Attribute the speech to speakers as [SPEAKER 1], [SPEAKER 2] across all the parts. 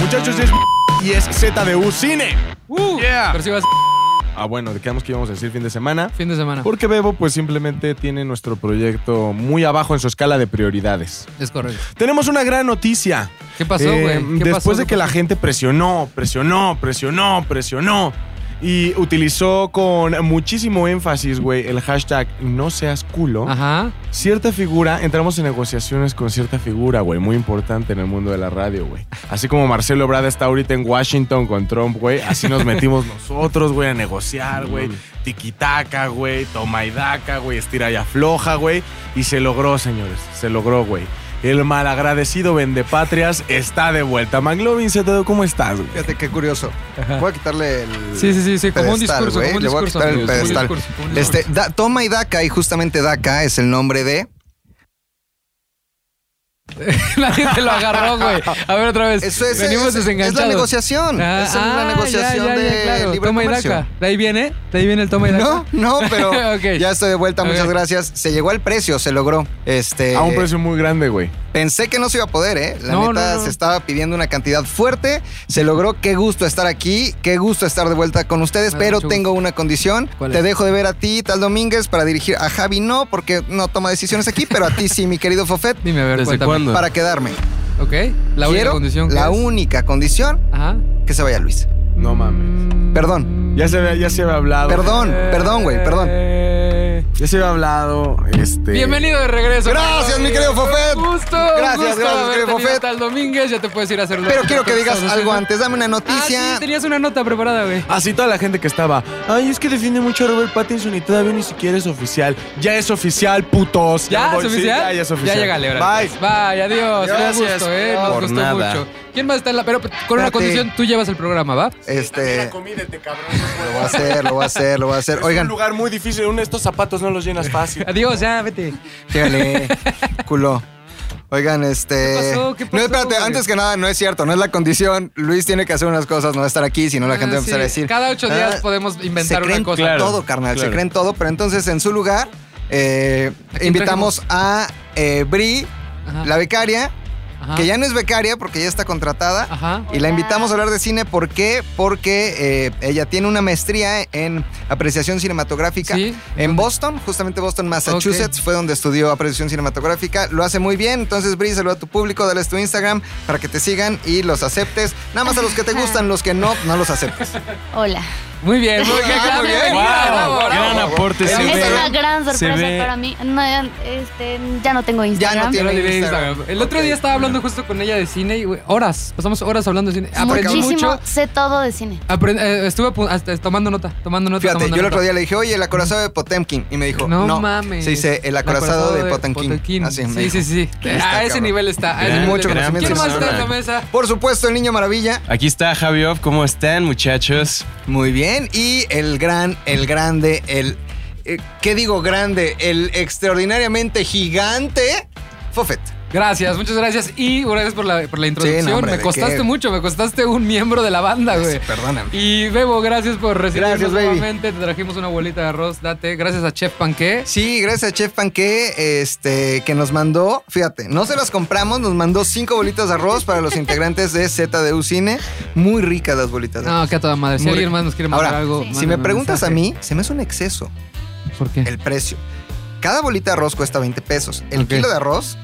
[SPEAKER 1] muchachos, es y es ZDU Cine.
[SPEAKER 2] Uh,
[SPEAKER 1] Yeah.
[SPEAKER 2] Pero sí va a ser
[SPEAKER 1] Ah, bueno, quedamos que íbamos a decir fin de semana.
[SPEAKER 2] fin de semana.
[SPEAKER 1] Porque Bebo, pues simplemente tiene nuestro proyecto muy abajo en su escala de prioridades.
[SPEAKER 2] Es correcto.
[SPEAKER 1] Tenemos una gran noticia.
[SPEAKER 2] ¿Qué pasó,
[SPEAKER 1] Eh,
[SPEAKER 2] güey? ¿Qué
[SPEAKER 1] después
[SPEAKER 2] pasó?
[SPEAKER 1] de
[SPEAKER 2] ¿Qué
[SPEAKER 1] que la gente presionó, presionó, presionó, presionó y utilizó con muchísimo énfasis, güey, el hashtag no seas culo,
[SPEAKER 2] Ajá.
[SPEAKER 1] cierta figura, entramos en negociaciones con cierta figura, güey, muy importante en el mundo de la radio, güey. Así como Marcelo Brada está ahorita en Washington con Trump, güey, así nos metimos nosotros, güey, a negociar, güey. Tiquitaca, güey, toma y daca, güey, estira y afloja, güey. Y se logró, señores, se logró, güey. El malagradecido vendepatrias está de vuelta. McLovin, ZDU, ¿cómo estás, güey?
[SPEAKER 3] Fíjate qué curioso. Voy a quitarle el.
[SPEAKER 2] Sí, sí, sí, sí, como un
[SPEAKER 3] pedestal,
[SPEAKER 2] discurso,
[SPEAKER 3] güey.
[SPEAKER 2] como un
[SPEAKER 3] Le voy a
[SPEAKER 2] discurso,
[SPEAKER 3] quitar el
[SPEAKER 2] amigos, como un
[SPEAKER 3] pedestal.
[SPEAKER 2] discurso, como un
[SPEAKER 3] Este,
[SPEAKER 2] discurso.
[SPEAKER 3] da- toma y Daca, y justamente Daca es el nombre de.
[SPEAKER 2] La gente lo agarró, güey. A ver, otra vez.
[SPEAKER 3] Eso es.
[SPEAKER 2] Venimos
[SPEAKER 3] es, es
[SPEAKER 2] desenganchados.
[SPEAKER 3] la negociación.
[SPEAKER 2] Ah,
[SPEAKER 3] es la
[SPEAKER 2] ah,
[SPEAKER 3] negociación
[SPEAKER 2] ya, ya, ya,
[SPEAKER 3] de
[SPEAKER 2] claro.
[SPEAKER 3] libre
[SPEAKER 2] Toma y
[SPEAKER 3] comercio.
[SPEAKER 2] daca. De ahí viene, de ahí viene el toma y daca.
[SPEAKER 3] No, no, pero
[SPEAKER 2] Ok.
[SPEAKER 3] ya estoy de vuelta, muchas
[SPEAKER 2] Ok.
[SPEAKER 3] gracias. Se llegó al precio, se logró. Este,
[SPEAKER 1] A un precio muy grande, güey.
[SPEAKER 3] Pensé que no se iba a poder, ¿eh? La
[SPEAKER 2] No,
[SPEAKER 3] neta
[SPEAKER 2] no, no.
[SPEAKER 3] se estaba pidiendo una cantidad fuerte, se logró. Qué gusto estar aquí, qué gusto estar de vuelta con ustedes,
[SPEAKER 2] Me da
[SPEAKER 3] pero
[SPEAKER 2] mucho gusto.
[SPEAKER 3] tengo una condición.
[SPEAKER 2] ¿Cuál
[SPEAKER 3] Te
[SPEAKER 2] es?
[SPEAKER 3] dejo de ver a ti, Tal Domínguez, para dirigir a Javi, no, porque no toma decisiones aquí, pero a ti sí, mi querido Fofet,
[SPEAKER 2] Dime, a ver,
[SPEAKER 4] ¿Desde
[SPEAKER 2] cuéntame.
[SPEAKER 4] cuándo?
[SPEAKER 3] para quedarme.
[SPEAKER 2] Ok, la única
[SPEAKER 3] Quiero
[SPEAKER 2] condición que
[SPEAKER 3] La
[SPEAKER 2] es-
[SPEAKER 3] única condición
[SPEAKER 2] Ajá.
[SPEAKER 3] que se vaya Luis.
[SPEAKER 1] No mames.
[SPEAKER 3] Perdón,
[SPEAKER 1] Ya se, había- ya se había hablado.
[SPEAKER 3] perdón, perdón, güey, perdón.
[SPEAKER 2] Eh,
[SPEAKER 1] Ya se había hablado. Este.
[SPEAKER 2] Bienvenido de regreso.
[SPEAKER 3] Gracias, mi querido Fofet.
[SPEAKER 2] Un gusto.
[SPEAKER 3] Gracias,
[SPEAKER 2] un gusto
[SPEAKER 3] gracias,
[SPEAKER 2] haber
[SPEAKER 3] querido
[SPEAKER 2] tenido
[SPEAKER 3] Fofet.
[SPEAKER 2] Tal Domínguez, ya te puedes ir a hacer
[SPEAKER 3] Pero quiero que digas algo antes, Ah, dame una
[SPEAKER 2] Ah, sí,
[SPEAKER 3] noticia.
[SPEAKER 2] tenías una nota preparada, güey.
[SPEAKER 1] Así toda la gente que estaba, ay, es que defiende mucho a Robert Pattinson y todavía ni siquiera es oficial. Ya es oficial, putos.
[SPEAKER 2] ¿Ya,
[SPEAKER 1] me
[SPEAKER 2] es
[SPEAKER 1] voy. Sí,
[SPEAKER 2] oficial?
[SPEAKER 1] ya, ya es oficial.
[SPEAKER 2] Ya llegale, pues. ahora.
[SPEAKER 1] Bye.
[SPEAKER 2] Bye, adiós.
[SPEAKER 1] Gracias.
[SPEAKER 2] Un gusto, eh. Nos
[SPEAKER 1] Por
[SPEAKER 2] gustó
[SPEAKER 1] nada.
[SPEAKER 2] mucho. ¿Quién más está en la.? Pero con una
[SPEAKER 3] Espérate.
[SPEAKER 2] condición, tú llevas el programa, ¿va?
[SPEAKER 3] Este, lo
[SPEAKER 1] Comídete, cabrón.
[SPEAKER 3] voy a hacer, lo voy a hacer, lo voy a hacer.
[SPEAKER 1] Es un
[SPEAKER 3] Oigan,
[SPEAKER 1] lugar muy difícil. Uno de estos zapatos no los llenas fácil.
[SPEAKER 2] Adiós, ya, vete.
[SPEAKER 3] Fíjale, culo. Oigan, este.
[SPEAKER 2] ¿Qué pasó? ¿Qué
[SPEAKER 3] no,
[SPEAKER 2] pasó,
[SPEAKER 3] espérate,
[SPEAKER 2] güey?
[SPEAKER 3] antes que nada, no es cierto, no es la condición. Luis tiene que hacer unas cosas, no va a estar aquí, si no la gente va a
[SPEAKER 2] Ah, sí.
[SPEAKER 3] empezar a decir.
[SPEAKER 2] Cada ocho días
[SPEAKER 3] "Ah,
[SPEAKER 2] podemos inventar
[SPEAKER 3] se creen
[SPEAKER 2] una cosa.
[SPEAKER 3] todo, carnal, se
[SPEAKER 1] claro.
[SPEAKER 3] creen todo, pero entonces en su lugar, eh,
[SPEAKER 2] quién
[SPEAKER 3] invitamos a eh, Bri,
[SPEAKER 2] Ajá,
[SPEAKER 3] la becaria,
[SPEAKER 2] ajá,
[SPEAKER 3] que ya no es becaria porque ya está contratada.
[SPEAKER 2] Ajá.
[SPEAKER 3] Y la invitamos a hablar de cine, ¿por qué? Porque eh, ella tiene una maestría en apreciación cinematográfica.
[SPEAKER 2] Sí.
[SPEAKER 3] En Boston, justamente Boston, Massachusetts, fue donde estudió apreciación cinematográfica. Lo hace muy bien. Entonces, Bri, saluda a tu público, dales tu Instagram para que te sigan y los aceptes. Nada más a los que te gustan, los que no, no los aceptes.
[SPEAKER 5] Hola.
[SPEAKER 2] Muy bien, muy bien.
[SPEAKER 3] Ah, muy bien.
[SPEAKER 2] bienvenida, bravo,
[SPEAKER 4] ¡Wow!
[SPEAKER 2] bravo.
[SPEAKER 4] Gran aporte
[SPEAKER 3] Se
[SPEAKER 4] se
[SPEAKER 5] es
[SPEAKER 3] ve.
[SPEAKER 5] una
[SPEAKER 4] ve.
[SPEAKER 5] gran sorpresa
[SPEAKER 4] ve.
[SPEAKER 5] para mí. No, ya, este, ya no tengo Instagram.
[SPEAKER 3] no tiene.
[SPEAKER 2] Yo la diré en
[SPEAKER 3] Instagram.
[SPEAKER 2] Instagram. El otro
[SPEAKER 3] Ok.
[SPEAKER 2] día estaba hablando justo con ella de cine y güey, horas, pasamos horas hablando de cine. Aprendí
[SPEAKER 5] Muchísimo,
[SPEAKER 2] mucho.
[SPEAKER 5] sé todo de cine.
[SPEAKER 2] Aprend- eh, estuve apu- hasta- tomando nota, tomando nota.
[SPEAKER 3] Fíjate,
[SPEAKER 2] tomando
[SPEAKER 3] yo el
[SPEAKER 2] nota.
[SPEAKER 3] otro día le dije, oye, el acorazado de Potemkin. Y me dijo,
[SPEAKER 2] No,
[SPEAKER 3] no,
[SPEAKER 2] mames.
[SPEAKER 3] Se dice el acorazado de Potemkin. Así me
[SPEAKER 2] sí,
[SPEAKER 3] dijo.
[SPEAKER 2] sí, sí.
[SPEAKER 3] está,
[SPEAKER 2] a ese
[SPEAKER 3] cabrón.
[SPEAKER 2] nivel está. a ese
[SPEAKER 4] Gran-
[SPEAKER 2] nivel
[SPEAKER 3] mucho
[SPEAKER 2] está.
[SPEAKER 3] conocimiento
[SPEAKER 2] ¿Quién más
[SPEAKER 4] sexual.
[SPEAKER 2] está en la mesa?
[SPEAKER 3] Por supuesto, el niño maravilla.
[SPEAKER 4] Aquí está Javi Off. ¿Cómo están, muchachos?
[SPEAKER 3] Muy bien. Y el gran, el grande, el. eh, ¿Qué digo grande? El extraordinariamente gigante. Fofet.
[SPEAKER 2] Gracias, muchas gracias. Y gracias por la, por la introducción.
[SPEAKER 3] hombre,
[SPEAKER 2] me
[SPEAKER 3] ¿de
[SPEAKER 2] costaste
[SPEAKER 3] qué?
[SPEAKER 2] mucho, me costaste un miembro de la banda, Ah, güey.
[SPEAKER 3] Perdóname.
[SPEAKER 2] Y Bebo, gracias por recibirnos
[SPEAKER 3] Gracias, baby.
[SPEAKER 2] nuevamente. Te trajimos una bolita de arroz, date. Gracias a Chef Panqué.
[SPEAKER 3] Sí, gracias a Chef Panqué, este, que nos mandó, fíjate, no se las compramos, nos mandó cinco bolitas de arroz para los integrantes de ZDU Cine. Muy ricas las bolitas de arroz.
[SPEAKER 2] No, que a toda madre. Si
[SPEAKER 3] Muy
[SPEAKER 2] alguien
[SPEAKER 3] rico.
[SPEAKER 2] más nos quiere mandar
[SPEAKER 3] Ahora,
[SPEAKER 2] algo.
[SPEAKER 3] si
[SPEAKER 5] sí.
[SPEAKER 3] me
[SPEAKER 2] mándenos un
[SPEAKER 3] preguntas a
[SPEAKER 2] mensaje.
[SPEAKER 3] mí, se me hace un exceso
[SPEAKER 2] ¿Por qué?
[SPEAKER 3] el precio. Cada bolita de arroz cuesta 20 pesos. El
[SPEAKER 2] Ok.
[SPEAKER 3] kilo de arroz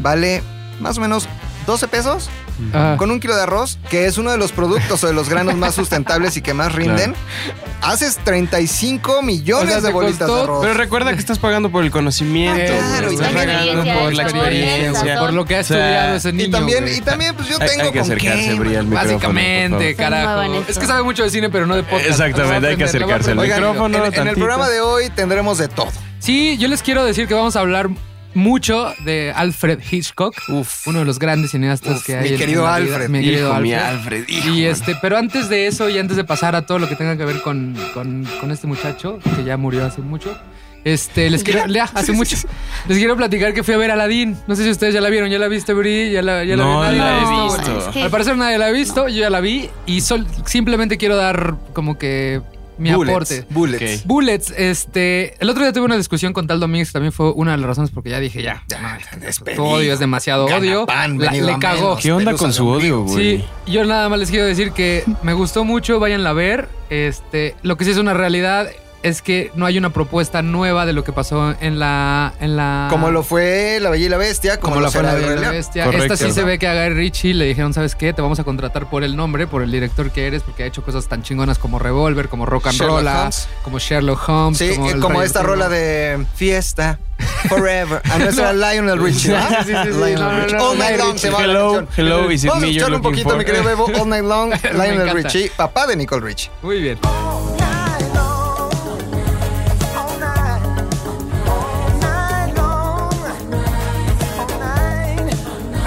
[SPEAKER 3] vale más o menos 12 pesos
[SPEAKER 2] Ah,
[SPEAKER 3] con un kilo de arroz, que es uno de los productos o de los granos más sustentables y que más rinden. Haces 35 millones
[SPEAKER 2] O sea,
[SPEAKER 3] de
[SPEAKER 2] te
[SPEAKER 3] bolitas
[SPEAKER 2] costó,
[SPEAKER 3] de arroz.
[SPEAKER 4] Pero recuerda que estás pagando por el conocimiento.
[SPEAKER 3] Claro,
[SPEAKER 4] güey.
[SPEAKER 3] y
[SPEAKER 4] estás
[SPEAKER 3] la
[SPEAKER 4] pagando
[SPEAKER 5] experiencia, y
[SPEAKER 4] por la
[SPEAKER 5] todo
[SPEAKER 4] experiencia.
[SPEAKER 5] eso.
[SPEAKER 2] por lo que ha
[SPEAKER 4] O sea,
[SPEAKER 2] estudiado ese niño.
[SPEAKER 3] y también,
[SPEAKER 2] güey.
[SPEAKER 3] y también, pues yo
[SPEAKER 4] Hay-
[SPEAKER 3] tengo
[SPEAKER 4] hay que
[SPEAKER 3] con qué,
[SPEAKER 4] acercarse, Bri, al micrófono. por
[SPEAKER 2] Básicamente,
[SPEAKER 4] favor.
[SPEAKER 2] carajo.
[SPEAKER 5] Soy nueva en esto.
[SPEAKER 2] Es que sabe mucho de cine, pero no de podcast.
[SPEAKER 4] Exactamente, hay que
[SPEAKER 2] Lo voy a aprender,
[SPEAKER 4] acercarse al
[SPEAKER 2] lo voy a
[SPEAKER 3] Oigan,
[SPEAKER 2] aprender.
[SPEAKER 4] micrófono,
[SPEAKER 3] en- en, el
[SPEAKER 4] tantito.
[SPEAKER 3] programa de hoy tendremos de todo.
[SPEAKER 2] Sí, yo les quiero decir que vamos a hablar mucho de Alfred Hitchcock, uno de los grandes cineastas
[SPEAKER 3] Uf,
[SPEAKER 2] que
[SPEAKER 3] mi
[SPEAKER 2] hay. en-
[SPEAKER 3] querido
[SPEAKER 2] en la vida.
[SPEAKER 3] Alfred,
[SPEAKER 2] mi querido
[SPEAKER 4] Hijo, mi
[SPEAKER 2] Alfred.
[SPEAKER 4] Alfred, hijo.
[SPEAKER 2] Y este, pero antes de eso y antes de pasar a todo lo que tenga que ver con, con- con este muchacho, que ya murió hace mucho, este, les quiero, lea, hace mucho, les quiero platicar que fui a ver Aladdin. No sé si ustedes ya la vieron, ya la viste, Bri, ya la, ya la
[SPEAKER 4] No
[SPEAKER 2] vieron?
[SPEAKER 4] la
[SPEAKER 2] Nadie
[SPEAKER 4] he
[SPEAKER 2] güey.
[SPEAKER 4] visto.
[SPEAKER 5] Es que-
[SPEAKER 2] Al parecer nadie la ha visto, yo ya la vi y sol- simplemente quiero dar como que mi
[SPEAKER 3] bullets,
[SPEAKER 2] aporte.
[SPEAKER 3] bullets.
[SPEAKER 4] Ok.
[SPEAKER 2] Bullets, este. El otro día tuve una discusión con Tal Domínguez, que también fue una de las razones porque ya dije, ya.
[SPEAKER 3] Ya,
[SPEAKER 2] no,
[SPEAKER 3] despedido.
[SPEAKER 2] tu odio, es demasiado odio.
[SPEAKER 3] Ganapán,
[SPEAKER 2] La-
[SPEAKER 3] venido
[SPEAKER 2] le
[SPEAKER 3] a
[SPEAKER 2] cagó.
[SPEAKER 3] menos.
[SPEAKER 4] ¿Qué onda con su odio, güey?
[SPEAKER 2] Sí, yo nada más les quiero decir que me gustó mucho, váyanla a ver. Este, lo que sí es una realidad es que no hay una propuesta nueva de lo que pasó en la. En la
[SPEAKER 3] Como lo fue La Bella y la Bestia, como,
[SPEAKER 2] como
[SPEAKER 3] lo
[SPEAKER 2] la
[SPEAKER 3] fue
[SPEAKER 2] palabra
[SPEAKER 3] La
[SPEAKER 2] de
[SPEAKER 3] Rey
[SPEAKER 2] la
[SPEAKER 3] León.
[SPEAKER 2] bestia.
[SPEAKER 4] Correcto.
[SPEAKER 2] Esta sí se ve que a Guy Ritchie le dijeron, ¿sabes qué? Te vamos a contratar por el nombre, por el director que eres, porque ha hecho cosas tan chingonas como Revolver, como Rock and
[SPEAKER 3] Sherlock
[SPEAKER 2] Roll,
[SPEAKER 3] Holmes.
[SPEAKER 2] como Sherlock Holmes.
[SPEAKER 3] Sí, eh, como,
[SPEAKER 2] el Rey
[SPEAKER 3] esta
[SPEAKER 2] Arturo.
[SPEAKER 3] rola de Fiesta, Forever. Ah, A nuestra Lionel Richie. ¿no?
[SPEAKER 2] Sí, sí, sí, sí,
[SPEAKER 3] Lionel
[SPEAKER 2] no, no,
[SPEAKER 3] Richie.
[SPEAKER 2] no,
[SPEAKER 3] All Night
[SPEAKER 2] Lionel
[SPEAKER 3] Long se llama la
[SPEAKER 4] Hello,
[SPEAKER 3] canción.
[SPEAKER 4] hello, is it
[SPEAKER 3] Vamos a
[SPEAKER 4] me you're
[SPEAKER 3] escuchar un
[SPEAKER 4] looking
[SPEAKER 3] poquito,
[SPEAKER 4] for?
[SPEAKER 3] mi querido Bebo. All Night Long, Lionel
[SPEAKER 2] encanta.
[SPEAKER 3] Richie, papá de Nicole Richie.
[SPEAKER 2] Muy bien.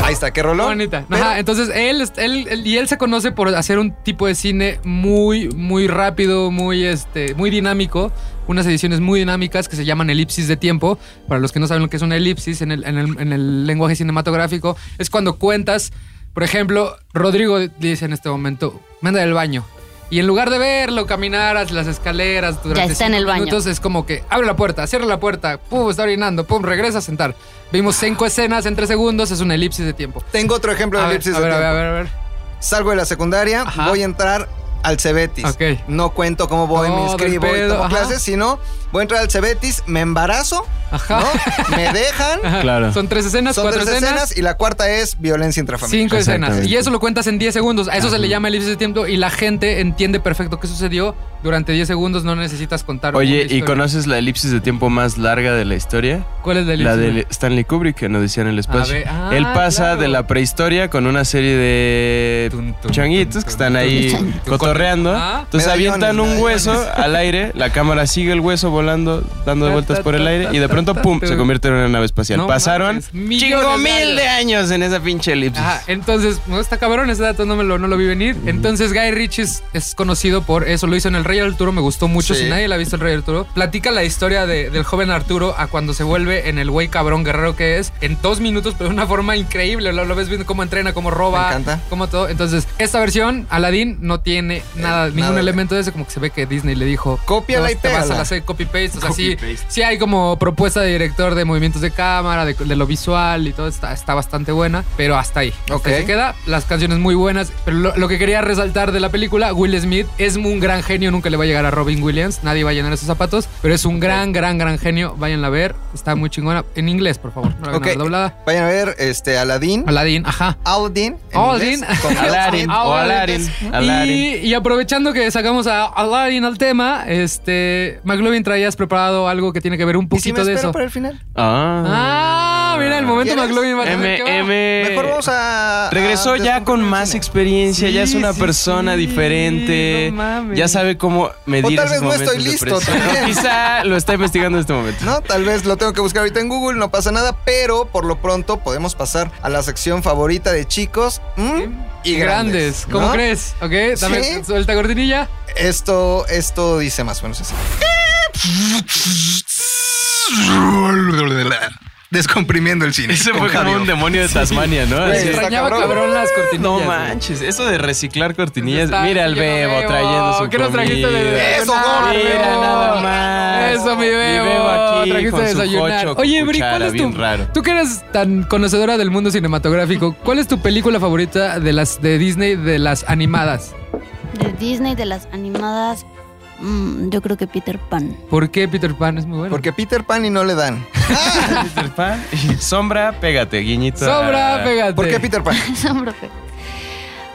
[SPEAKER 3] Ahí está, qué rolón.
[SPEAKER 2] Bonita. Ajá, entonces él, es- él, él- y él se conoce por hacer un tipo de cine muy, muy rápido, muy, este, muy dinámico. Unas ediciones muy dinámicas que se llaman elipsis de tiempo. Para los que no saben lo que es una elipsis en el, en el- en el lenguaje cinematográfico, es cuando cuentas, por ejemplo, Rodrigo dice en este momento, manda del baño. Y en lugar de verlo caminar hacia las escaleras durante
[SPEAKER 5] está en
[SPEAKER 2] cinco
[SPEAKER 5] el baño.
[SPEAKER 2] minutos, entonces es como que abre la puerta, cierra la puerta, pum, está orinando, pum, regresa a sentar. Vimos cinco escenas en tres segundos, es una elipsis de tiempo.
[SPEAKER 3] Tengo otro ejemplo de
[SPEAKER 2] A ver,
[SPEAKER 3] elipsis
[SPEAKER 2] a
[SPEAKER 3] de
[SPEAKER 2] ver, a
[SPEAKER 3] tiempo.
[SPEAKER 2] ver, a ver, a ver.
[SPEAKER 3] Salgo de la secundaria,
[SPEAKER 2] Ajá.
[SPEAKER 3] voy a entrar al Cebetis.
[SPEAKER 2] Ok.
[SPEAKER 3] No cuento cómo voy, me
[SPEAKER 2] Todo el
[SPEAKER 3] inscribo y
[SPEAKER 2] pedo,
[SPEAKER 3] tomo
[SPEAKER 2] ajá.
[SPEAKER 3] clases, sino voy a entrar al Cebetis, me embarazo,
[SPEAKER 2] Ajá.
[SPEAKER 3] ¿no? me dejan,
[SPEAKER 4] Claro.
[SPEAKER 2] Son tres escenas,
[SPEAKER 3] son
[SPEAKER 2] cuatro
[SPEAKER 3] tres escenas,
[SPEAKER 2] escenas.
[SPEAKER 3] y la cuarta es violencia intrafamiliar.
[SPEAKER 2] Cinco escenas.
[SPEAKER 4] Exactamente.
[SPEAKER 2] Y eso lo cuentas en 10 segundos. A eso se le llama elipsis de tiempo y la gente entiende perfecto qué sucedió. Durante 10 segundos no necesitas contar. una
[SPEAKER 4] Oye, ¿y
[SPEAKER 2] historia.
[SPEAKER 4] conoces la elipsis de tiempo más larga de la historia?
[SPEAKER 2] ¿Cuál es la elipsis?
[SPEAKER 4] La de Stanley Kubrick, que nos decía en el espacio.
[SPEAKER 2] ver, ah,
[SPEAKER 4] Él pasa
[SPEAKER 2] claro.
[SPEAKER 4] de la prehistoria con una serie de
[SPEAKER 2] Tun, tun, tun,
[SPEAKER 4] changuitos que están
[SPEAKER 2] tun,
[SPEAKER 4] ahí
[SPEAKER 2] tun, tun.
[SPEAKER 4] cotorreando.
[SPEAKER 2] Ah.
[SPEAKER 3] Medallones,
[SPEAKER 4] Entonces avientan un
[SPEAKER 3] medallones.
[SPEAKER 4] hueso al aire, la cámara sigue el hueso volando, dando
[SPEAKER 2] Ta,
[SPEAKER 4] vueltas
[SPEAKER 2] ta,
[SPEAKER 4] por el
[SPEAKER 2] ta,
[SPEAKER 4] aire
[SPEAKER 2] ta,
[SPEAKER 4] y de
[SPEAKER 2] ta,
[SPEAKER 4] pronto,
[SPEAKER 2] ta,
[SPEAKER 4] ¡pum!,
[SPEAKER 2] ta.
[SPEAKER 4] se convierte en una nave espacial.
[SPEAKER 2] No
[SPEAKER 4] Pasaron
[SPEAKER 2] mames, millones de
[SPEAKER 4] chingo mil de años en esa pinche
[SPEAKER 3] Pues,
[SPEAKER 4] elipsis.
[SPEAKER 2] Ajá, eh, entonces, no está cabrón, ese dato no, me lo, no lo vi venir. Entonces, Guy Ritchie es, es conocido por eso. Lo hizo en El Rey Arturo, me gustó mucho.
[SPEAKER 3] Sí.
[SPEAKER 2] Si nadie la ha visto, El Rey Arturo. Platica la historia de- del joven Arturo a cuando se vuelve en el güey cabrón guerrero que es en dos minutos, pero de una forma increíble. Lo, lo ves viendo cómo entrena, cómo roba,
[SPEAKER 3] Me encanta.
[SPEAKER 2] cómo todo. Entonces, esta versión, Aladdin, no tiene nada, ningún
[SPEAKER 3] Eh, nada.
[SPEAKER 2] elemento de eso. Como que se ve que Disney le dijo:
[SPEAKER 3] Cópiala
[SPEAKER 2] "Te
[SPEAKER 3] y
[SPEAKER 2] vas- Te vas a
[SPEAKER 3] pégala".
[SPEAKER 2] la hacer copy-paste. O sea, sí,
[SPEAKER 4] Copy-paste.
[SPEAKER 2] sí hay como propuesta de director de movimientos de cámara, de, de lo visual y todo, está, está bastante buena, pero hasta ahí. Hasta
[SPEAKER 3] Ok.
[SPEAKER 2] ahí se queda, las canciones muy buenas, pero lo, lo que quería resaltar de la película, Will Smith es un gran genio, nunca le va a llegar a Robin Williams, nadie va a llenar esos zapatos, pero es un gran, gran, gran genio, váyanla a ver, está muy chingona, en inglés, por favor, no la vean
[SPEAKER 3] Ok.
[SPEAKER 2] doblada.
[SPEAKER 3] Vayan a ver este Aladdin.
[SPEAKER 2] Aladdin, ajá.
[SPEAKER 3] Aladdin. en
[SPEAKER 2] Aladdin. Ah,
[SPEAKER 3] inglés, con Will
[SPEAKER 4] Aladdin,
[SPEAKER 3] Smith.
[SPEAKER 4] o Aladdin, Aladdin.
[SPEAKER 2] Y, y aprovechando que sacamos a Aladdin al tema, este, McLovin traías preparado algo que tiene que ver un
[SPEAKER 3] ¿Y si
[SPEAKER 2] poquito
[SPEAKER 3] me
[SPEAKER 2] de
[SPEAKER 3] espero
[SPEAKER 2] eso.
[SPEAKER 3] para el final?
[SPEAKER 4] Ah.
[SPEAKER 2] Ah, mira, el momento
[SPEAKER 3] ¿Quieres?
[SPEAKER 2] McLovin va a tener que va.
[SPEAKER 4] MM.
[SPEAKER 3] Mejor vamos a...
[SPEAKER 4] Regresó
[SPEAKER 3] a-
[SPEAKER 4] ya con más
[SPEAKER 3] cine.
[SPEAKER 4] experiencia, ya es
[SPEAKER 2] Sí,
[SPEAKER 4] una
[SPEAKER 2] sí,
[SPEAKER 4] persona
[SPEAKER 2] sí,
[SPEAKER 4] diferente,
[SPEAKER 2] no mames.
[SPEAKER 4] ya sabe cómo medir.
[SPEAKER 3] O tal
[SPEAKER 4] esos
[SPEAKER 3] vez no
[SPEAKER 4] momentos
[SPEAKER 3] estoy
[SPEAKER 4] de
[SPEAKER 3] listo
[SPEAKER 4] presión.
[SPEAKER 3] también.
[SPEAKER 4] Quizá lo está investigando en este momento.
[SPEAKER 3] No, tal vez lo tengo que buscar ahorita en Google, no pasa nada, pero por lo pronto podemos pasar a la sección favorita de chicos ¿m? y grandes.
[SPEAKER 2] ¿Cómo
[SPEAKER 3] ¿no?
[SPEAKER 2] crees? Ok, dame
[SPEAKER 3] Sí.
[SPEAKER 2] suelta cortinilla.
[SPEAKER 3] Esto, esto dice más o menos así. Descomprimiendo el cine.
[SPEAKER 4] Ese
[SPEAKER 3] con
[SPEAKER 4] fue como
[SPEAKER 3] Javier.
[SPEAKER 4] un demonio de Tasmania, ¿no?
[SPEAKER 3] Güey,
[SPEAKER 4] Así.
[SPEAKER 3] está
[SPEAKER 2] Extrañaba
[SPEAKER 3] cabrón.
[SPEAKER 2] cabrón. las cortinillas.
[SPEAKER 4] No
[SPEAKER 2] güey.
[SPEAKER 4] manches, eso de reciclar cortinillas.
[SPEAKER 2] Está-
[SPEAKER 4] mira al
[SPEAKER 2] yo no
[SPEAKER 4] bebo
[SPEAKER 2] veo.
[SPEAKER 4] trayendo su
[SPEAKER 2] ¿Qué nos trajiste de
[SPEAKER 4] comida.
[SPEAKER 2] desayunar,
[SPEAKER 3] Eso, gordo.
[SPEAKER 2] Bebo?
[SPEAKER 4] Mira nada más.
[SPEAKER 2] Eso, mi bebo.
[SPEAKER 4] Mi Bebo aquí
[SPEAKER 2] Trajiste
[SPEAKER 4] con
[SPEAKER 2] de
[SPEAKER 4] su
[SPEAKER 2] desayunar.
[SPEAKER 4] jocho con
[SPEAKER 2] Oye, Bri, ¿cuál
[SPEAKER 4] cuchara,
[SPEAKER 2] es tu.
[SPEAKER 4] bien raro.
[SPEAKER 2] Tú que eres tan conocedora del mundo cinematográfico, ¿cuál es tu película favorita de las de Disney de las animadas?
[SPEAKER 5] De Disney, de las animadas, mm, yo creo que Peter Pan.
[SPEAKER 2] ¿Por qué Peter Pan es muy bueno?
[SPEAKER 3] Porque Peter Pan y no le dan.
[SPEAKER 4] Peter Pan. Sombra, pégate, guiñito. Ah,
[SPEAKER 2] Sobra, pégate.
[SPEAKER 3] ¿Por qué Peter Pan?
[SPEAKER 5] Sombra, pe-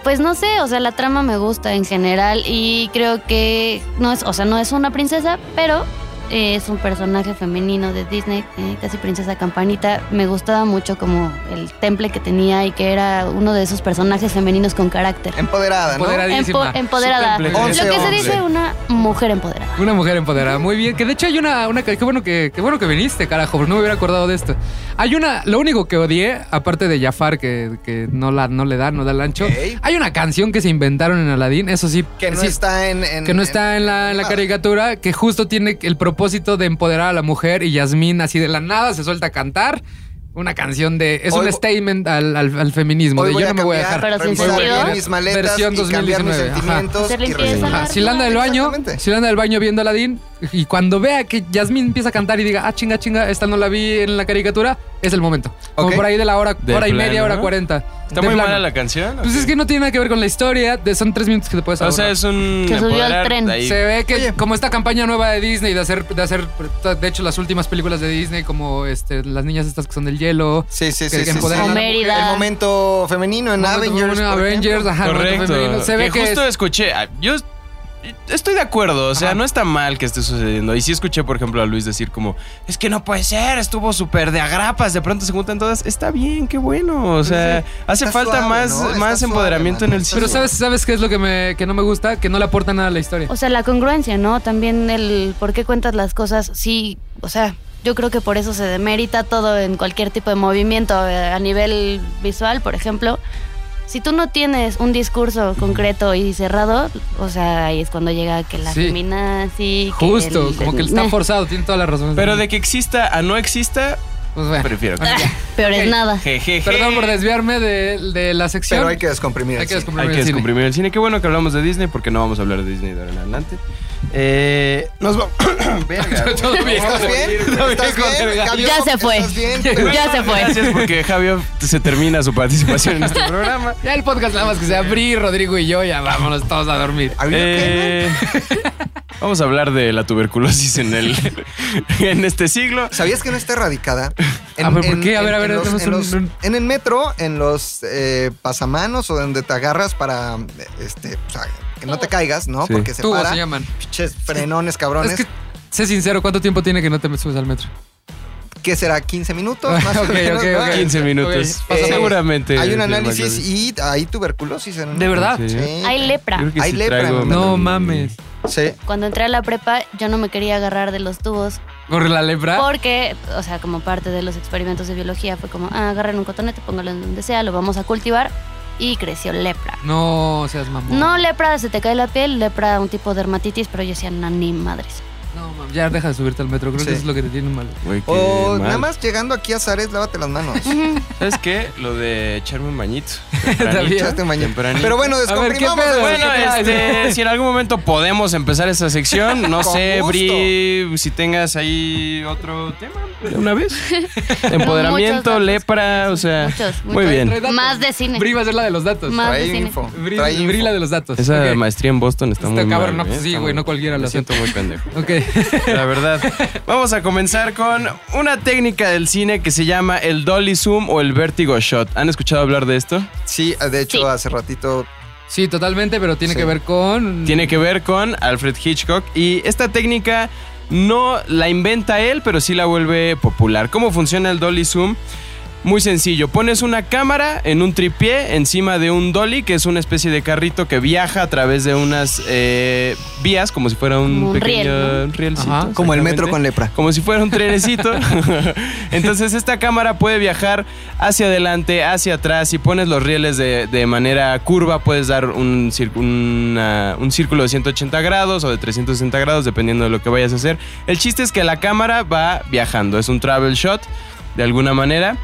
[SPEAKER 5] Pues no sé, o sea, la trama me gusta en general y creo que no es, o sea, no es una princesa, pero eh, es un personaje femenino de Disney, eh, casi princesa campanita. Me gustaba mucho como el temple que tenía y que era uno de esos personajes femeninos con carácter.
[SPEAKER 3] Empoderada, ¿no?
[SPEAKER 2] Empoderada. Empoderadísima.
[SPEAKER 5] Empo- empoderada.
[SPEAKER 4] Su temple.
[SPEAKER 5] Lo que se
[SPEAKER 3] Once, once.
[SPEAKER 5] dice una mujer empoderada.
[SPEAKER 2] Una mujer empoderada, muy bien. Que de hecho hay una, una qué bueno que, qué bueno que viniste, carajo, porque no me hubiera acordado de esto. Hay una, lo único que odié, aparte de Jafar, que, que no la, no le da, no da el ancho.
[SPEAKER 3] Ok.
[SPEAKER 2] Hay una canción que se inventaron en Aladdin, eso sí,
[SPEAKER 3] Que no
[SPEAKER 2] sí,
[SPEAKER 3] está en, en-
[SPEAKER 2] que no está en la, en la
[SPEAKER 3] Ah.
[SPEAKER 2] caricatura, que justo tiene el propósito de empoderar a la mujer y Yasmín así de la nada se suelta a cantar. una canción de. Es
[SPEAKER 3] Hoy
[SPEAKER 2] un
[SPEAKER 3] vo-
[SPEAKER 2] statement al, al- al feminismo. De yo no me voy a dejar.
[SPEAKER 5] Pero sin
[SPEAKER 3] revisar
[SPEAKER 5] sentido.
[SPEAKER 3] mis maletas
[SPEAKER 2] Versión
[SPEAKER 3] y cambiar mis
[SPEAKER 2] 2019, ajá.
[SPEAKER 3] sentimientos
[SPEAKER 5] Hacer
[SPEAKER 3] y
[SPEAKER 5] limpieza.
[SPEAKER 3] regresar.
[SPEAKER 2] Ajá, Ah, Si la anda del baño,
[SPEAKER 3] Exactamente.
[SPEAKER 2] si la anda del baño viendo a Aladdin y cuando vea que Yasmín empieza a cantar y diga, ah, chinga, chinga, esta no la vi en la caricatura, es el momento. Como
[SPEAKER 3] Ok.
[SPEAKER 2] por ahí de la hora,
[SPEAKER 4] De
[SPEAKER 2] hora y media,
[SPEAKER 4] plano.
[SPEAKER 2] hora cuarenta.
[SPEAKER 4] ¿Está
[SPEAKER 2] De
[SPEAKER 4] muy
[SPEAKER 2] plano.
[SPEAKER 4] mala la canción? o
[SPEAKER 2] Pues
[SPEAKER 4] qué?
[SPEAKER 2] es que no tiene nada que ver con la historia, de- son tres minutos que te puedes
[SPEAKER 4] O sea,
[SPEAKER 2] ahorrar.
[SPEAKER 4] es un.
[SPEAKER 5] Que subió al
[SPEAKER 4] empoderar
[SPEAKER 5] tren.
[SPEAKER 4] de ahí.
[SPEAKER 2] Se ve que
[SPEAKER 3] Oye.
[SPEAKER 2] como esta campaña nueva de Disney de hacer, de hacer, de hecho las últimas películas de Disney como este, las niñas estas que son del hielo,
[SPEAKER 3] Sí, sí,
[SPEAKER 2] Que-
[SPEAKER 3] sí.
[SPEAKER 2] que
[SPEAKER 3] sí,
[SPEAKER 2] empoderan
[SPEAKER 3] sí.
[SPEAKER 5] a la mujer. Mérida.
[SPEAKER 3] El momento femenino en Avengers.
[SPEAKER 2] Bueno,
[SPEAKER 3] por
[SPEAKER 2] Avengers,
[SPEAKER 3] ejemplo.
[SPEAKER 2] ajá, momento femenino.
[SPEAKER 4] Correcto.
[SPEAKER 2] se ve que, es-
[SPEAKER 4] justo escuché. ah, Yo estoy de acuerdo. O sea,
[SPEAKER 2] Ajá.
[SPEAKER 4] no está mal que esté sucediendo. Y sí escuché, por ejemplo, a Luis decir como: Es que no puede ser, estuvo súper de agrapas. De pronto se juntan todas. Está bien, qué bueno. O sea, hace
[SPEAKER 3] Está
[SPEAKER 4] falta
[SPEAKER 3] suave,
[SPEAKER 4] más,
[SPEAKER 3] ¿no? Está
[SPEAKER 4] más
[SPEAKER 3] suave,
[SPEAKER 4] empoderamiento
[SPEAKER 3] mano,
[SPEAKER 4] en el
[SPEAKER 3] está
[SPEAKER 4] cine.
[SPEAKER 2] pero sabes sabes qué es lo que me que no me gusta, que no le aporta nada a la historia.
[SPEAKER 5] O sea, la congruencia, ¿no? También el por qué cuentas las cosas. Sí, o sea, yo creo que por eso se demerita todo en cualquier tipo de movimiento eh, a nivel visual, por ejemplo. Si tú no tienes un discurso concreto y cerrado, o sea, ahí es cuando llega que la
[SPEAKER 2] Sí.
[SPEAKER 5] femina sí. que
[SPEAKER 2] Justo,
[SPEAKER 5] el-
[SPEAKER 2] como que
[SPEAKER 5] el-
[SPEAKER 2] le está
[SPEAKER 5] Nah,
[SPEAKER 2] forzado, tiene toda la razón.
[SPEAKER 4] Pero de que exista a no exista,
[SPEAKER 2] Pues bueno.
[SPEAKER 4] prefiero que.
[SPEAKER 5] Peor
[SPEAKER 2] Ok.
[SPEAKER 5] es nada.
[SPEAKER 4] Jejeje.
[SPEAKER 2] Perdón por desviarme de, de la sección.
[SPEAKER 3] Pero hay que descomprimir.
[SPEAKER 2] Hay
[SPEAKER 3] el
[SPEAKER 2] que
[SPEAKER 3] cine.
[SPEAKER 2] descomprimir
[SPEAKER 4] Hay que
[SPEAKER 2] el cine.
[SPEAKER 4] descomprimir el cine. Qué bueno que hablamos de Disney porque no vamos a hablar de Disney de ahora en adelante. Eh, nos vamos. Verga. güey.
[SPEAKER 2] Todo bien.
[SPEAKER 3] ¿Estás bien?
[SPEAKER 4] Todo bien,
[SPEAKER 3] ¿Estás
[SPEAKER 4] con
[SPEAKER 3] bien?
[SPEAKER 4] verga.
[SPEAKER 3] Gabriel?
[SPEAKER 5] Ya se fue.
[SPEAKER 3] ¿Estás bien?
[SPEAKER 5] Ya se fue.
[SPEAKER 4] Gracias porque Javier se termina su participación en este programa.
[SPEAKER 2] Ya el podcast nada más que sea Bri, Rodrigo y yo, ya vámonos todos a dormir.
[SPEAKER 3] Are you okay, man?
[SPEAKER 4] Eh, vamos a hablar de la tuberculosis en el en este siglo.
[SPEAKER 3] ¿Sabías que no está erradicada?
[SPEAKER 2] A ver, Ah, ¿por qué? A ver, a ver,
[SPEAKER 3] en los-
[SPEAKER 2] tenemos
[SPEAKER 3] en
[SPEAKER 2] un-
[SPEAKER 3] los-
[SPEAKER 2] un-
[SPEAKER 3] en el metro, en los eh, pasamanos o donde te agarras para este, o sea, que no te caigas, ¿no?
[SPEAKER 4] Sí.
[SPEAKER 3] Porque se
[SPEAKER 2] Tubos
[SPEAKER 3] para.
[SPEAKER 2] se llaman.
[SPEAKER 3] Pinches frenones, cabrones.
[SPEAKER 2] Es que, sé sincero, ¿cuánto tiempo tiene que no te subes al metro?
[SPEAKER 3] ¿Qué será? ¿15 minutos? Más
[SPEAKER 2] Ok,
[SPEAKER 3] o menos,
[SPEAKER 2] ok,
[SPEAKER 3] ¿no?
[SPEAKER 2] ok.
[SPEAKER 4] 15 minutos.
[SPEAKER 2] Ok, pásame.
[SPEAKER 4] Seguramente.
[SPEAKER 3] Hay un análisis y hay tuberculosis en
[SPEAKER 2] ¿De verdad?
[SPEAKER 4] Sí.
[SPEAKER 5] Hay lepra.
[SPEAKER 4] Creo que
[SPEAKER 3] Hay
[SPEAKER 4] sí
[SPEAKER 3] lepra,
[SPEAKER 4] traigo
[SPEAKER 3] ¿no?
[SPEAKER 2] No
[SPEAKER 4] melanina.
[SPEAKER 2] mames.
[SPEAKER 3] Sí.
[SPEAKER 5] Cuando entré a la prepa, yo no me quería agarrar de los tubos
[SPEAKER 2] Corre la lepra.
[SPEAKER 5] Porque, o sea, como parte de los experimentos de biología, fue como, ah, agarren un cotonete, póngalo en donde sea, lo vamos a cultivar. Y creció lepra.
[SPEAKER 2] No seas mamón.
[SPEAKER 5] No lepra, se te cae la piel, lepra, un tipo de dermatitis, pero yo decía, no, ni madres.
[SPEAKER 2] No, mames. Ya deja de subirte al metro. Creo
[SPEAKER 3] Sí.
[SPEAKER 2] que eso es lo que te tiene mal.
[SPEAKER 4] Güey, qué
[SPEAKER 3] O
[SPEAKER 4] mal.
[SPEAKER 3] nada más llegando aquí a Zares, lávate las manos.
[SPEAKER 4] ¿Sabes qué? Lo de echarme un bañito.
[SPEAKER 2] bien.
[SPEAKER 4] Tempranito.
[SPEAKER 3] Echaste un baño.
[SPEAKER 4] Tempranito.
[SPEAKER 3] Pero bueno, descomprimamos.
[SPEAKER 2] ¿qué pedo?
[SPEAKER 3] güey.
[SPEAKER 4] Bueno, este, si en algún momento podemos empezar esta sección, no
[SPEAKER 3] Con
[SPEAKER 4] sé,
[SPEAKER 3] gusto.
[SPEAKER 4] Bri, si tengas ahí otro tema de una vez.
[SPEAKER 5] Muchos
[SPEAKER 4] Empoderamiento,
[SPEAKER 5] datos.
[SPEAKER 4] lepra, o sea,
[SPEAKER 5] Muchos,
[SPEAKER 4] muy
[SPEAKER 5] muchos.
[SPEAKER 2] Trae
[SPEAKER 4] bien.
[SPEAKER 2] datos.
[SPEAKER 5] Más de cine.
[SPEAKER 2] Bri va a ser la de los datos.
[SPEAKER 5] Más
[SPEAKER 3] Trae
[SPEAKER 5] de cine.
[SPEAKER 3] info.
[SPEAKER 2] Bri,
[SPEAKER 3] Trae info.
[SPEAKER 2] Bri la de los datos.
[SPEAKER 4] Esa
[SPEAKER 2] Ok.
[SPEAKER 4] maestría en Boston está,
[SPEAKER 2] Está
[SPEAKER 4] muy
[SPEAKER 2] cabrón,
[SPEAKER 4] mal,
[SPEAKER 2] no,
[SPEAKER 4] ¿eh?
[SPEAKER 2] sí,
[SPEAKER 4] Está
[SPEAKER 2] güey,
[SPEAKER 4] muy-
[SPEAKER 2] no cualquiera lo
[SPEAKER 4] Me
[SPEAKER 2] hace.
[SPEAKER 4] siento muy pendejo.
[SPEAKER 2] Ok.
[SPEAKER 4] La verdad. Vamos a comenzar con una técnica del cine que se llama el dolly zoom o el vertigo shot. ¿Han escuchado hablar de esto?
[SPEAKER 3] Sí, de hecho,
[SPEAKER 5] Sí.
[SPEAKER 3] hace ratito.
[SPEAKER 2] Sí, totalmente, pero tiene
[SPEAKER 3] Sí.
[SPEAKER 2] que ver con.
[SPEAKER 4] Tiene que ver con Alfred Hitchcock y esta técnica no la inventa él, pero sí la vuelve popular. ¿Cómo funciona el dolly zoom? Muy sencillo, pones una cámara en un tripié encima de un dolly, que es una especie de carrito que viaja a través de unas eh, vías, como si fuera un,
[SPEAKER 5] Como un
[SPEAKER 4] pequeño
[SPEAKER 5] riel,
[SPEAKER 4] rielcito,
[SPEAKER 2] Ajá.
[SPEAKER 3] Como el metro
[SPEAKER 4] exactamente
[SPEAKER 3] con lepra.
[SPEAKER 4] como si fuera un trenecito. Entonces esta cámara puede viajar hacia adelante, hacia atrás. Si pones los rieles de, de manera curva, puedes dar un, cir- una- un círculo de 180 grados o de 360 grados, dependiendo de lo que vayas a hacer. El chiste es que la cámara va viajando. Es un travel shot, de alguna manera.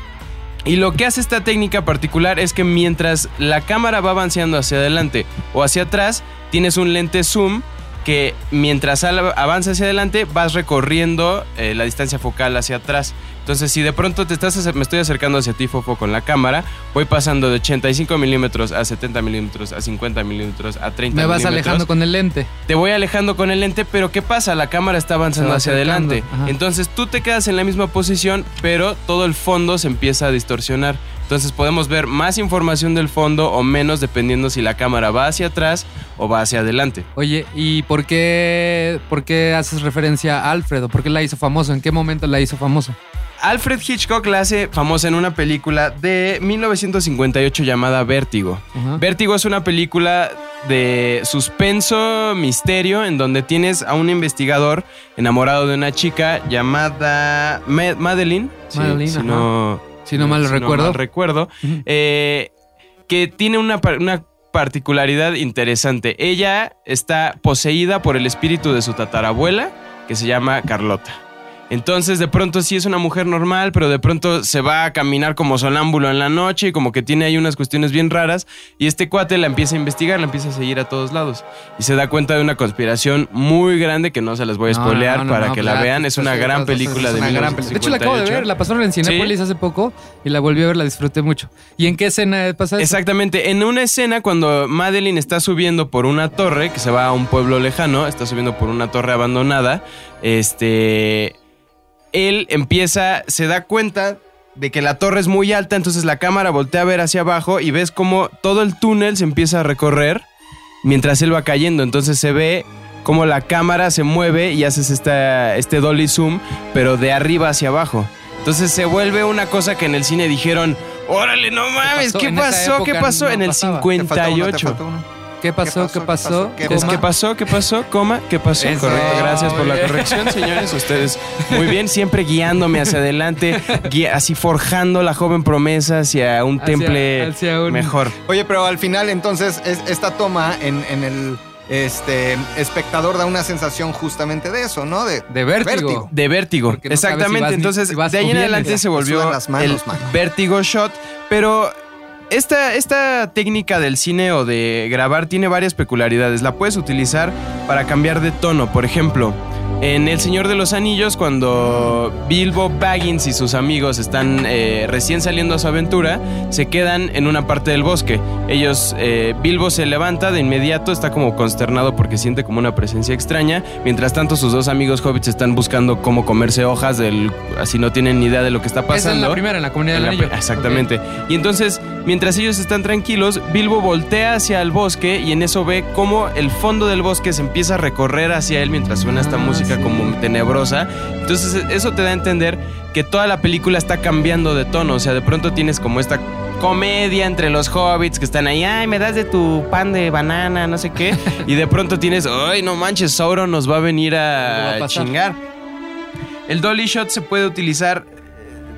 [SPEAKER 4] Y lo que hace esta técnica particular es que mientras la cámara va avanceando hacia adelante o hacia atrás, tienes un lente zoom que mientras al- avanza hacia adelante vas recorriendo eh, la distancia focal hacia atrás. Entonces, si de pronto te estás, acer- me estoy acercando hacia ti, Fofo, con la cámara, voy pasando de 85 milímetros a 70 milímetros, a 50 milímetros, a 30
[SPEAKER 2] Me vas
[SPEAKER 4] milímetros
[SPEAKER 2] alejando con el lente.
[SPEAKER 4] te voy alejando con el lente, pero ¿qué pasa? La cámara está avanzando
[SPEAKER 2] Se va
[SPEAKER 4] hacia
[SPEAKER 2] acercando,
[SPEAKER 4] adelante.
[SPEAKER 2] ajá.
[SPEAKER 4] Entonces tú te quedas en la misma posición, pero todo el fondo se empieza a distorsionar. Entonces podemos ver más información del fondo o menos dependiendo si la cámara va hacia atrás o va hacia adelante.
[SPEAKER 2] Oye, ¿y por qué, por qué haces referencia a Alfredo? ¿Por qué la hizo famoso? ¿En qué momento la hizo famoso?
[SPEAKER 4] Alfred Hitchcock la hace famosa en una película de 1958 llamada Vértigo.
[SPEAKER 2] Ajá.
[SPEAKER 4] Vértigo es una película de suspenso, misterio, en donde tienes a un investigador enamorado de una chica llamada Ma- Madeline. sí,
[SPEAKER 2] Madeline,
[SPEAKER 4] si, no,
[SPEAKER 2] Si no mal recuerdo.
[SPEAKER 4] mal recuerdo,
[SPEAKER 2] Ujú.
[SPEAKER 4] eh, que tiene una, par- una particularidad interesante. Ella está poseída por el espíritu de su tatarabuela, que se llama Carlota. Entonces, de pronto sí es una mujer normal, pero de pronto se va a caminar como sonámbulo en la noche y como que tiene ahí unas cuestiones bien raras. Y este cuate la empieza a investigar, la empieza a seguir a todos lados. Y se da cuenta de una conspiración muy grande que no se las voy a
[SPEAKER 2] No,
[SPEAKER 4] spoilear
[SPEAKER 2] no, no,
[SPEAKER 4] para
[SPEAKER 2] no,
[SPEAKER 4] que
[SPEAKER 2] pues,
[SPEAKER 4] la
[SPEAKER 2] ya,
[SPEAKER 4] vean. Es
[SPEAKER 2] pues,
[SPEAKER 4] una
[SPEAKER 2] sí,
[SPEAKER 4] gran
[SPEAKER 2] no, pues,
[SPEAKER 4] película
[SPEAKER 2] es
[SPEAKER 4] de
[SPEAKER 2] una gran película. De hecho, la acabo de ver,
[SPEAKER 4] 1958.
[SPEAKER 2] la pasaron en Cinepolis hace poco y la volví a ver, la disfruté mucho. ¿Y en qué escena pasa eso?
[SPEAKER 4] Exactamente, en una escena cuando Madeline está subiendo por una torre, que se va a un pueblo lejano, está subiendo por una torre abandonada, este, él empieza, se da cuenta de que la torre es muy alta, entonces la cámara voltea a ver hacia abajo y ves como todo el túnel se empieza a recorrer mientras él va cayendo, entonces se ve como la cámara se mueve y haces esta, este dolly zoom, pero de arriba hacia abajo. Entonces se vuelve una cosa que en el cine dijeron, órale, no mames,
[SPEAKER 2] pasó?
[SPEAKER 4] ¿qué
[SPEAKER 2] En esa
[SPEAKER 4] pasó? ¿Qué
[SPEAKER 2] época
[SPEAKER 4] pasó?
[SPEAKER 2] no
[SPEAKER 4] en el
[SPEAKER 2] pasaba. Te
[SPEAKER 3] Te falta uno, te
[SPEAKER 4] 58.
[SPEAKER 3] falta uno.
[SPEAKER 2] ¿Qué pasó? ¿Qué pasó?
[SPEAKER 3] ¿Qué
[SPEAKER 4] Es
[SPEAKER 3] pasó?
[SPEAKER 2] Coma.
[SPEAKER 4] que pasó, ¿qué pasó? Coma, ¿qué pasó?
[SPEAKER 2] Eso,
[SPEAKER 4] Correcto, gracias por
[SPEAKER 2] muy
[SPEAKER 4] la
[SPEAKER 2] bien.
[SPEAKER 4] corrección, señores. Ustedes muy bien, siempre guiándome hacia adelante, gui- así forjando la joven promesa hacia un
[SPEAKER 2] Hacia-
[SPEAKER 4] temple
[SPEAKER 2] hacia un-
[SPEAKER 4] mejor.
[SPEAKER 3] Oye, pero al final entonces es- esta toma en, en el este, espectador da una sensación justamente de eso, ¿no? De,
[SPEAKER 2] De vértigo.
[SPEAKER 3] Vértigo.
[SPEAKER 4] De vértigo.
[SPEAKER 2] Porque no
[SPEAKER 4] Exactamente.
[SPEAKER 2] sabes si vas ni-
[SPEAKER 4] Entonces,
[SPEAKER 2] si vas
[SPEAKER 4] de ahí
[SPEAKER 2] o
[SPEAKER 4] en
[SPEAKER 2] vienes.
[SPEAKER 4] adelante se
[SPEAKER 3] Me
[SPEAKER 4] volvió
[SPEAKER 3] sudan las manos,
[SPEAKER 4] el
[SPEAKER 3] man.
[SPEAKER 4] vértigo shot. Pero esta, esta técnica del cine o de grabar tiene varias peculiaridades. La puedes utilizar para cambiar de tono. Por ejemplo, en El Señor de los Anillos, cuando Bilbo Baggins y sus amigos están eh, recién saliendo a su aventura, se quedan en una parte del bosque. Ellos, eh, Bilbo se levanta de inmediato, está como consternado porque siente como una presencia extraña. Mientras tanto, sus dos amigos hobbits están buscando cómo comerse hojas del, así no tienen ni idea de lo que está
[SPEAKER 2] Esa es
[SPEAKER 4] pasando.
[SPEAKER 2] la primera, en la comunidad
[SPEAKER 4] En
[SPEAKER 2] del
[SPEAKER 4] la
[SPEAKER 2] anillo.
[SPEAKER 4] pri- Exactamente. Y entonces, mientras ellos están tranquilos, Bilbo voltea hacia el bosque y en eso ve cómo el fondo del bosque se empieza a recorrer hacia él mientras suena esta
[SPEAKER 2] Ah,
[SPEAKER 4] música
[SPEAKER 2] sí.
[SPEAKER 4] como tenebrosa. Entonces, e- eso te da a entender que toda la película está cambiando de tono. O sea, de pronto tienes como esta comedia entre los hobbits que están ahí, ay, me das de tu pan de banana, no sé qué. y de pronto tienes, ay, no manches, Sauron nos va a venir
[SPEAKER 2] Algo va
[SPEAKER 4] a,
[SPEAKER 2] a pasar.
[SPEAKER 4] chingar. El dolly shot se puede utilizar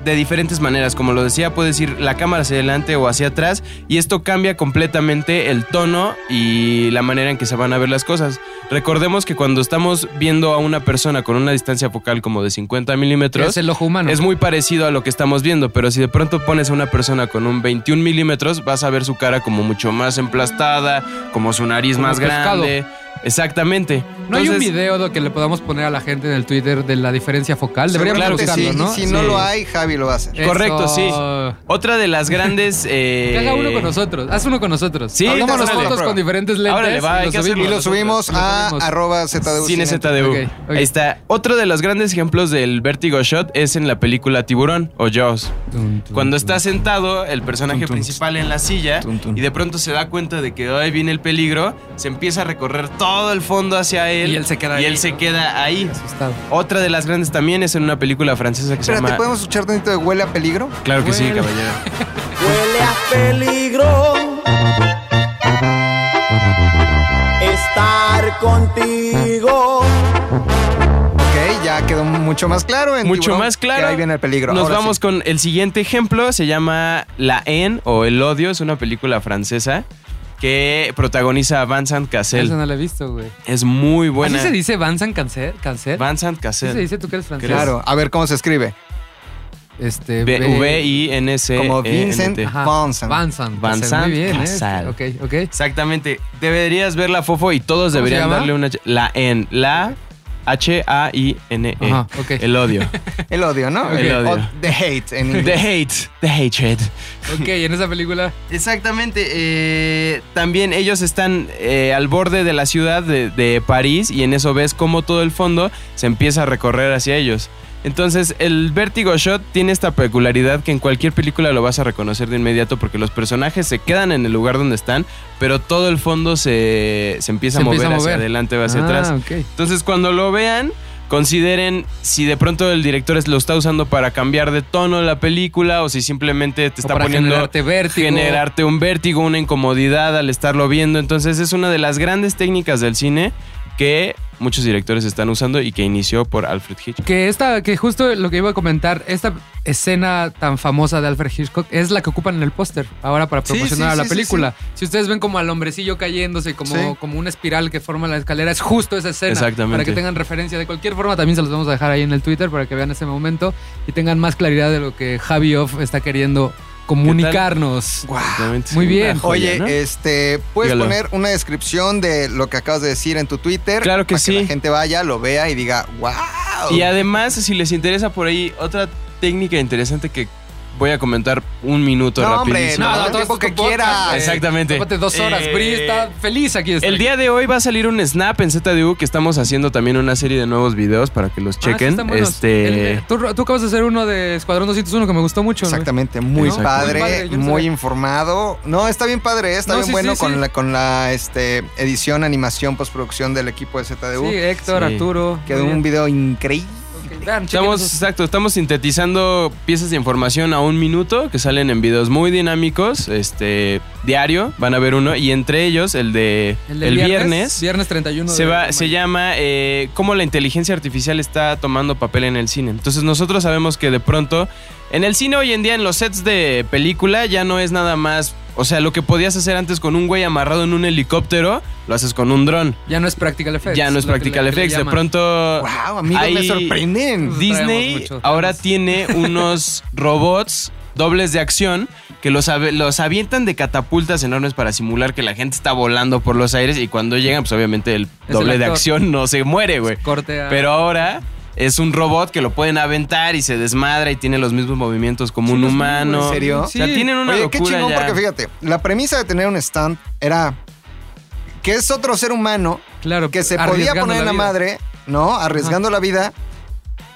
[SPEAKER 4] de diferentes maneras, como lo decía, puedes ir la cámara hacia adelante o hacia atrás y esto cambia completamente el tono y la manera en que se van a ver las cosas. Recordemos que cuando estamos viendo a una persona con una distancia focal como de 50
[SPEAKER 2] Ok. Es
[SPEAKER 4] milímetros,
[SPEAKER 2] el ojo humano.
[SPEAKER 4] es muy parecido a lo que estamos viendo, pero si de pronto pones a una persona con un 21 milímetros, vas a ver su cara como mucho más emplastada, como su nariz
[SPEAKER 2] Como
[SPEAKER 4] más
[SPEAKER 2] pescado.
[SPEAKER 4] grande. Exactamente.
[SPEAKER 2] no hay un
[SPEAKER 4] Entonces,
[SPEAKER 2] video de que le podamos poner a la gente en el Twitter de la diferencia focal. Deberíamos
[SPEAKER 4] Claro que
[SPEAKER 2] buscarlo,
[SPEAKER 3] sí,
[SPEAKER 2] ¿no?
[SPEAKER 3] y si no
[SPEAKER 4] Sí.
[SPEAKER 3] lo hay, Javi lo va a hacer.
[SPEAKER 2] Eso.
[SPEAKER 4] Correcto, sí. Otra de las grandes... eh,
[SPEAKER 2] Que haga uno con nosotros. Haz uno con nosotros.
[SPEAKER 4] Sí,
[SPEAKER 2] Hagámonos
[SPEAKER 4] órale.
[SPEAKER 2] nosotros con diferentes lentes.
[SPEAKER 4] Órale, va, hay
[SPEAKER 2] y lo
[SPEAKER 4] que hacerlo.
[SPEAKER 2] subimos.
[SPEAKER 3] Y lo subimos
[SPEAKER 2] Lo
[SPEAKER 3] a
[SPEAKER 2] subimos.
[SPEAKER 3] arroba ZDU.
[SPEAKER 4] Cine ZDU.
[SPEAKER 2] Ok, ok.
[SPEAKER 4] Ahí está. Otro de los grandes ejemplos del vértigo shot es en la película Tiburón o Jaws. Cuando está sentado el personaje
[SPEAKER 1] Tum, tum.
[SPEAKER 4] principal en la silla
[SPEAKER 1] Tum, tum.
[SPEAKER 4] y de pronto se da cuenta de que ahí viene el peligro, se empieza a recorrer todo el fondo hacia él
[SPEAKER 2] Y él se queda
[SPEAKER 4] y
[SPEAKER 2] ahí,
[SPEAKER 4] él se
[SPEAKER 2] ¿no?
[SPEAKER 4] queda ahí.
[SPEAKER 2] Asustado.
[SPEAKER 4] Otra de las grandes también es en una película francesa que se
[SPEAKER 3] Espérate,
[SPEAKER 4] llama
[SPEAKER 3] ¿podemos escuchar tantito de Huele a Peligro?
[SPEAKER 4] Claro que sí,
[SPEAKER 2] Huele.
[SPEAKER 4] caballero.
[SPEAKER 6] Huele a peligro estar contigo.
[SPEAKER 3] Ok, ya quedó mucho más claro. En
[SPEAKER 4] Mucho
[SPEAKER 3] Tiburón,
[SPEAKER 4] más claro.
[SPEAKER 3] Que ahí viene el peligro.
[SPEAKER 4] Nos
[SPEAKER 3] Ahora
[SPEAKER 4] vamos
[SPEAKER 3] sí.
[SPEAKER 4] con el siguiente ejemplo. Se llama La Haine o El Odio. Es una película francesa que protagoniza a Vincent
[SPEAKER 2] Eso
[SPEAKER 4] Cassel.
[SPEAKER 2] no lo he visto, güey.
[SPEAKER 4] Es muy buena.
[SPEAKER 2] ¿Así se dice Vansan Cancer? ¿Cancer?
[SPEAKER 4] Vincent
[SPEAKER 2] ¿Así se
[SPEAKER 4] Cassel.
[SPEAKER 2] dice tú que eres francés?
[SPEAKER 3] Claro, a ver cómo se escribe.
[SPEAKER 2] Este,
[SPEAKER 4] V- V-I-N-C.
[SPEAKER 3] Como Vincent
[SPEAKER 4] E-N-T.
[SPEAKER 2] Ajá.
[SPEAKER 3] Vansan.
[SPEAKER 2] Vansan.
[SPEAKER 4] Vansan
[SPEAKER 2] Muy bien,
[SPEAKER 4] Casal.
[SPEAKER 2] ¿eh? Ok, ok.
[SPEAKER 4] Exactamente. Deberías verla, Fofo, y todos
[SPEAKER 2] se
[SPEAKER 4] deberían
[SPEAKER 2] llama?
[SPEAKER 4] darle una. ch- La N. La H-A-I-N-E.
[SPEAKER 2] Ajá, ok.
[SPEAKER 4] E. El odio.
[SPEAKER 3] El odio, ¿no?
[SPEAKER 4] El
[SPEAKER 3] Ok.
[SPEAKER 4] odio.
[SPEAKER 3] O the hate en
[SPEAKER 4] The
[SPEAKER 3] inglés.
[SPEAKER 4] hate. The hatred.
[SPEAKER 2] Ok, en esa película.
[SPEAKER 4] Exactamente. eh, también ellos están eh, al borde de la ciudad de, de París y en eso ves cómo todo el fondo se empieza a recorrer hacia ellos. Entonces, el Vertigo Shot tiene esta peculiaridad que en cualquier película lo vas a reconocer de inmediato porque los personajes se quedan en el lugar donde están, pero todo el fondo se, se empieza,
[SPEAKER 2] Se
[SPEAKER 4] a, mover
[SPEAKER 2] empieza a
[SPEAKER 4] hacia
[SPEAKER 2] mover.
[SPEAKER 4] adelante o hacia
[SPEAKER 2] ah,
[SPEAKER 4] atrás.
[SPEAKER 2] ok.
[SPEAKER 4] Entonces, cuando lo vean, consideren si de pronto el director es- lo está usando para cambiar de tono la película o si simplemente te
[SPEAKER 2] O
[SPEAKER 4] está
[SPEAKER 2] para
[SPEAKER 4] poniendo
[SPEAKER 2] generarte vértigo.
[SPEAKER 4] generarte un vértigo, una incomodidad al estarlo viendo. Entonces es una de las grandes técnicas del cine que muchos directores están usando y que inició por Alfred Hitchcock.
[SPEAKER 2] Que esta, que justo lo que iba a comentar, esta escena tan famosa de Alfred Hitchcock es la que ocupan en el póster ahora para
[SPEAKER 3] Sí,
[SPEAKER 2] promocionar
[SPEAKER 3] sí,
[SPEAKER 2] a la
[SPEAKER 3] sí, sí,
[SPEAKER 2] película. Si ustedes ven como al hombrecillo cayéndose, como,
[SPEAKER 3] Sí.
[SPEAKER 2] como una espiral que forma la escalera, es justo esa escena.
[SPEAKER 4] Exactamente.
[SPEAKER 2] Para que tengan referencia. De cualquier forma, también se los vamos a dejar ahí en el Twitter para que vean ese momento y tengan más claridad de lo que Javi Off está queriendo comunicarnos.
[SPEAKER 4] Exactamente.
[SPEAKER 2] Muy bien. eh,
[SPEAKER 4] Una joya,
[SPEAKER 3] Oye,
[SPEAKER 4] ¿no?
[SPEAKER 3] este, puedes
[SPEAKER 4] Dígalo.
[SPEAKER 3] poner una descripción de lo que acabas de decir en tu Twitter.
[SPEAKER 4] Claro que
[SPEAKER 3] para
[SPEAKER 4] sí.
[SPEAKER 3] Que la gente vaya, lo vea y diga, wow.
[SPEAKER 2] oh.
[SPEAKER 4] Y además, si les interesa por ahí, otra técnica interesante que voy a comentar un minuto
[SPEAKER 3] No, hombre,
[SPEAKER 4] rapidísimo.
[SPEAKER 3] no,
[SPEAKER 2] todo
[SPEAKER 3] el tiempo
[SPEAKER 2] esto es
[SPEAKER 3] que
[SPEAKER 2] tu podcast,
[SPEAKER 3] quieras.
[SPEAKER 2] güey.
[SPEAKER 4] Exactamente.
[SPEAKER 2] Tómate dos horas.
[SPEAKER 4] Eh,
[SPEAKER 2] Bri está feliz aquí. de estar
[SPEAKER 4] El
[SPEAKER 2] aquí.
[SPEAKER 4] día de hoy va a salir un snap en ZDU que estamos haciendo también una serie de nuevos videos para que los
[SPEAKER 2] Ah, sí,
[SPEAKER 4] chequen.
[SPEAKER 2] están buenos.
[SPEAKER 4] este
[SPEAKER 2] El- el- tú, tú acabas de hacer uno de Escuadrón 201 que me gustó mucho. ¿no?
[SPEAKER 3] Exactamente, muy
[SPEAKER 4] Exacto.
[SPEAKER 3] padre,
[SPEAKER 2] Muy padre, yo no
[SPEAKER 3] muy
[SPEAKER 2] sabía.
[SPEAKER 3] informado. No, está bien padre, ¿eh? está
[SPEAKER 2] No,
[SPEAKER 3] bien
[SPEAKER 2] sí,
[SPEAKER 3] bueno
[SPEAKER 2] sí,
[SPEAKER 3] con
[SPEAKER 2] sí.
[SPEAKER 3] la con la este edición, animación, postproducción del equipo de ZDU.
[SPEAKER 2] Sí, Héctor,
[SPEAKER 4] Sí.
[SPEAKER 2] Arturo.
[SPEAKER 3] Quedó
[SPEAKER 2] muy bien.
[SPEAKER 3] un video increíble.
[SPEAKER 2] Ok, vean, chequen
[SPEAKER 4] Estamos,
[SPEAKER 2] esos-
[SPEAKER 4] exacto, estamos sintetizando piezas de información a un minuto que salen en videos muy dinámicos, este, diario, van a ver uno, y entre ellos el de el,
[SPEAKER 2] del
[SPEAKER 4] viernes,
[SPEAKER 2] Viernes 31.
[SPEAKER 4] se,
[SPEAKER 2] de-
[SPEAKER 4] va, se llama eh, cómo la inteligencia artificial está tomando papel en el cine. Entonces nosotros sabemos que de pronto en el cine hoy en día en los sets de película ya no es nada más, o sea, lo que podías hacer antes con un güey amarrado en un helicóptero, lo haces con un dron.
[SPEAKER 2] Ya no es Practical Effects.
[SPEAKER 4] Ya no es
[SPEAKER 2] lo que-
[SPEAKER 4] Practical
[SPEAKER 2] lo que le
[SPEAKER 4] Effects, de
[SPEAKER 2] llaman.
[SPEAKER 4] pronto
[SPEAKER 3] Wow, amigos, me
[SPEAKER 4] Ahí-
[SPEAKER 3] sorprenden.
[SPEAKER 4] Disney
[SPEAKER 2] Traemos mucho,
[SPEAKER 4] ahora
[SPEAKER 2] traemos.
[SPEAKER 4] tiene unos robots dobles de acción que los, ave- los avientan de catapultas enormes para simular que la gente está volando por los aires y cuando llegan, pues obviamente el
[SPEAKER 2] el
[SPEAKER 4] doble de
[SPEAKER 2] actor. Ah.
[SPEAKER 4] acción no se muere, güey.
[SPEAKER 2] Corte a-
[SPEAKER 4] Pero ahora es un robot que lo pueden aventar y se desmadra y tiene los mismos movimientos como
[SPEAKER 2] Sí,
[SPEAKER 4] un
[SPEAKER 2] los mismos,
[SPEAKER 4] humano.
[SPEAKER 3] ¿en serio?
[SPEAKER 4] O sea,
[SPEAKER 2] Sí.
[SPEAKER 4] tienen una
[SPEAKER 3] Oye,
[SPEAKER 4] locura
[SPEAKER 3] qué chingón,
[SPEAKER 4] ya.
[SPEAKER 3] porque fíjate, la premisa de tener un stand era que es otro ser humano
[SPEAKER 2] Claro,
[SPEAKER 3] que se podía
[SPEAKER 2] arriesgando
[SPEAKER 3] poner en la
[SPEAKER 2] vida.
[SPEAKER 3] madre, ¿no? Arriesgando la vida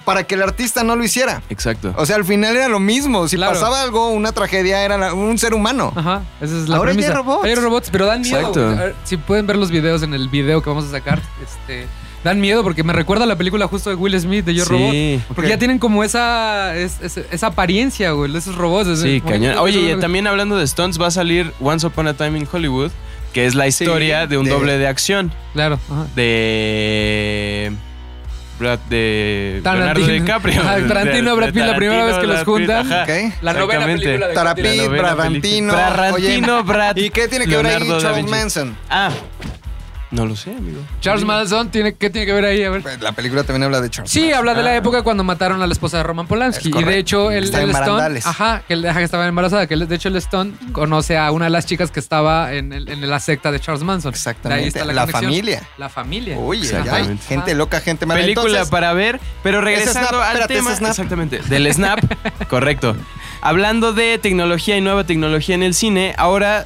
[SPEAKER 3] para que el artista no lo hiciera.
[SPEAKER 4] Exacto.
[SPEAKER 3] O sea, al final era lo mismo. Si
[SPEAKER 2] Claro.
[SPEAKER 3] pasaba algo, una tragedia, era la- un ser humano.
[SPEAKER 2] Ajá, esa es la
[SPEAKER 3] Ahora ya
[SPEAKER 2] premisa.
[SPEAKER 3] hay robots.
[SPEAKER 2] Hay robots, pero dan miedo.
[SPEAKER 4] Exacto.
[SPEAKER 2] güey. A ver, Si pueden ver los videos en el video que vamos a sacar, este, dan miedo porque me recuerda a la película justo de Will Smith de Yo
[SPEAKER 4] Sí.
[SPEAKER 2] Robot.
[SPEAKER 3] Ok.
[SPEAKER 2] Porque ya tienen como esa, es- es- esa apariencia, güey, de esos robots. es-
[SPEAKER 4] Sí,
[SPEAKER 2] como-
[SPEAKER 4] cañón. Oye, y
[SPEAKER 2] es-
[SPEAKER 4] también hablando de stunts, va a salir Once Upon a Time in Hollywood, que es la
[SPEAKER 3] Sí,
[SPEAKER 4] historia de un
[SPEAKER 3] de-
[SPEAKER 4] doble de acción.
[SPEAKER 2] Claro. ajá.
[SPEAKER 4] de Brad de
[SPEAKER 2] Tarantino.
[SPEAKER 4] Leonardo DiCaprio.
[SPEAKER 2] Ah, Tarantino,
[SPEAKER 4] De-
[SPEAKER 2] Brad Pitt,
[SPEAKER 4] de
[SPEAKER 2] la primera vez que los
[SPEAKER 4] Brad Pitt,
[SPEAKER 2] juntan.
[SPEAKER 4] ajá.
[SPEAKER 3] Ok.
[SPEAKER 2] La novena
[SPEAKER 4] Exactamente.
[SPEAKER 2] película de
[SPEAKER 3] Tarapí,
[SPEAKER 4] La
[SPEAKER 2] Tarantino.
[SPEAKER 4] novela
[SPEAKER 3] Bragantino,
[SPEAKER 4] película.
[SPEAKER 3] oye,
[SPEAKER 4] Bragantino, Brad.
[SPEAKER 3] ¿Y qué tiene que ver ahí
[SPEAKER 4] Leonardo da
[SPEAKER 3] Charles
[SPEAKER 4] Vinci.
[SPEAKER 3] Manson?
[SPEAKER 4] Ah, no lo sé, amigo.
[SPEAKER 2] Charles Manson, tiene, ¿qué tiene que ver ahí? A ver.
[SPEAKER 3] Pues, La película también habla de Charles
[SPEAKER 2] Sí, habla de la
[SPEAKER 4] Ah.
[SPEAKER 2] época cuando mataron a la esposa de Roman
[SPEAKER 3] Es
[SPEAKER 2] Polanski. Y
[SPEAKER 3] correcto.
[SPEAKER 2] de hecho, el,
[SPEAKER 3] Estaba
[SPEAKER 2] el
[SPEAKER 3] en
[SPEAKER 2] Stone.
[SPEAKER 3] barandales.
[SPEAKER 2] Ajá, que, el- ajá, que estaba embarazada. Que el- de hecho, el Stone conoce a una de las chicas que estaba en, el- en la secta de Charles Manson. De ahí
[SPEAKER 3] Exactamente,
[SPEAKER 2] está
[SPEAKER 3] la
[SPEAKER 2] conexión.
[SPEAKER 3] familia.
[SPEAKER 2] La familia.
[SPEAKER 3] Oye, ya
[SPEAKER 2] Ajá.
[SPEAKER 3] hay gente loca, gente mala.
[SPEAKER 4] Película
[SPEAKER 3] Entonces,
[SPEAKER 4] para ver, pero regresando
[SPEAKER 3] snap,
[SPEAKER 4] al
[SPEAKER 3] espérate,
[SPEAKER 4] tema
[SPEAKER 3] ese snap.
[SPEAKER 4] exactamente del snap, correcto. Hablando de tecnología y nueva tecnología en el cine, ahora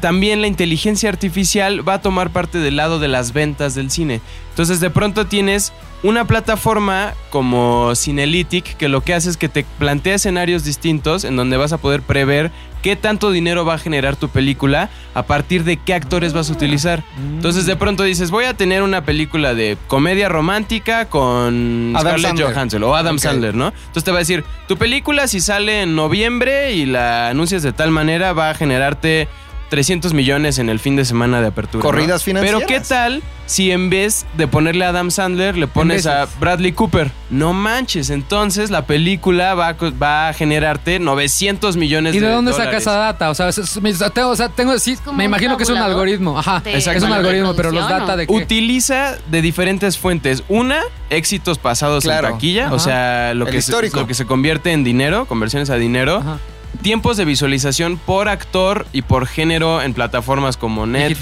[SPEAKER 4] también la inteligencia artificial va a tomar parte del lado de las ventas del cine. Entonces de pronto tienes una plataforma como Cinelytic que lo que hace es que te plantea escenarios distintos en donde vas a poder prever qué tanto dinero va a generar tu película a partir de qué actores vas a utilizar. Entonces de pronto dices, voy a tener una película de comedia romántica con
[SPEAKER 3] Adam
[SPEAKER 4] Scarlett
[SPEAKER 3] Sandler.
[SPEAKER 4] Johansson o Adam
[SPEAKER 3] Ok.
[SPEAKER 4] Sandler, ¿no? Entonces te va a decir, tu película si sale en noviembre y la anuncias de tal manera va a generarte 300 millones en el fin de semana de apertura. ¿no?
[SPEAKER 3] Corridas financieras.
[SPEAKER 4] Pero ¿qué tal si en vez de ponerle a Adam Sandler le pones a
[SPEAKER 2] veces.
[SPEAKER 4] Bradley Cooper? No manches, entonces la película va a, co- va a generarte 900 millones
[SPEAKER 2] ¿Y de dónde
[SPEAKER 4] dólares.
[SPEAKER 2] sacas esa data? O sea, es- es- me- tengo, o sea, tengo, sí,
[SPEAKER 5] como
[SPEAKER 2] me
[SPEAKER 5] un
[SPEAKER 2] imagino que es un
[SPEAKER 5] tabulador
[SPEAKER 2] algoritmo. Ajá,
[SPEAKER 5] de-
[SPEAKER 2] es un
[SPEAKER 4] Exactamente.
[SPEAKER 2] algoritmo, pero los
[SPEAKER 5] ¿Producción
[SPEAKER 2] data
[SPEAKER 5] o
[SPEAKER 2] de qué.
[SPEAKER 4] Utiliza de diferentes fuentes. Una, éxitos pasados
[SPEAKER 3] Claro.
[SPEAKER 4] en taquilla, o
[SPEAKER 2] Ajá.
[SPEAKER 4] sea, lo
[SPEAKER 3] El
[SPEAKER 4] que, se,
[SPEAKER 3] histórico.
[SPEAKER 4] lo que se convierte en dinero, conversiones a dinero.
[SPEAKER 2] Ajá.
[SPEAKER 4] Tiempos de visualización por actor y por género en plataformas como Netflix,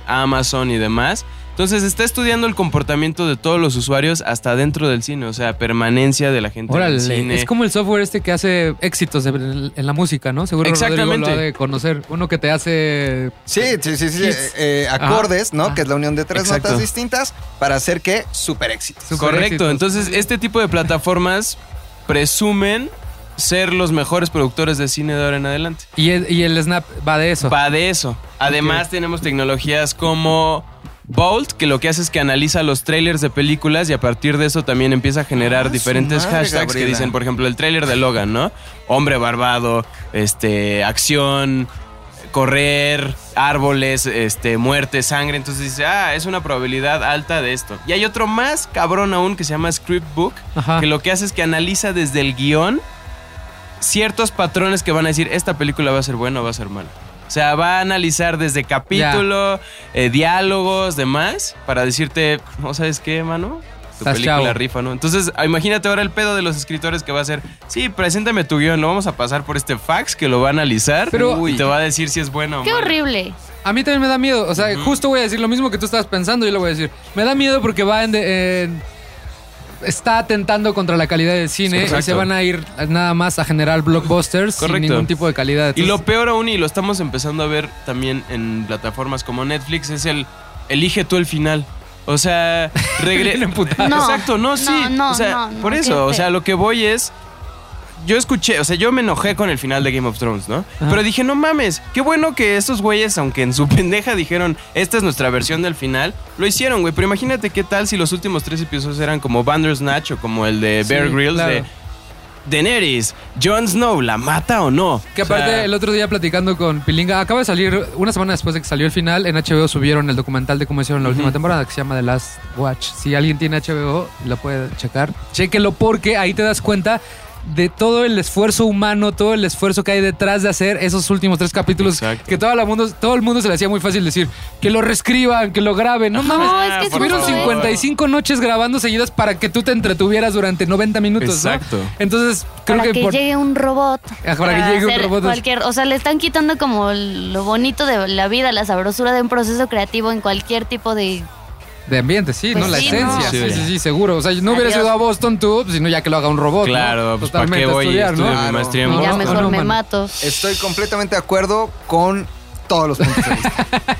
[SPEAKER 2] Digitales.
[SPEAKER 4] Amazon y demás. Entonces está estudiando el comportamiento de todos los usuarios hasta dentro del cine, o sea, permanencia de la gente en
[SPEAKER 2] Órale,
[SPEAKER 4] el cine.
[SPEAKER 2] es como el software este que hace éxitos de- en, la música, ¿no? Seguro Rodrigo lo
[SPEAKER 4] Exactamente.
[SPEAKER 2] ha de conocer. Uno que te hace...
[SPEAKER 3] Sí, sí, sí, sí.
[SPEAKER 2] Hits.
[SPEAKER 3] eh, eh,
[SPEAKER 2] Ajá.
[SPEAKER 3] acordes, ¿no?
[SPEAKER 2] Ajá.
[SPEAKER 3] Que es la unión de tres
[SPEAKER 4] Exacto.
[SPEAKER 3] notas distintas para hacer que super éxito.
[SPEAKER 2] super
[SPEAKER 4] Correcto,
[SPEAKER 2] éxitos.
[SPEAKER 4] entonces este tipo de plataformas presumen ser los mejores productores de cine de ahora en adelante.
[SPEAKER 2] Y el, y el Snap va de eso.
[SPEAKER 4] Va de eso. Además tenemos tecnologías como Bolt, que lo que hace es que analiza los trailers de películas y a partir de eso también empieza a generar
[SPEAKER 3] Ah,
[SPEAKER 4] diferentes
[SPEAKER 3] su madre,
[SPEAKER 4] hashtags que
[SPEAKER 3] Gabriela.
[SPEAKER 4] dicen, por ejemplo, el trailer de Logan, ¿no? Hombre barbado, este, acción, correr, árboles, este, muerte, sangre. Entonces dice, ah, es una probabilidad alta de esto. Y hay otro más cabrón aún que se llama Script Book,
[SPEAKER 2] Ajá.
[SPEAKER 4] que lo que hace es que analiza desde el guión ciertos patrones que van a decir, esta película va a ser buena o va a ser mala. O sea, va a analizar desde capítulo, eh, diálogos, demás, para decirte, no sabes qué, mano, tu
[SPEAKER 2] Estás
[SPEAKER 4] película
[SPEAKER 2] chavo.
[SPEAKER 4] rifa, ¿no? Entonces, ah, imagínate ahora el pedo de los escritores que va a ser, sí, preséntame tu guión, lo vamos a pasar por este fax que lo va a analizar
[SPEAKER 2] Pero-
[SPEAKER 4] y te va a decir si es bueno o
[SPEAKER 5] Qué
[SPEAKER 4] malo.
[SPEAKER 5] horrible.
[SPEAKER 2] A mí también me da miedo. O sea, justo voy a decir lo mismo que tú estabas pensando. Yo lo voy a decir. Me da miedo porque va en. de- en- está atentando contra la calidad del cine
[SPEAKER 4] Exacto.
[SPEAKER 2] y se van a ir nada más a generar blockbusters sin
[SPEAKER 4] Correcto.
[SPEAKER 2] ningún tipo de calidad.
[SPEAKER 4] Y lo
[SPEAKER 2] Entonces,
[SPEAKER 4] peor aún, y lo estamos empezando a ver también en plataformas como Netflix, es el elige tú el final. O sea, regre-
[SPEAKER 5] No,
[SPEAKER 4] Exacto, no,
[SPEAKER 5] no,
[SPEAKER 4] sí.
[SPEAKER 5] no,
[SPEAKER 4] o sea,
[SPEAKER 5] no, no,
[SPEAKER 4] por
[SPEAKER 5] qué
[SPEAKER 4] eso, o sea,
[SPEAKER 5] feo.
[SPEAKER 4] lo que voy es. Yo escuché, o sea, yo me enojé con el final de Game of Thrones, ¿no? Pero dije, no mames, qué bueno que estos güeyes, aunque en su pendeja dijeron, esta es nuestra versión del final, lo hicieron, güey. Pero imagínate qué tal si los últimos tres episodios eran como Bandersnatch o como el de
[SPEAKER 2] Sí,
[SPEAKER 4] Bear Grylls
[SPEAKER 2] claro.
[SPEAKER 4] de Daenerys, Jon Snow, ¿la mata o no?
[SPEAKER 2] Que
[SPEAKER 4] O sea,
[SPEAKER 2] aparte, el otro día platicando con Pilinga, acaba de salir, una semana después de que salió el final, en HBO subieron el documental de cómo hicieron la última temporada, que se llama The Last Watch. Si alguien tiene HBO, lo puede checar. Chéquelo porque ahí te das cuenta de todo el esfuerzo humano, todo el esfuerzo que hay detrás de hacer esos últimos tres capítulos,
[SPEAKER 4] Exacto.
[SPEAKER 2] que todo el, mundo, todo el mundo se le hacía muy fácil decir, que lo reescriban, que lo graben, no mames.
[SPEAKER 5] No, es que es
[SPEAKER 4] por
[SPEAKER 2] Estuvieron
[SPEAKER 5] mucho, ¿eh?
[SPEAKER 4] favor.
[SPEAKER 2] 55 noches grabando seguidas para que tú te entretuvieras durante 90 minutos, ¿no?
[SPEAKER 4] Exacto.
[SPEAKER 2] Entonces, creo
[SPEAKER 5] para que,
[SPEAKER 2] que por-
[SPEAKER 5] llegue un robot.
[SPEAKER 2] Ajá, para que llegue un
[SPEAKER 5] hacer
[SPEAKER 2] robot.
[SPEAKER 5] Cualquier, o sea, le están quitando como lo bonito de la vida, la sabrosura de un proceso creativo en cualquier tipo de...
[SPEAKER 2] De ambiente, sí,
[SPEAKER 5] Pues
[SPEAKER 2] ¿no? La
[SPEAKER 5] sí,
[SPEAKER 2] esencia.
[SPEAKER 5] ¿no?
[SPEAKER 2] Sí, sí, sí, seguro. O sea, no hubiera
[SPEAKER 5] Adiós.
[SPEAKER 2] sido a Boston tú, sino ya que lo haga un robot. ¿no?
[SPEAKER 4] Claro, pues para
[SPEAKER 2] Totalmente
[SPEAKER 4] qué
[SPEAKER 2] a
[SPEAKER 4] voy y
[SPEAKER 2] estudiar,
[SPEAKER 4] estudio
[SPEAKER 2] ¿no?
[SPEAKER 4] mi
[SPEAKER 3] Claro.
[SPEAKER 4] maestría en
[SPEAKER 2] No,
[SPEAKER 5] y ya
[SPEAKER 4] Boston?
[SPEAKER 5] mejor
[SPEAKER 2] no,
[SPEAKER 5] me
[SPEAKER 2] mano.
[SPEAKER 5] mato.
[SPEAKER 3] Estoy completamente de acuerdo con todos los puntos de vista.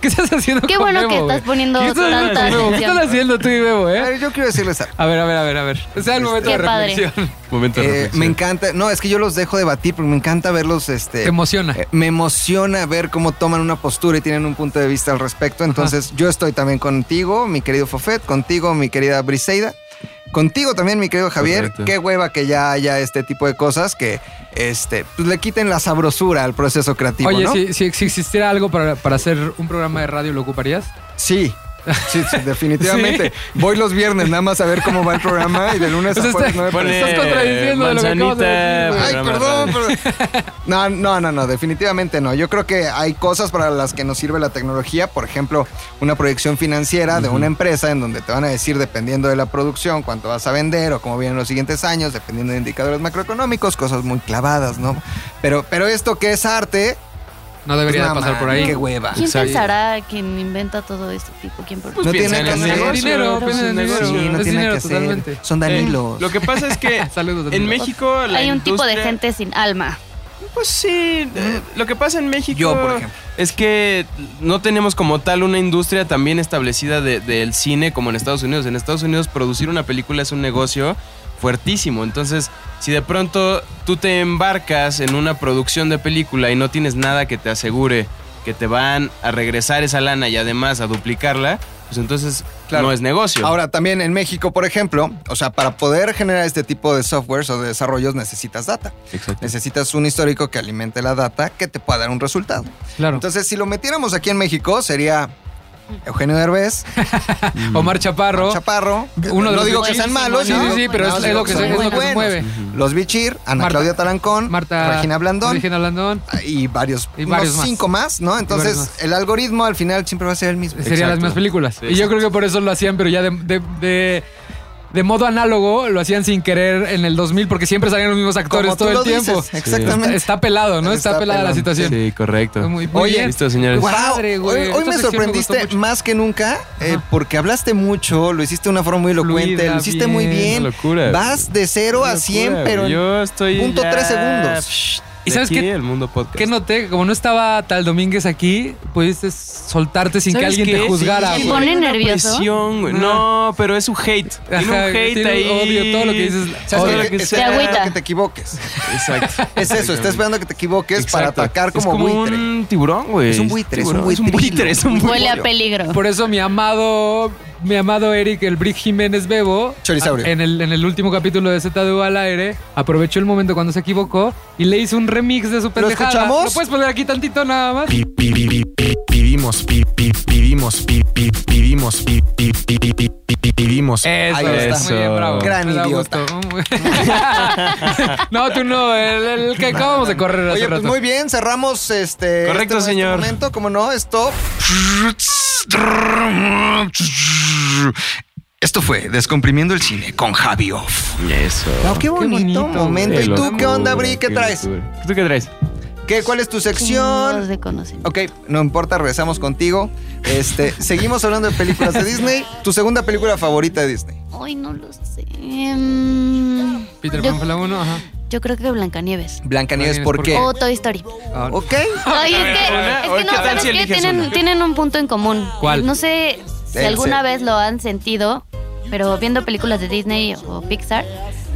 [SPEAKER 2] ¿Qué estás haciendo
[SPEAKER 5] Qué
[SPEAKER 2] con
[SPEAKER 5] bueno
[SPEAKER 2] Memo,
[SPEAKER 5] que
[SPEAKER 2] güey?
[SPEAKER 5] estás poniendo
[SPEAKER 2] ¿Qué estás haciendo
[SPEAKER 5] tanta
[SPEAKER 2] con Memo? ¿Qué
[SPEAKER 5] atención?
[SPEAKER 2] estás haciendo tú y Bebo,
[SPEAKER 3] A
[SPEAKER 2] eh?
[SPEAKER 3] ver, yo quiero decirles algo.
[SPEAKER 2] A ver, a ver, a ver, a ver. O sea, el momento
[SPEAKER 5] Qué
[SPEAKER 2] de
[SPEAKER 5] padre.
[SPEAKER 2] reflexión.
[SPEAKER 4] Momento de
[SPEAKER 3] Eh,
[SPEAKER 4] reflexión.
[SPEAKER 3] me encanta, no, es que yo los dejo debatir, pero me encanta verlos,
[SPEAKER 2] Te
[SPEAKER 3] este,
[SPEAKER 2] emociona.
[SPEAKER 3] eh, me emociona ver cómo toman una postura y tienen un punto de vista al respecto. Entonces, yo estoy también contigo, mi querido Fofet, contigo, mi querida Briseida, contigo también, mi querido Javier.
[SPEAKER 4] Correcto.
[SPEAKER 3] Qué hueva que ya haya este tipo de cosas que este, pues, le quiten la sabrosura al proceso creativo,
[SPEAKER 2] Oye,
[SPEAKER 3] ¿no?
[SPEAKER 2] si, si- si existiera algo para, para hacer un programa de radio, ¿lo ocuparías?
[SPEAKER 3] Sí. Sí, sí, definitivamente. Voy los viernes nada más a ver cómo va el programa y de lunes
[SPEAKER 2] O sea,
[SPEAKER 3] a jueves
[SPEAKER 2] Pues está-
[SPEAKER 3] no me
[SPEAKER 2] Pone- estás contradiciendo de lo que acabas de
[SPEAKER 4] manzanita, pues,
[SPEAKER 2] decir,
[SPEAKER 3] Ay,
[SPEAKER 4] programa
[SPEAKER 3] perdón,
[SPEAKER 4] de-
[SPEAKER 3] pero- pues, No, no, no, no, definitivamente no. Yo creo que hay cosas para las que nos sirve la tecnología. Por ejemplo, una proyección financiera de una empresa en donde te van a decir, dependiendo de la producción, cuánto vas a vender o cómo vienen los siguientes años, dependiendo de indicadores macroeconómicos, cosas muy clavadas, ¿no? Pero, pero esto que es arte.
[SPEAKER 2] No debería de
[SPEAKER 5] Pues
[SPEAKER 3] mamá,
[SPEAKER 2] pasar por ahí.
[SPEAKER 3] Qué hueva.
[SPEAKER 5] ¿Quién
[SPEAKER 2] Exacto.
[SPEAKER 5] pensará quién inventa todo este tipo? ¿Quién por-
[SPEAKER 3] No
[SPEAKER 4] Pues, piensa
[SPEAKER 3] tiene
[SPEAKER 4] en
[SPEAKER 3] que
[SPEAKER 4] el
[SPEAKER 3] hacer.
[SPEAKER 4] negocio,
[SPEAKER 2] Dinero,
[SPEAKER 4] pues,
[SPEAKER 2] piensa en
[SPEAKER 4] en
[SPEAKER 2] el dinero.
[SPEAKER 4] negocio.
[SPEAKER 3] Sí, no
[SPEAKER 2] es
[SPEAKER 3] tiene
[SPEAKER 2] dinero,
[SPEAKER 3] que hacer.
[SPEAKER 2] totalmente.
[SPEAKER 3] Son Danilos.
[SPEAKER 4] Eh, Lo que pasa es que
[SPEAKER 2] Saludos,
[SPEAKER 4] en
[SPEAKER 2] Danilo.
[SPEAKER 4] México la
[SPEAKER 5] Hay un tipo de
[SPEAKER 4] industria-
[SPEAKER 5] gente sin alma.
[SPEAKER 4] Pues sí, eh, lo que pasa en México
[SPEAKER 3] Yo, por ejemplo.
[SPEAKER 4] es que no tenemos como tal una industria también establecida de- del cine como en Estados Unidos. En Estados Unidos producir una película es un negocio fuertísimo. Entonces, si de pronto tú te embarcas en una producción de película y no tienes nada que te asegure que te van a regresar esa lana y además a duplicarla, pues entonces
[SPEAKER 3] Claro.
[SPEAKER 4] no es negocio.
[SPEAKER 3] Ahora, también en México, por ejemplo, o sea, para poder generar este tipo de softwares o de desarrollos necesitas data.
[SPEAKER 4] Exacto.
[SPEAKER 3] Necesitas un histórico que alimente la data que te pueda dar un resultado.
[SPEAKER 2] Claro.
[SPEAKER 3] Entonces, si lo metiéramos aquí en México, sería Eugenio Derbez,
[SPEAKER 2] Omar Chaparro.
[SPEAKER 3] Chaparro. que-
[SPEAKER 2] Oh. Uno de
[SPEAKER 3] no
[SPEAKER 2] los
[SPEAKER 3] digo que
[SPEAKER 5] buenísimos,
[SPEAKER 3] sean malos,
[SPEAKER 2] Sí,
[SPEAKER 5] ¿no?
[SPEAKER 2] sí, sí, pero
[SPEAKER 5] No,
[SPEAKER 2] es,
[SPEAKER 5] sí,
[SPEAKER 2] es lo que,
[SPEAKER 5] son
[SPEAKER 2] se, es
[SPEAKER 5] muy
[SPEAKER 2] lo que se
[SPEAKER 5] buenos.
[SPEAKER 2] mueve.
[SPEAKER 3] Los Bichir, Ana
[SPEAKER 2] Marta-
[SPEAKER 3] Claudia Talancón,
[SPEAKER 2] Marta.
[SPEAKER 3] Regina Blandón.
[SPEAKER 2] Regina Blandón.
[SPEAKER 3] Y varios,
[SPEAKER 2] Y varios
[SPEAKER 3] unos
[SPEAKER 2] más.
[SPEAKER 3] cinco más, ¿no? Entonces,
[SPEAKER 2] varios más.
[SPEAKER 3] el algoritmo al final siempre va a ser el mismo.
[SPEAKER 2] Serían las mismas películas.
[SPEAKER 4] Sí,
[SPEAKER 2] y yo creo que por eso lo hacían, pero ya de, de, de- de modo análogo, lo hacían sin querer en el 2000 porque siempre salían los mismos actores
[SPEAKER 3] Como tú
[SPEAKER 2] todo el
[SPEAKER 3] lo dices,
[SPEAKER 2] tiempo.
[SPEAKER 3] Exactamente.
[SPEAKER 2] Está pelado, ¿no? Está,
[SPEAKER 3] Está
[SPEAKER 2] pelada la
[SPEAKER 3] pelón.
[SPEAKER 2] situación.
[SPEAKER 4] Sí, correcto.
[SPEAKER 2] Muy, muy
[SPEAKER 3] Oye,
[SPEAKER 2] bien.
[SPEAKER 4] Listo, señores.
[SPEAKER 2] Guau,
[SPEAKER 3] Wow,
[SPEAKER 2] Padre, güey.
[SPEAKER 3] hoy, hoy
[SPEAKER 2] Esta
[SPEAKER 3] me
[SPEAKER 2] sección me
[SPEAKER 3] sorprendiste
[SPEAKER 2] gustó mucho.
[SPEAKER 3] más que nunca eh,
[SPEAKER 2] Ajá.
[SPEAKER 3] porque hablaste mucho, lo hiciste de una forma muy elocuente,
[SPEAKER 2] Fluida,
[SPEAKER 3] lo hiciste muy
[SPEAKER 2] bien.
[SPEAKER 4] Una
[SPEAKER 3] bien.
[SPEAKER 4] locura.
[SPEAKER 3] Vas de 0 a 100,
[SPEAKER 4] Locura,
[SPEAKER 3] pero en
[SPEAKER 4] yo estoy
[SPEAKER 3] punto
[SPEAKER 4] ya,
[SPEAKER 3] tres segundos.
[SPEAKER 4] psh,
[SPEAKER 2] ¿Y
[SPEAKER 4] de
[SPEAKER 2] sabes
[SPEAKER 4] aquí,
[SPEAKER 2] qué-
[SPEAKER 4] el mundo podcast.
[SPEAKER 2] ¿Qué noté? Como no estaba Tal Domínguez aquí, pudiste soltarte sin que
[SPEAKER 4] ¿Sabes
[SPEAKER 2] alguien te
[SPEAKER 4] qué?
[SPEAKER 2] juzgara.
[SPEAKER 5] Sí,
[SPEAKER 2] güey.
[SPEAKER 5] por- pone
[SPEAKER 4] Hay una
[SPEAKER 5] nervioso?
[SPEAKER 4] presión, güey.
[SPEAKER 2] Ah.
[SPEAKER 4] No, pero es un hate. Tiene un
[SPEAKER 2] Ajá,
[SPEAKER 4] hate
[SPEAKER 2] tiene un
[SPEAKER 4] ahí.
[SPEAKER 2] odio, todo lo que dices. ¿Sabes
[SPEAKER 3] ¿Sabes
[SPEAKER 4] Todo
[SPEAKER 3] qué?
[SPEAKER 4] lo que
[SPEAKER 3] Está
[SPEAKER 4] sea.
[SPEAKER 5] Te
[SPEAKER 3] esperando
[SPEAKER 5] agüita.
[SPEAKER 3] que te equivoques.
[SPEAKER 4] Exacto.
[SPEAKER 3] Es eso, está
[SPEAKER 4] Exactamente.
[SPEAKER 3] esperando que te equivoques para
[SPEAKER 4] Exacto.
[SPEAKER 3] atacar como,
[SPEAKER 4] es como
[SPEAKER 3] buitre.
[SPEAKER 4] un tiburón, güey.
[SPEAKER 3] Es un buitre, es un
[SPEAKER 4] tiburón, Es un
[SPEAKER 3] buitre.
[SPEAKER 4] buitre, es un buitre.
[SPEAKER 5] Huele a peligro.
[SPEAKER 2] Por eso mi amado mi amado Eric, el Brick Jiménez Bebo,
[SPEAKER 3] Chorizaurio.
[SPEAKER 2] a- en el, en el último capítulo de ZDU al aire, aprovechó el momento cuando se equivocó y le hizo un remix de su pendejada.
[SPEAKER 3] escuchamos?
[SPEAKER 2] ¿Lo puedes poner aquí tantito nada más?
[SPEAKER 1] Pi- pi- pi- pi- pi- Pidimos, pi- pi- pidimos, pi- pi- pidimos, pi- pi- pi- pi- pi- pi- pidimos.
[SPEAKER 4] Eso,
[SPEAKER 3] Ahí está.
[SPEAKER 2] Muy bien, bravo.
[SPEAKER 3] Gran
[SPEAKER 2] Me da
[SPEAKER 3] idiota.
[SPEAKER 2] gusto. Muy- no, tú no, el, el que acabamos de correr hace
[SPEAKER 3] Oye, pues
[SPEAKER 2] rato.
[SPEAKER 3] muy bien, cerramos este.
[SPEAKER 4] Correcto,
[SPEAKER 3] este- este
[SPEAKER 4] señor.
[SPEAKER 3] momento, como no, esto. Esto fue Descomprimiendo el Cine con Javio.
[SPEAKER 4] Eso.
[SPEAKER 3] qué bonito, momento.
[SPEAKER 4] Qué
[SPEAKER 3] ¿Y tú qué
[SPEAKER 4] locura,
[SPEAKER 3] onda, Bri? ¿Qué traes?
[SPEAKER 4] locura. ¿Tú qué traes?
[SPEAKER 3] ¿Qué, ¿Cuál es tu sección?
[SPEAKER 5] Chingos de conocimiento.
[SPEAKER 3] Ok, no importa, regresamos contigo. Este, seguimos hablando de películas de Disney. Tu segunda película favorita de Disney.
[SPEAKER 5] Ay, no lo sé. Mm,
[SPEAKER 2] Peter
[SPEAKER 5] yo,
[SPEAKER 2] Pan fue la uno, ajá.
[SPEAKER 5] yo creo que Blancanieves.
[SPEAKER 3] Blancanieves, ¿por qué?
[SPEAKER 5] O Toy Story.
[SPEAKER 2] Ah,
[SPEAKER 3] Ok.
[SPEAKER 5] Ay, es que,
[SPEAKER 4] una,
[SPEAKER 5] es
[SPEAKER 4] o
[SPEAKER 5] que
[SPEAKER 4] ¿qué
[SPEAKER 5] no,
[SPEAKER 4] tal
[SPEAKER 5] ¿sabes
[SPEAKER 4] si
[SPEAKER 5] qué?
[SPEAKER 4] eliges
[SPEAKER 5] Tienen,
[SPEAKER 4] una?
[SPEAKER 5] tienen un punto en común.
[SPEAKER 2] ¿Cuál?
[SPEAKER 5] No sé si
[SPEAKER 3] El
[SPEAKER 5] alguna
[SPEAKER 3] ser.
[SPEAKER 5] vez lo han sentido, pero viendo películas de Disney o Pixar,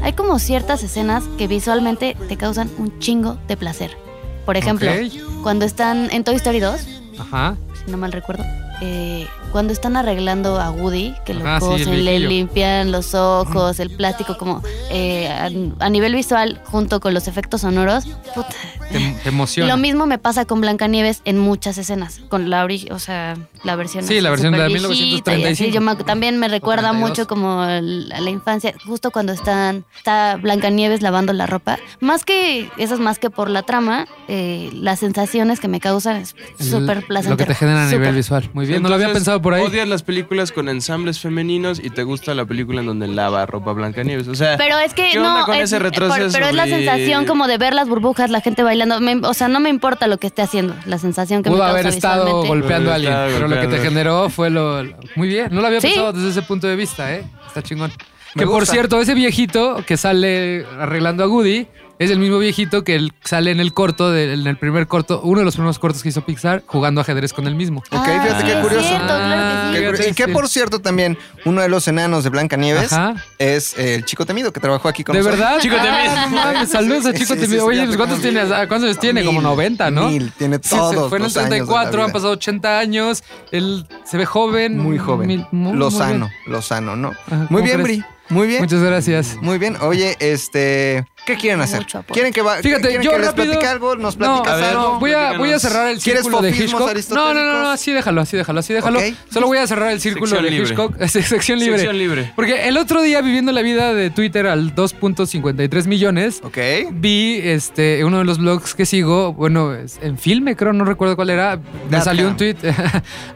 [SPEAKER 5] hay como ciertas escenas que visualmente te causan un chingo de placer. Por ejemplo,
[SPEAKER 2] Ok.
[SPEAKER 5] cuando están en Toy Story 2, si
[SPEAKER 2] Ajá.
[SPEAKER 5] no mal recuerdo, eh, cuando están arreglando a Woody, que lo
[SPEAKER 2] Ajá, Ah, sí, el
[SPEAKER 5] cosen, le
[SPEAKER 2] viejillo.
[SPEAKER 5] limpian los ojos, el plástico, como eh, a, a nivel visual junto con los efectos sonoros, puta,
[SPEAKER 2] Te, te emociona.
[SPEAKER 5] lo mismo me pasa con Blancanieves en muchas escenas, con la ori- o sea, la versión
[SPEAKER 2] Sí,
[SPEAKER 5] así
[SPEAKER 2] la versión de
[SPEAKER 5] súper viejita y así.
[SPEAKER 2] 1935.
[SPEAKER 5] Yo me- también me recuerda
[SPEAKER 2] 32.
[SPEAKER 5] mucho como el- a la infancia, justo cuando están está Blancanieves lavando la ropa. Más que esas más que por la trama, eh, las sensaciones que me causan es
[SPEAKER 2] El-
[SPEAKER 5] súper placentero.
[SPEAKER 2] Lo que te genera a
[SPEAKER 5] súper.
[SPEAKER 2] nivel visual. Muy bien, Pues no lo había
[SPEAKER 4] Entonces,
[SPEAKER 2] pensado por ahí.
[SPEAKER 4] Odias las películas con ensambles femeninos y te gusta la película en donde lava ropa blanca nieves. O sea,
[SPEAKER 5] Pero es que
[SPEAKER 4] ¿qué onda
[SPEAKER 5] no,
[SPEAKER 4] con
[SPEAKER 5] es-
[SPEAKER 4] ese retroceso,
[SPEAKER 5] por- pero es la
[SPEAKER 4] Bri?
[SPEAKER 5] sensación como de ver las burbujas, la gente bailando, Me- o sea, no me importa lo que esté haciendo, la sensación que me
[SPEAKER 2] Pudo
[SPEAKER 5] causa
[SPEAKER 2] haber estado
[SPEAKER 5] visualmente.
[SPEAKER 2] golpeando a alguien,
[SPEAKER 4] Estaba
[SPEAKER 2] pero lo que te
[SPEAKER 4] golpeando.
[SPEAKER 2] generó fue lo... lo- Muy bien, no lo había
[SPEAKER 5] Sí.
[SPEAKER 2] pensado desde ese punto de vista, ¿eh? Está chingón.
[SPEAKER 3] Me
[SPEAKER 2] que por
[SPEAKER 3] gusta.
[SPEAKER 2] cierto, ese viejito que sale arreglando a Woody es el mismo viejito que el- sale en el corto, de- en el primer corto, uno de los primeros cortos que hizo Pixar, jugando ajedrez con él mismo.
[SPEAKER 3] Ok,
[SPEAKER 5] Ah,
[SPEAKER 3] fíjate qué
[SPEAKER 5] sí, es
[SPEAKER 3] curioso.
[SPEAKER 5] cierto, claro que sí.
[SPEAKER 3] Qué
[SPEAKER 2] Fíjate,
[SPEAKER 3] curioso. y que
[SPEAKER 2] sí.
[SPEAKER 3] por cierto también uno de los enanos de Blancanieves
[SPEAKER 2] Ajá.
[SPEAKER 3] es eh, el chico temido que trabajó aquí con
[SPEAKER 2] ¿De
[SPEAKER 3] nosotros.
[SPEAKER 2] verdad?
[SPEAKER 4] Chico
[SPEAKER 2] Ah,
[SPEAKER 4] Temido.
[SPEAKER 2] no mames, Saludos a
[SPEAKER 3] Sí,
[SPEAKER 2] Chico
[SPEAKER 3] sí,
[SPEAKER 2] Temido.
[SPEAKER 3] sí,
[SPEAKER 2] Oye,
[SPEAKER 3] ya
[SPEAKER 2] pues, ¿cuántos,
[SPEAKER 3] tengo
[SPEAKER 2] tiene?
[SPEAKER 3] mil.
[SPEAKER 2] Ah, ¿cuántos años tiene? Como
[SPEAKER 3] Mil,
[SPEAKER 2] 90, ¿no?
[SPEAKER 3] mil, tiene
[SPEAKER 2] Sí, se
[SPEAKER 3] todos
[SPEAKER 2] fue en el
[SPEAKER 3] los años de la
[SPEAKER 2] 34, han
[SPEAKER 3] vida.
[SPEAKER 2] pasado 80 años. Él se ve joven.
[SPEAKER 3] Muy joven.
[SPEAKER 2] mil- muy- muy
[SPEAKER 3] Lozano,
[SPEAKER 2] bien.
[SPEAKER 3] Lozano, ¿no?
[SPEAKER 2] Ajá,
[SPEAKER 3] Muy
[SPEAKER 2] ¿cómo
[SPEAKER 3] bien,
[SPEAKER 2] crees?
[SPEAKER 3] Bri. Muy bien.
[SPEAKER 2] Muchas gracias.
[SPEAKER 3] Muy bien. Oye, este, ¿qué quieren hacer?
[SPEAKER 5] Mucho aporte.
[SPEAKER 3] ¿Quieren que va
[SPEAKER 2] Fíjate,
[SPEAKER 3] quieren
[SPEAKER 2] yo
[SPEAKER 3] que les
[SPEAKER 2] rápido-
[SPEAKER 3] platique algo? ¿Nos
[SPEAKER 2] No,
[SPEAKER 3] platicas
[SPEAKER 4] a ver,
[SPEAKER 2] no,
[SPEAKER 3] algo?
[SPEAKER 2] voy a, voy a cerrar el
[SPEAKER 3] ¿Quieres
[SPEAKER 2] círculo de
[SPEAKER 3] fofismos
[SPEAKER 2] Hitchcock. No, no, no, no,
[SPEAKER 3] aristotélicos?
[SPEAKER 2] así déjalo, así déjalo, así déjalo.
[SPEAKER 3] Ok.
[SPEAKER 2] Solo voy a cerrar el círculo
[SPEAKER 4] Sección
[SPEAKER 2] de
[SPEAKER 4] libre.
[SPEAKER 2] Hitchcock. Es sección libre.
[SPEAKER 4] Sección libre.
[SPEAKER 2] Porque el otro día viviendo la vida de Twitter al 2.53 millones,
[SPEAKER 3] Ok.
[SPEAKER 2] vi este uno de los blogs que sigo, bueno, es en filme creo, no recuerdo cuál era, me
[SPEAKER 3] Dot
[SPEAKER 2] salió un
[SPEAKER 3] com.
[SPEAKER 2] tweet,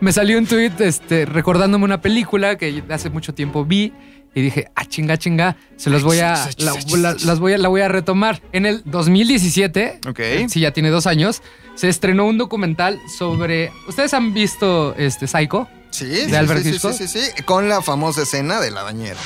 [SPEAKER 2] me salió un tweet este recordándome una película que hace mucho tiempo vi y dije, "Ah, chinga, chinga, se los voy a la, la- las voy a, la voy a retomar." En el 2017,
[SPEAKER 3] Ok.
[SPEAKER 2] sí ya tiene dos años, se estrenó un documental sobre ¿Ustedes han visto este Psycho?
[SPEAKER 3] Sí,
[SPEAKER 2] ¿De
[SPEAKER 3] sí,
[SPEAKER 2] Albert
[SPEAKER 3] sí, sí,
[SPEAKER 2] Hitchcock?
[SPEAKER 3] sí, sí, sí, con la famosa escena de la bañera.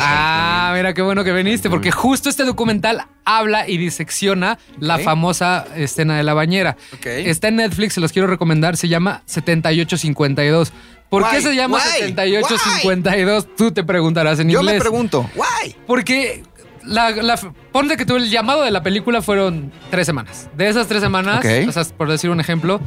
[SPEAKER 2] Ah, mira qué bueno que viniste, porque justo este documental habla y disecciona la
[SPEAKER 3] Ok.
[SPEAKER 2] famosa escena de la bañera.
[SPEAKER 3] Ok.
[SPEAKER 2] Está en Netflix, se los quiero recomendar, se llama 7852. ¿Por qué
[SPEAKER 3] Guay,
[SPEAKER 2] se llama
[SPEAKER 3] guay,
[SPEAKER 2] 7852? Tú te preguntarás en
[SPEAKER 3] Yo
[SPEAKER 2] inglés.
[SPEAKER 3] me pregunto, guay.
[SPEAKER 2] Porque la, la- ponte que tú el llamado de la película fueron tres semanas. De esas tres semanas,
[SPEAKER 3] Ok.
[SPEAKER 2] o sea, por decir un ejemplo,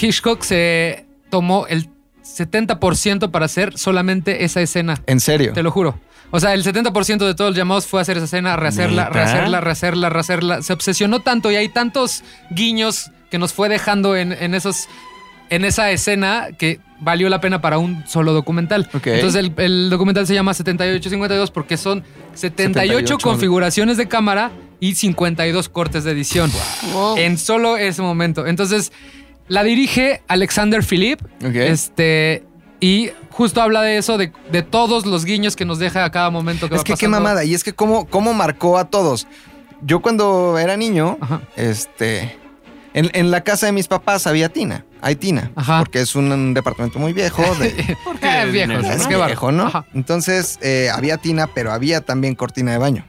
[SPEAKER 2] Hitchcock se tomó el 70% para hacer solamente esa escena.
[SPEAKER 3] En serio.
[SPEAKER 2] Te lo juro. O sea, el 70% de todos los llamados fue a hacer esa escena, rehacerla,
[SPEAKER 4] ¿Neta?
[SPEAKER 2] rehacerla, rehacerla, rehacerla. Se obsesionó tanto y hay tantos guiños que nos fue dejando en, en esos. En esa escena que valió la pena para un solo documental.
[SPEAKER 3] Ok.
[SPEAKER 2] Entonces el, el documental se llama 7852 porque son 78,
[SPEAKER 3] 78.
[SPEAKER 2] configuraciones de cámara y 52 cortes de edición.
[SPEAKER 5] Wow.
[SPEAKER 3] Eh,
[SPEAKER 2] En solo ese momento. Entonces la dirige Alexander Philippe,
[SPEAKER 3] Ok.
[SPEAKER 2] este. Y justo habla de eso, de, de todos los guiños que nos deja a cada momento que
[SPEAKER 3] es
[SPEAKER 2] va
[SPEAKER 3] que qué
[SPEAKER 2] pasando.
[SPEAKER 3] mamada. Y es que cómo, cómo marcó a todos. Yo cuando era niño,
[SPEAKER 2] Ajá.
[SPEAKER 3] este. En, en la casa de mis papás había tina. Hay tina.
[SPEAKER 2] Ajá.
[SPEAKER 3] Porque es un, un departamento muy viejo. De,
[SPEAKER 2] Eh, viejo,
[SPEAKER 4] dinero,
[SPEAKER 2] es
[SPEAKER 3] es
[SPEAKER 2] que barro.
[SPEAKER 3] viejo, ¿no?
[SPEAKER 2] Ajá.
[SPEAKER 3] Entonces eh, había tina, pero había también cortina de baño.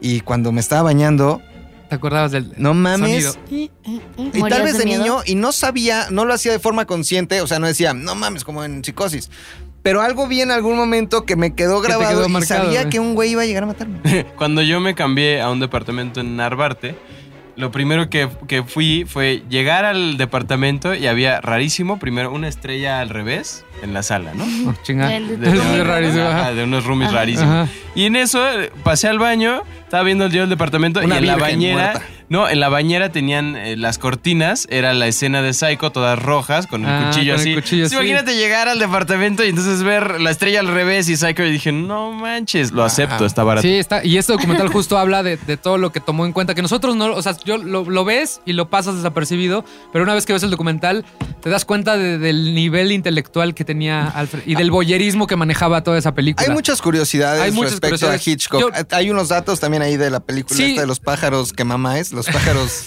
[SPEAKER 3] Y cuando me estaba bañando,
[SPEAKER 2] ¿Te acordabas del
[SPEAKER 3] no mames.
[SPEAKER 2] sonido?
[SPEAKER 3] Y tal
[SPEAKER 5] ¿Morías
[SPEAKER 3] vez de
[SPEAKER 5] miedo?
[SPEAKER 3] niño, y no sabía, no lo hacía de forma consciente, o sea, no decía, no mames, como en psicosis. pero algo vi en algún momento que me quedó
[SPEAKER 2] Que te
[SPEAKER 3] grabado
[SPEAKER 2] quedó
[SPEAKER 3] y
[SPEAKER 2] marcado,
[SPEAKER 3] sabía
[SPEAKER 2] güey.
[SPEAKER 3] que un güey iba a llegar a matarme.
[SPEAKER 4] Cuando yo me cambié a un departamento en Narvarte, lo primero que, que fui fue llegar al departamento y había rarísimo, primero una estrella al revés en la sala, ¿no?
[SPEAKER 2] Oh, chinga.
[SPEAKER 5] Del de
[SPEAKER 2] Es
[SPEAKER 5] tu
[SPEAKER 2] muy
[SPEAKER 5] vida,
[SPEAKER 2] rarísimo.
[SPEAKER 4] Ajá,
[SPEAKER 2] ajá.
[SPEAKER 4] de unos roomies
[SPEAKER 5] Ajá.
[SPEAKER 4] rarísimos.
[SPEAKER 2] Ajá.
[SPEAKER 4] Y en eso eh, pasé al baño, estaba viendo yo el departamento
[SPEAKER 3] Una
[SPEAKER 4] y en la
[SPEAKER 3] virgen
[SPEAKER 4] bañera,
[SPEAKER 3] muerta.
[SPEAKER 4] no, en la bañera tenían eh, las cortinas, era la escena de Psycho todas rojas con el
[SPEAKER 2] Ah,
[SPEAKER 4] cuchillo
[SPEAKER 2] con el
[SPEAKER 4] así.
[SPEAKER 2] cuchillo,
[SPEAKER 4] Sí,
[SPEAKER 2] sí.
[SPEAKER 4] Imagínate llegar al departamento y entonces ver la estrella al revés y Psycho y dije, "No manches, lo acepto, está barato."
[SPEAKER 2] Sí, está. Y este documental justo habla de, de todo lo que tomó en cuenta. Que nosotros no. O sea, yo lo, lo ves y lo pasas desapercibido. Pero una vez que ves el documental, te das cuenta de- del nivel intelectual que tenía Alfred y del boyerismo que manejaba toda esa película.
[SPEAKER 3] Hay muchas curiosidades
[SPEAKER 2] Hay muchas
[SPEAKER 3] respecto
[SPEAKER 2] curiosidades.
[SPEAKER 3] a Hitchcock.
[SPEAKER 2] Yo-
[SPEAKER 3] Hay unos datos también ahí de la película
[SPEAKER 2] Sí.
[SPEAKER 3] esta de los pájaros que mamá es, los pájaros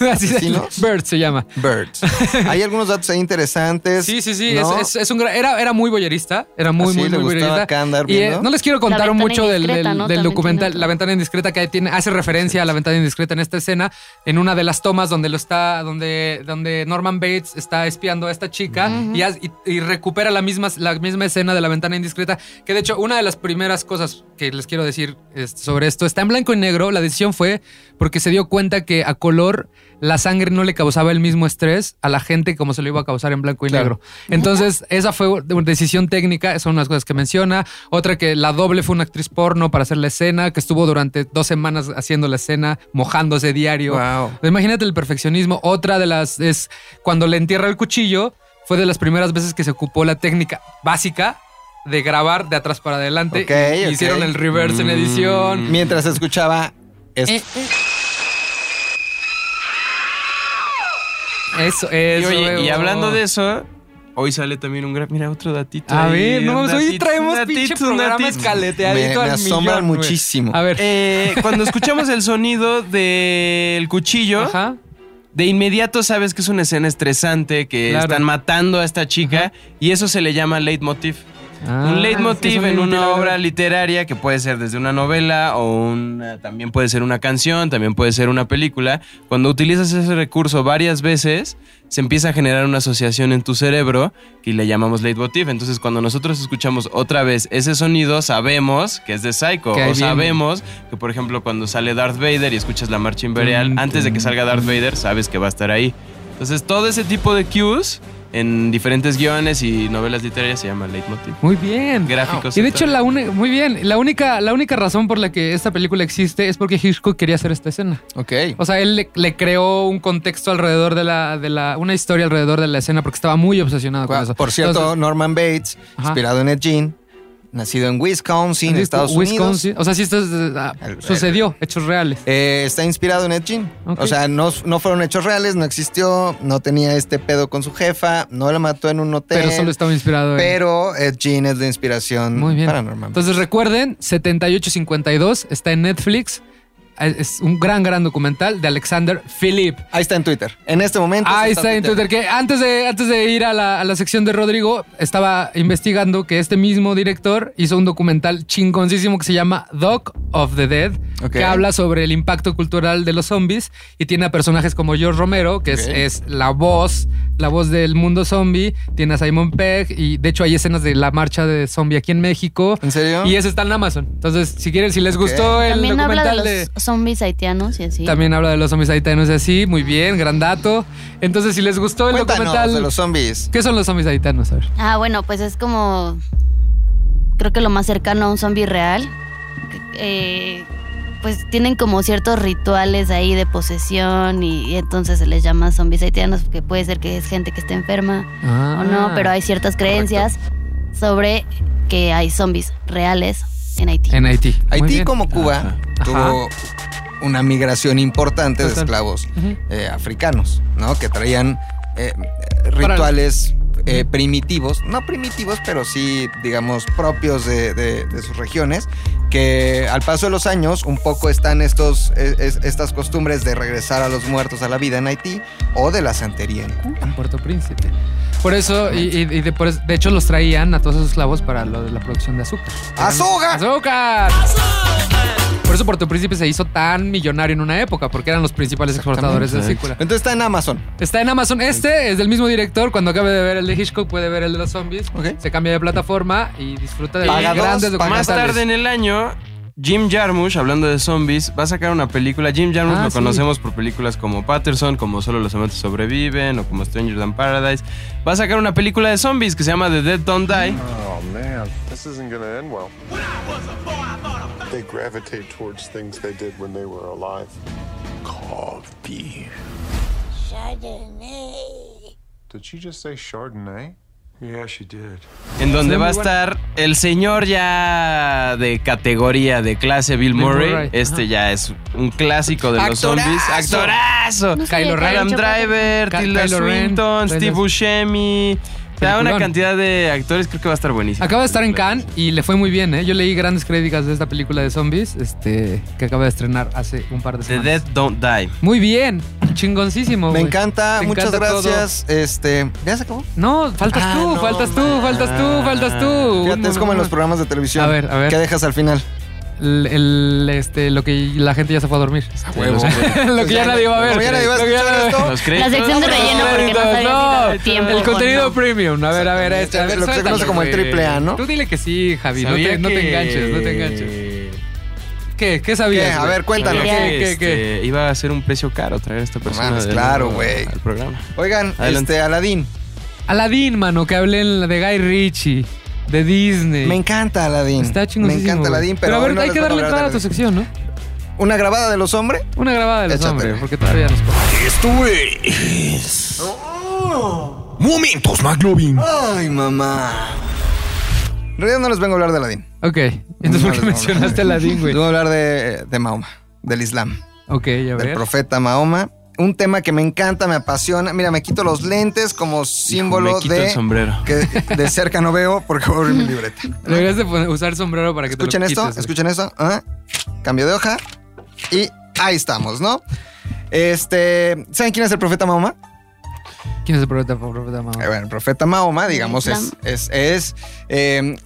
[SPEAKER 2] Así se,
[SPEAKER 3] asesinos.
[SPEAKER 2] Bird se llama.
[SPEAKER 3] Birds. Hay algunos datos ahí interesantes.
[SPEAKER 2] Sí, sí, sí.
[SPEAKER 3] ¿no?
[SPEAKER 2] Es, es- es un gran- era, era muy boyerista. Era muy,
[SPEAKER 3] Ah, sí,
[SPEAKER 2] muy,
[SPEAKER 3] le
[SPEAKER 2] muy
[SPEAKER 3] gustaba
[SPEAKER 2] boyerista.
[SPEAKER 3] acá andar
[SPEAKER 2] y eh,
[SPEAKER 3] viendo.
[SPEAKER 2] no les quiero
[SPEAKER 5] La
[SPEAKER 2] contar
[SPEAKER 5] ventana
[SPEAKER 2] mucho del,
[SPEAKER 5] indiscreta,
[SPEAKER 2] del-
[SPEAKER 5] ¿no?
[SPEAKER 2] del
[SPEAKER 5] También
[SPEAKER 2] documental.
[SPEAKER 5] tiene-
[SPEAKER 2] La ventana indiscreta que tiene, hace referencia a la ventana indiscreta en esta escena, en una de las tomas donde lo está, donde, donde Norman Bates está espiando a esta chica y haz- y, y recupera la misma, la misma escena de la ventana indiscreta. Que de hecho, una de las primeras cosas que les quiero decir este, sobre esto está en blanco y negro. La decisión fue porque se dio cuenta que a color la sangre no le causaba el mismo estrés a la gente como se lo iba a causar en blanco y negro. Entonces, esa fue una decisión técnica, son unas cosas que menciona. Otra que la doble fue una actriz porno para hacer la escena, que estuvo durante dos semanas haciendo la escena, mojándose diario.
[SPEAKER 3] Wow.
[SPEAKER 2] Imagínate el perfeccionismo. Otra de las es cuando le entierra el cuchillo, fue de las primeras veces que se ocupó la técnica básica de grabar de atrás para adelante.
[SPEAKER 3] Ok,
[SPEAKER 2] Y- y
[SPEAKER 3] ok.
[SPEAKER 2] Hicieron el reverse
[SPEAKER 4] Mm.
[SPEAKER 2] en edición.
[SPEAKER 3] Mientras escuchaba esto.
[SPEAKER 2] Eh, Eso, eso.
[SPEAKER 4] Y,
[SPEAKER 2] eh, oh.
[SPEAKER 4] oye, y
[SPEAKER 2] huevo.
[SPEAKER 4] hablando de eso, hoy sale también un gran, mira otro datito.
[SPEAKER 2] A
[SPEAKER 4] ahí,
[SPEAKER 2] ver, no,
[SPEAKER 4] un
[SPEAKER 2] mames, hoy
[SPEAKER 4] datito,
[SPEAKER 2] traemos
[SPEAKER 4] un
[SPEAKER 2] pinche
[SPEAKER 4] datito, un
[SPEAKER 2] programa
[SPEAKER 3] me,
[SPEAKER 4] datito.
[SPEAKER 2] escaleteadito
[SPEAKER 3] me
[SPEAKER 2] al
[SPEAKER 3] asombran
[SPEAKER 2] millón, güey.
[SPEAKER 3] muchísimo.
[SPEAKER 2] A ver.
[SPEAKER 4] Eh, cuando escuchamos el sonido del cuchillo,
[SPEAKER 2] Ajá.
[SPEAKER 4] de inmediato sabes que es una escena estresante, que
[SPEAKER 2] Claro.
[SPEAKER 4] están matando a esta chica y eso se le llama leitmotiv.
[SPEAKER 2] Ah,
[SPEAKER 4] un leitmotiv
[SPEAKER 2] es un
[SPEAKER 4] en una
[SPEAKER 2] leitmotiv.
[SPEAKER 4] obra literaria que puede ser desde una novela o una- también puede ser una canción, también puede ser una película. Cuando utilizas ese recurso varias veces, se empieza a generar una asociación en tu cerebro que le llamamos leitmotiv. Entonces, cuando nosotros escuchamos otra vez ese sonido, sabemos que es de Psycho.
[SPEAKER 2] Que ahí
[SPEAKER 4] O
[SPEAKER 2] viene.
[SPEAKER 4] sabemos que, por ejemplo, cuando sale Darth Vader y escuchas la marcha imperial,
[SPEAKER 2] Tum,
[SPEAKER 4] antes de que
[SPEAKER 2] tum,
[SPEAKER 4] salga Darth Vader, sabes que va a estar ahí. Entonces, todo ese tipo de cues en diferentes guiones y novelas literarias se llama leitmotiv
[SPEAKER 2] Muy bien.
[SPEAKER 4] gráficos.
[SPEAKER 2] Y de hecho, la uni- muy bien. La única, la única razón por la que esta película existe es porque Hitchcock quería hacer esta escena.
[SPEAKER 3] Ok.
[SPEAKER 2] O sea, él le, le creó un contexto alrededor de la, de la. Una historia alrededor de la escena porque estaba muy obsesionado Ah, con eso.
[SPEAKER 3] Ah, Por cierto,
[SPEAKER 2] Entonces,
[SPEAKER 3] Norman Bates,
[SPEAKER 2] Ajá.
[SPEAKER 3] inspirado en Ed Gein, nacido en Wisconsin, Estados Unidos.
[SPEAKER 2] Wisconsin- O sea, sí, esto es, ah,
[SPEAKER 3] El-
[SPEAKER 2] sucedió, hechos reales.
[SPEAKER 3] Eh, está inspirado en Ed Gein.
[SPEAKER 2] Ok.
[SPEAKER 3] O sea, no, no fueron hechos reales, no existió, no tenía este pedo con su jefa, no la mató en un hotel.
[SPEAKER 2] Pero solo estaba inspirado en.
[SPEAKER 3] Este, pero Ed Gein es de inspiración
[SPEAKER 2] Muy bien.
[SPEAKER 3] paranormal.
[SPEAKER 2] Entonces recuerden, 7852 está en Netflix. Es un gran, gran documental de Alexander Philip.
[SPEAKER 3] Ahí está en Twitter. En este momento.
[SPEAKER 2] Ahí está en Twitter, que antes de, antes de ir a la, a la sección de Rodrigo, estaba investigando que este mismo director hizo un documental chingoncísimo que se llama Doc of the Dead,
[SPEAKER 3] Ok.
[SPEAKER 2] que habla sobre el impacto cultural de los zombies y tiene a personajes como George Romero, que es-
[SPEAKER 3] Ok.
[SPEAKER 2] es, la voz, la voz del mundo zombie, tiene a Simon Pegg y de hecho hay escenas de la marcha de zombie aquí en México.
[SPEAKER 3] ¿En serio?
[SPEAKER 2] Y ese está en Amazon. Entonces, si quieren, si les gustó el
[SPEAKER 5] También habla de
[SPEAKER 2] documental
[SPEAKER 5] los
[SPEAKER 2] de...
[SPEAKER 5] zombies haitianos y así.
[SPEAKER 2] También habla de los zombies haitianos y así. Muy bien, gran dato. Entonces, si les gustó el
[SPEAKER 3] Cuéntanos
[SPEAKER 2] documental...
[SPEAKER 3] de los zombies.
[SPEAKER 2] ¿Qué son los zombies haitianos? A ver.
[SPEAKER 5] Ah, bueno, pues es como. Creo que lo más cercano a un zombie real. Eh, pues tienen como ciertos rituales ahí de posesión y, y entonces se les llama zombies haitianos, porque puede ser que es gente que esté enferma o Oh,
[SPEAKER 2] Ah,
[SPEAKER 5] no, pero hay ciertas creencias sobre que hay zombies reales en Haití.
[SPEAKER 2] En Haití. Muy
[SPEAKER 3] Haití,
[SPEAKER 2] bien.
[SPEAKER 3] como Cuba,
[SPEAKER 2] Ajá.
[SPEAKER 3] tuvo una migración importante de
[SPEAKER 2] Total.
[SPEAKER 3] esclavos
[SPEAKER 2] Ujú.
[SPEAKER 3] eh, africanos, ¿no? Que traían eh, rituales eh, primitivos, no primitivos, pero sí, digamos, propios de, de- de sus regiones, que al paso de los años un poco están estos, eh, es- estas costumbres de regresar a los muertos a la vida en Haití o de la santería en Cuba.
[SPEAKER 2] En Puerto Príncipe. Por eso, y, y- y de, por eso- de hecho los traían a todos esos esclavos para lo de la producción de azúcar.
[SPEAKER 3] ¡Azúcar!
[SPEAKER 2] ¡Azúcar! Por eso Puerto Príncipe se hizo tan millonario en una época, porque eran los principales exportadores de
[SPEAKER 4] Exacto.
[SPEAKER 2] círcula.
[SPEAKER 3] Entonces está en Amazon.
[SPEAKER 2] Está en Amazon. Este es del mismo director. Cuando acabe de ver el de Hitchcock, puede ver el de los zombies.
[SPEAKER 3] Ok.
[SPEAKER 2] Se cambia de plataforma y disfruta de
[SPEAKER 3] Paga dos,
[SPEAKER 2] grandes
[SPEAKER 3] paga
[SPEAKER 2] documentales.
[SPEAKER 4] Más tarde en el año, Jim Jarmusch, hablando de zombies, va a sacar una película. Jim Jarmusch
[SPEAKER 2] Ah,
[SPEAKER 4] lo
[SPEAKER 2] sí.
[SPEAKER 4] conocemos por películas como Patterson, como Solo los amantes sobreviven o como Stranger Than Paradise. Va a sacar una película de zombies que se llama The Dead Don't Die.
[SPEAKER 2] Ah.
[SPEAKER 7] Oh man, this isn't gonna end well. They gravitate towards things they did when they were alive. Called beef. Chardonnay. Did she just say Chardonnay? Yeah, she did.
[SPEAKER 4] En donde
[SPEAKER 2] Sí,
[SPEAKER 4] va a
[SPEAKER 2] muy buena.
[SPEAKER 4] estar el señor ya de categoría, de clase, Bill,
[SPEAKER 2] Bill
[SPEAKER 4] Murray.
[SPEAKER 2] Murray,
[SPEAKER 4] Este ya es un clásico de los
[SPEAKER 3] ¡Actorazo!
[SPEAKER 4] zombies. ¡Actorazo!
[SPEAKER 5] No sabía
[SPEAKER 2] Kylo
[SPEAKER 5] que había
[SPEAKER 2] Ren,
[SPEAKER 4] Adam
[SPEAKER 5] hecho
[SPEAKER 4] Driver,
[SPEAKER 2] Ka-
[SPEAKER 4] Tilda
[SPEAKER 2] Kylo Ren,
[SPEAKER 4] Swinton, Steve
[SPEAKER 2] Taylor-
[SPEAKER 4] Buscemi. O sea, una
[SPEAKER 2] Peliculón.
[SPEAKER 4] cantidad de actores, creo que va a estar buenísimo.
[SPEAKER 2] Acaba de estar en Cannes y le fue muy bien, ¿eh? Yo leí grandes críticas de esta película de zombies este, que acaba de estrenar hace un par de
[SPEAKER 4] The
[SPEAKER 2] semanas.
[SPEAKER 4] Dead Don't Die.
[SPEAKER 2] Muy bien. Chingoncísimo,
[SPEAKER 3] Me
[SPEAKER 2] güey.
[SPEAKER 3] encanta,
[SPEAKER 2] Te
[SPEAKER 3] muchas
[SPEAKER 2] encanta todo.
[SPEAKER 3] gracias. Este, ¿ya se acabó?
[SPEAKER 2] No, faltas
[SPEAKER 4] Ah,
[SPEAKER 2] tú,
[SPEAKER 4] no,
[SPEAKER 2] faltas tú,
[SPEAKER 4] man.
[SPEAKER 2] faltas tú, faltas tú.
[SPEAKER 3] Fíjate, es como en los programas de televisión.
[SPEAKER 2] A ver, a ver.
[SPEAKER 3] ¿Qué dejas al final?
[SPEAKER 2] El- el, este, lo que la gente ya se fue a dormir.
[SPEAKER 4] huevo.
[SPEAKER 2] lo que ya nadie va a ver.
[SPEAKER 3] Como Ah, pues ya nadie va a
[SPEAKER 2] Lo que ya
[SPEAKER 3] escuchar
[SPEAKER 2] nadie-
[SPEAKER 3] esto.
[SPEAKER 4] Los créditos.
[SPEAKER 5] La sección de relleno porque no sabía si daba tiempo.
[SPEAKER 2] el
[SPEAKER 5] o
[SPEAKER 2] contenido
[SPEAKER 5] no.
[SPEAKER 2] premium. A ver, a ver, este, a ver.
[SPEAKER 3] Lo que se
[SPEAKER 2] suéltalo,
[SPEAKER 3] conoce como el
[SPEAKER 2] güey.
[SPEAKER 3] triple A, ¿no?
[SPEAKER 2] Tú dile que sí, Javi. No te, no te enganches, no te enganches. ¿Qué? ¿Qué
[SPEAKER 3] ¿Qué?
[SPEAKER 2] sabías?
[SPEAKER 3] A
[SPEAKER 2] güey?
[SPEAKER 3] ver, cuéntanos.
[SPEAKER 5] Sabía.
[SPEAKER 4] Que,
[SPEAKER 2] ¿Qué, qué, qué?
[SPEAKER 4] este, iba a ser un precio caro traer a esta persona.
[SPEAKER 3] mames,
[SPEAKER 4] de
[SPEAKER 3] claro,
[SPEAKER 4] nuevo
[SPEAKER 3] güey.
[SPEAKER 4] Al programa.
[SPEAKER 3] Oigan,
[SPEAKER 4] Adelante.
[SPEAKER 3] este, Aladín.
[SPEAKER 2] Aladdin, mano, que hablé en la de Guy Ritchie, de Disney.
[SPEAKER 3] Me encanta Aladín.
[SPEAKER 2] Está
[SPEAKER 3] Me
[SPEAKER 2] chingosísimo.
[SPEAKER 3] encanta
[SPEAKER 2] güey.
[SPEAKER 3] Aladín, pero,
[SPEAKER 2] a ver,
[SPEAKER 3] hoy no
[SPEAKER 2] hay
[SPEAKER 3] les
[SPEAKER 2] que
[SPEAKER 3] voy
[SPEAKER 2] darle
[SPEAKER 3] hablar
[SPEAKER 2] entrada
[SPEAKER 3] de
[SPEAKER 2] a tu
[SPEAKER 3] Aladín.
[SPEAKER 2] sección, ¿no?
[SPEAKER 3] Una grabada de los hombres.
[SPEAKER 2] Una grabada de los
[SPEAKER 3] Échatela.
[SPEAKER 2] hombres, porque todavía nos corta.
[SPEAKER 6] Esto es. Momentos
[SPEAKER 1] Oh.
[SPEAKER 6] McLovin.
[SPEAKER 3] Ay, mamá. En realidad no les vengo a hablar de Aladín.
[SPEAKER 2] Ok, entonces,
[SPEAKER 3] No,
[SPEAKER 2] ¿por
[SPEAKER 3] les
[SPEAKER 2] qué
[SPEAKER 3] voy a
[SPEAKER 2] mencionaste a
[SPEAKER 3] hablar.
[SPEAKER 2] Aladdin, güey?
[SPEAKER 3] Les voy a hablar de, de Mahoma, del Islam,
[SPEAKER 2] Ok, a
[SPEAKER 3] del
[SPEAKER 2] ver.
[SPEAKER 3] profeta Mahoma. Un tema que me encanta, me apasiona. Mira, me quito los lentes como símbolo
[SPEAKER 4] Me quito
[SPEAKER 3] de
[SPEAKER 4] el sombrero.
[SPEAKER 3] que de cerca no veo porque voy a abrir mi libreta.
[SPEAKER 2] Deberías de poner- usar sombrero para que
[SPEAKER 3] Escuchen
[SPEAKER 2] te lo
[SPEAKER 3] esto,
[SPEAKER 2] quites, güey.
[SPEAKER 3] escuchen esto. ah, Cambio de hoja. Y ahí estamos, ¿no? Este, ¿saben quién es el profeta Mahoma?
[SPEAKER 2] ¿Quién es el profeta, profeta Mahoma?
[SPEAKER 3] Eh, Bueno, el profeta Mahoma, digamos, es,
[SPEAKER 5] Islam.
[SPEAKER 3] es, es, eh,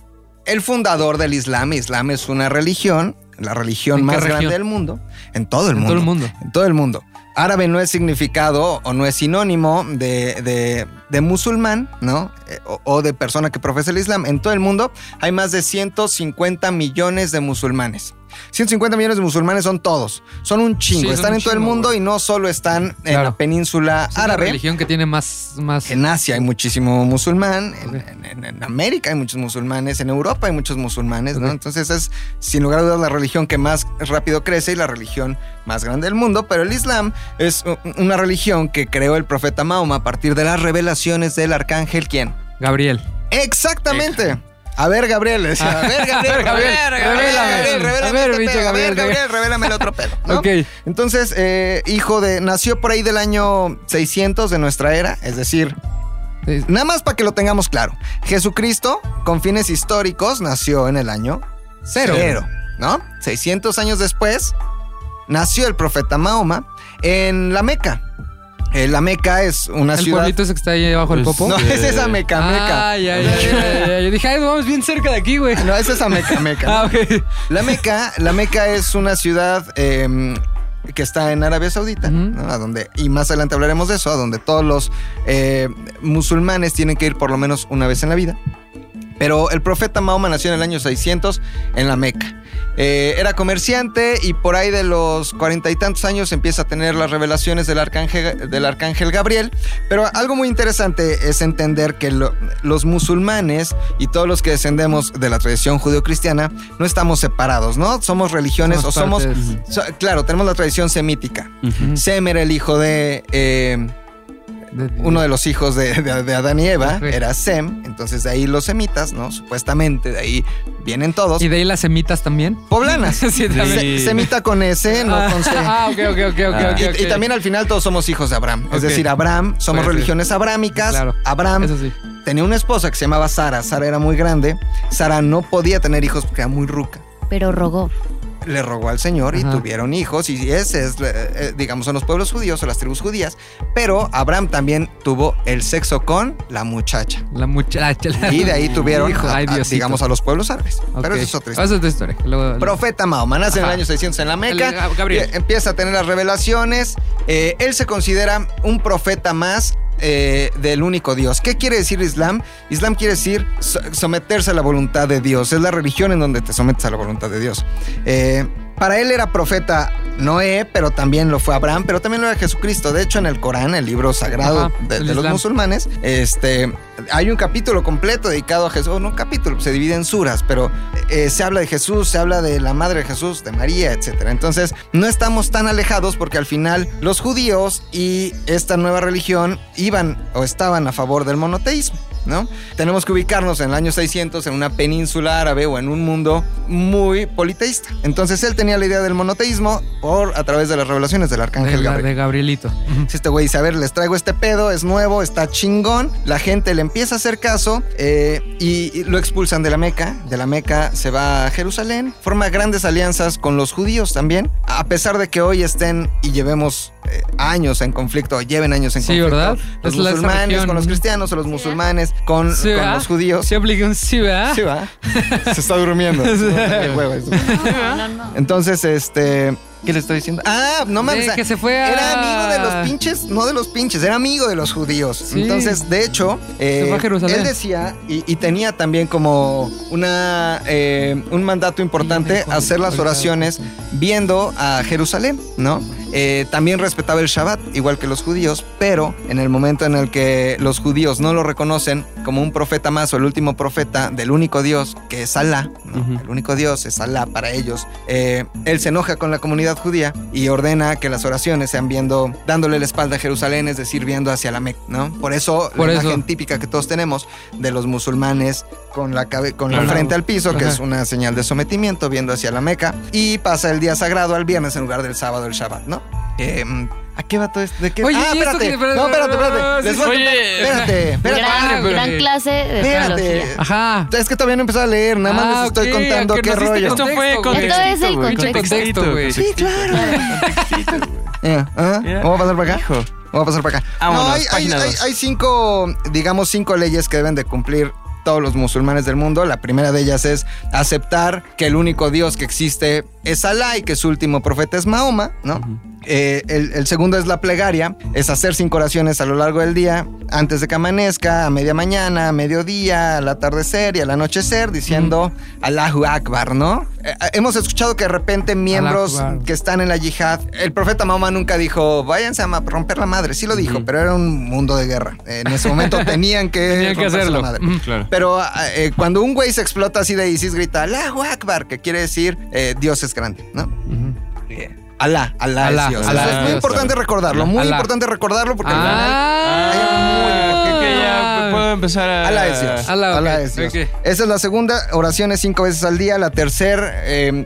[SPEAKER 3] el fundador del Islam. Islam es una religión, la religión
[SPEAKER 2] ¿En qué
[SPEAKER 3] más
[SPEAKER 2] región?
[SPEAKER 3] grande del mundo. En todo el
[SPEAKER 2] En
[SPEAKER 3] mundo.
[SPEAKER 2] todo el mundo.
[SPEAKER 3] En todo el mundo. Árabe no es significado o no es sinónimo de, de- de musulmán, ¿no? Eh, O, o de persona que profesa el Islam. En todo el mundo hay más de 150 millones de musulmanes. 150 millones de musulmanes son todos. Son un chingo.
[SPEAKER 2] Sí, son
[SPEAKER 3] están
[SPEAKER 2] un
[SPEAKER 3] en todo el
[SPEAKER 2] chingo,
[SPEAKER 3] mundo
[SPEAKER 2] güey.
[SPEAKER 3] y no solo están en
[SPEAKER 2] Claro.
[SPEAKER 3] la península
[SPEAKER 2] Es una
[SPEAKER 3] árabe.
[SPEAKER 2] religión que tiene más... más...
[SPEAKER 3] En Asia hay muchísimo musulmán, en,
[SPEAKER 2] Ok.
[SPEAKER 3] en- en- en América hay muchos musulmanes, en Europa hay muchos musulmanes, ¿no?
[SPEAKER 2] Ok.
[SPEAKER 3] Entonces es, sin lugar a dudas, la religión que más rápido crece y la religión más grande del mundo, pero el Islam es u- una religión que creó el profeta Mahoma a partir de las revelaciones del arcángel, ¿quién?
[SPEAKER 2] Gabriel.
[SPEAKER 3] Exactamente. A ver, Gabriel, decía, a ver,
[SPEAKER 2] Eh. A
[SPEAKER 3] Gabriel,
[SPEAKER 2] ver,
[SPEAKER 3] a ver,
[SPEAKER 2] Gabriel, revélame.
[SPEAKER 3] Gabriel, revélame
[SPEAKER 2] A ver,
[SPEAKER 3] este
[SPEAKER 2] bicho
[SPEAKER 3] pedo, a ver,
[SPEAKER 2] Gabriel,
[SPEAKER 3] Gabriel, revélame el otro pedo, ¿no?
[SPEAKER 2] Ok.
[SPEAKER 3] Entonces, eh, hijo de. Nació por ahí del año 600 de nuestra era, es decir, eh,
[SPEAKER 2] Es-
[SPEAKER 3] nada más para que lo tengamos claro. Jesucristo, con fines históricos, nació en el año cero,
[SPEAKER 2] Cero.
[SPEAKER 3] ¿no? 600 años después, nació el profeta Mahoma en la Meca. Eh, la Meca es una
[SPEAKER 2] ¿El
[SPEAKER 3] ciudad.
[SPEAKER 2] pueblito ese que está ahí abajo del
[SPEAKER 4] Pues,
[SPEAKER 2] popo?
[SPEAKER 3] No,
[SPEAKER 4] Sí.
[SPEAKER 3] es esa Meca, Meca.
[SPEAKER 2] Ah, ya, ya, ya, ya. Yo dije, ay, vamos bien cerca de aquí, güey.
[SPEAKER 3] No, es esa Meca, Meca. ¿no?
[SPEAKER 2] Ah, ok.
[SPEAKER 3] La Meca, la Meca es una ciudad eh, que está en Arabia Saudita,
[SPEAKER 2] Ujú.
[SPEAKER 3] ¿no? A donde, y más adelante hablaremos de eso, a donde todos los eh, musulmanes tienen que ir por lo menos una vez en la vida. Pero el profeta Mahoma nació en el año 600 en la Meca. Eh, era comerciante y por ahí de los cuarenta y tantos años empieza a tener las revelaciones del arcángel, del arcángel Gabriel. Pero algo muy interesante es entender que lo- los musulmanes y todos los que descendemos de la tradición judeocristiana no estamos separados, ¿no? Somos religiones
[SPEAKER 2] Somos
[SPEAKER 3] o somos...
[SPEAKER 2] partes.
[SPEAKER 3] so- claro, tenemos la tradición semítica.
[SPEAKER 4] Ujú.
[SPEAKER 3] Sem era el hijo de... eh,
[SPEAKER 2] De- de-
[SPEAKER 3] uno de los hijos de, de- de Adán y Eva
[SPEAKER 2] Ok.
[SPEAKER 3] era Sem, entonces de ahí los semitas, ¿no? Supuestamente de ahí vienen todos.
[SPEAKER 2] ¿Y de ahí las semitas también?
[SPEAKER 3] Poblanas.
[SPEAKER 2] sí,
[SPEAKER 4] Sí.
[SPEAKER 2] también.
[SPEAKER 3] Se- semita con S, no con C.
[SPEAKER 2] Ah, ok, ok, ok, ok,
[SPEAKER 4] Ah.
[SPEAKER 2] ok,
[SPEAKER 3] Y,
[SPEAKER 2] ok.
[SPEAKER 3] y también al final todos somos hijos de Abraham. Es
[SPEAKER 2] Ok.
[SPEAKER 3] decir, Abraham, somos
[SPEAKER 2] Pues,
[SPEAKER 3] religiones abrámicas.
[SPEAKER 2] claro.
[SPEAKER 3] Abraham
[SPEAKER 2] Eso sí.
[SPEAKER 3] tenía una esposa que se llamaba Sara. Sara era muy grande. Sara no podía tener hijos porque era muy ruca.
[SPEAKER 5] Pero rogó.
[SPEAKER 3] le rogó al Señor y
[SPEAKER 2] Ajá.
[SPEAKER 3] tuvieron hijos. Y ese es, eh, eh, digamos, son los pueblos judíos o las tribus judías. Pero Abraham también tuvo el sexo con la muchacha.
[SPEAKER 2] La muchacha. la-
[SPEAKER 3] Y de ahí tuvieron,
[SPEAKER 2] Hijo,
[SPEAKER 3] a-
[SPEAKER 2] ay,
[SPEAKER 3] a-
[SPEAKER 2] Diosito.
[SPEAKER 3] digamos, a los pueblos árabes. Pero
[SPEAKER 2] Ok.
[SPEAKER 3] eso es otra
[SPEAKER 2] Ah, esa
[SPEAKER 3] historia.
[SPEAKER 2] es otra historia. Luego-
[SPEAKER 3] Profeta Mahoma nace en el
[SPEAKER 2] Ajá.
[SPEAKER 3] año 600 en la
[SPEAKER 2] El-
[SPEAKER 3] Meca.
[SPEAKER 2] ah, Gabriel.
[SPEAKER 3] Eh, Empieza a tener las revelaciones. Eh, él se considera un profeta más eh, del único Dios. ¿Qué quiere decir Islam? Islam quiere decir so- someterse a la voluntad de Dios. Es la religión en donde te sometes a la voluntad de Dios. Eh, para él era profeta Noé, pero también lo fue Abraham, pero también lo era Jesucristo. De hecho, en el Corán, el libro sagrado
[SPEAKER 2] Ajá,
[SPEAKER 3] de,
[SPEAKER 2] el
[SPEAKER 3] de los
[SPEAKER 2] Islam.
[SPEAKER 3] musulmanes, este, hay un capítulo completo dedicado a Jesús. No un capítulo, se divide en suras, pero eh, se habla de Jesús, se habla de la madre de Jesús, de María, etc. Entonces, no estamos tan alejados porque al final los judíos y esta nueva religión iban o estaban a favor del monoteísmo, ¿no? Tenemos que ubicarnos en el año 600 en una península árabe o en un mundo muy politeísta. Entonces, él tenía la idea del monoteísmo por, a través de las revelaciones del
[SPEAKER 2] de,
[SPEAKER 3] arcángel
[SPEAKER 2] la-
[SPEAKER 3] Gabriel.
[SPEAKER 2] de Gabrielito.
[SPEAKER 3] Si este güey dice, a ver, les traigo este pedo, es nuevo, está chingón. La gente le empieza a hacer caso eh, y, y lo expulsan de la Meca. De la Meca se va a Jerusalén, forma grandes alianzas con los judíos también. A pesar de que hoy estén y llevemos eh, años en conflicto, lleven años en
[SPEAKER 2] Sí,
[SPEAKER 3] conflicto.
[SPEAKER 2] ¿verdad?
[SPEAKER 3] Los
[SPEAKER 2] Es la- esa
[SPEAKER 3] musulmanes
[SPEAKER 2] región.
[SPEAKER 3] con los cristianos, o los musulmanes con,
[SPEAKER 2] Sí,
[SPEAKER 3] con
[SPEAKER 2] ¿verdad?
[SPEAKER 3] los judíos.
[SPEAKER 2] Sí, apliqué un sí, ¿verdad?
[SPEAKER 3] Sí, va. Se está durmiendo.
[SPEAKER 2] Sí.
[SPEAKER 3] Qué hueva eso.
[SPEAKER 5] No, no, no.
[SPEAKER 3] Entonces, este. ¿Qué le estoy diciendo? Ah, no mames.
[SPEAKER 2] De
[SPEAKER 3] ah,
[SPEAKER 2] que se fue a...
[SPEAKER 3] Era amigo de los pinches, no de los pinches, era amigo de los judíos.
[SPEAKER 2] Sí.
[SPEAKER 3] Entonces, de hecho, eh,
[SPEAKER 2] Se fue a Jerusalén.
[SPEAKER 3] él decía y, y tenía también como una eh, un mandato importante hacer las oraciones viendo a Jerusalén, ¿no? Eh, también respetaba el Shabbat, igual que los judíos, pero en el momento en el que los judíos no lo reconocen como un profeta más o el último profeta del único Dios, que es Alá, ¿no? el único Dios es Alá para ellos, eh, él se enoja con la comunidad judía y ordena que las oraciones sean viendo, dándole la espalda a Jerusalén, es decir, viendo hacia la Meca, ¿no? Por eso
[SPEAKER 2] Por
[SPEAKER 3] la
[SPEAKER 2] eso.
[SPEAKER 3] imagen típica que todos tenemos de los musulmanes con la, cabe- con la
[SPEAKER 2] Ajá.
[SPEAKER 3] frente al piso, que
[SPEAKER 2] Ajá.
[SPEAKER 3] es una señal de sometimiento, viendo hacia la Meca, y pasa el día sagrado al viernes en lugar del sábado, el Shabbat, ¿no? Eh, ¿A qué va todo esto? ¿De qué?
[SPEAKER 2] Oye,
[SPEAKER 3] ah,
[SPEAKER 2] ¿y esto
[SPEAKER 3] espérate.
[SPEAKER 2] que- espérate,
[SPEAKER 3] No, espérate, espérate.
[SPEAKER 2] sí,
[SPEAKER 3] Les voy a
[SPEAKER 4] oye.
[SPEAKER 3] contar. Espérate, espérate.
[SPEAKER 5] Gran,
[SPEAKER 2] pero-
[SPEAKER 5] gran clase de teología.
[SPEAKER 3] Espérate.
[SPEAKER 2] Ajá.
[SPEAKER 3] Es que todavía no he empezado a leer, nada más
[SPEAKER 2] Ah,
[SPEAKER 3] les estoy
[SPEAKER 2] ok,
[SPEAKER 3] contando
[SPEAKER 2] que
[SPEAKER 3] qué
[SPEAKER 2] nos diste
[SPEAKER 3] rollo.
[SPEAKER 4] Esto fue
[SPEAKER 2] Contexto, güey.
[SPEAKER 4] contexto.
[SPEAKER 5] Esto es el
[SPEAKER 4] güey.
[SPEAKER 5] contexto.
[SPEAKER 2] Contexto, güey.
[SPEAKER 3] Sí, claro. Eh, ajá.
[SPEAKER 4] Ya.
[SPEAKER 3] ¿Vamos a pasar para acá?
[SPEAKER 4] Hijo.
[SPEAKER 3] Vamos a pasar para acá.
[SPEAKER 4] Vámonos,
[SPEAKER 3] hay, hay-
[SPEAKER 4] página
[SPEAKER 3] hay-
[SPEAKER 4] dos.
[SPEAKER 3] hay cinco, digamos, cinco leyes que deben de cumplir todos los musulmanes del mundo. La primera de ellas es aceptar que el único Dios que existe es Alá y que su último profeta es Mahoma, ¿no? Eh, el, el segundo es la plegaria, es hacer cinco oraciones a lo largo del día, antes de que amanezca, a media mañana, a mediodía, al atardecer y al anochecer, diciendo Allahu Akbar, ¿no? Eh, hemos escuchado que de repente miembros
[SPEAKER 2] Akbar.
[SPEAKER 3] que están en la yihad. El profeta Mahoma nunca dijo, váyanse a ma- romper la madre. Sí lo dijo, pero era un mundo de guerra. En ese momento tenían que,
[SPEAKER 2] Tenía que
[SPEAKER 3] romperse la
[SPEAKER 2] hacerlo.
[SPEAKER 3] madre.
[SPEAKER 2] Ujú.
[SPEAKER 4] Claro.
[SPEAKER 3] Pero ah, eh, cuando un güey se explota así de ISIS, grita Allahu Akbar, que quiere decir eh, Dios es grande, ¿no? Alá, Alá,
[SPEAKER 2] Alá,
[SPEAKER 3] es Dios.
[SPEAKER 2] Alá
[SPEAKER 3] Eso
[SPEAKER 2] es
[SPEAKER 3] es muy
[SPEAKER 2] Dios,
[SPEAKER 3] importante recordarlo, muy
[SPEAKER 2] Alá.
[SPEAKER 3] importante recordarlo porque
[SPEAKER 2] Ah.
[SPEAKER 4] Ah, que ya puedo empezar a.
[SPEAKER 3] Alá es Dios.
[SPEAKER 2] Alá, ok,
[SPEAKER 3] Alá es Dios.
[SPEAKER 2] ok.
[SPEAKER 3] Esa es la segunda. Oraciones cinco veces al día. La tercera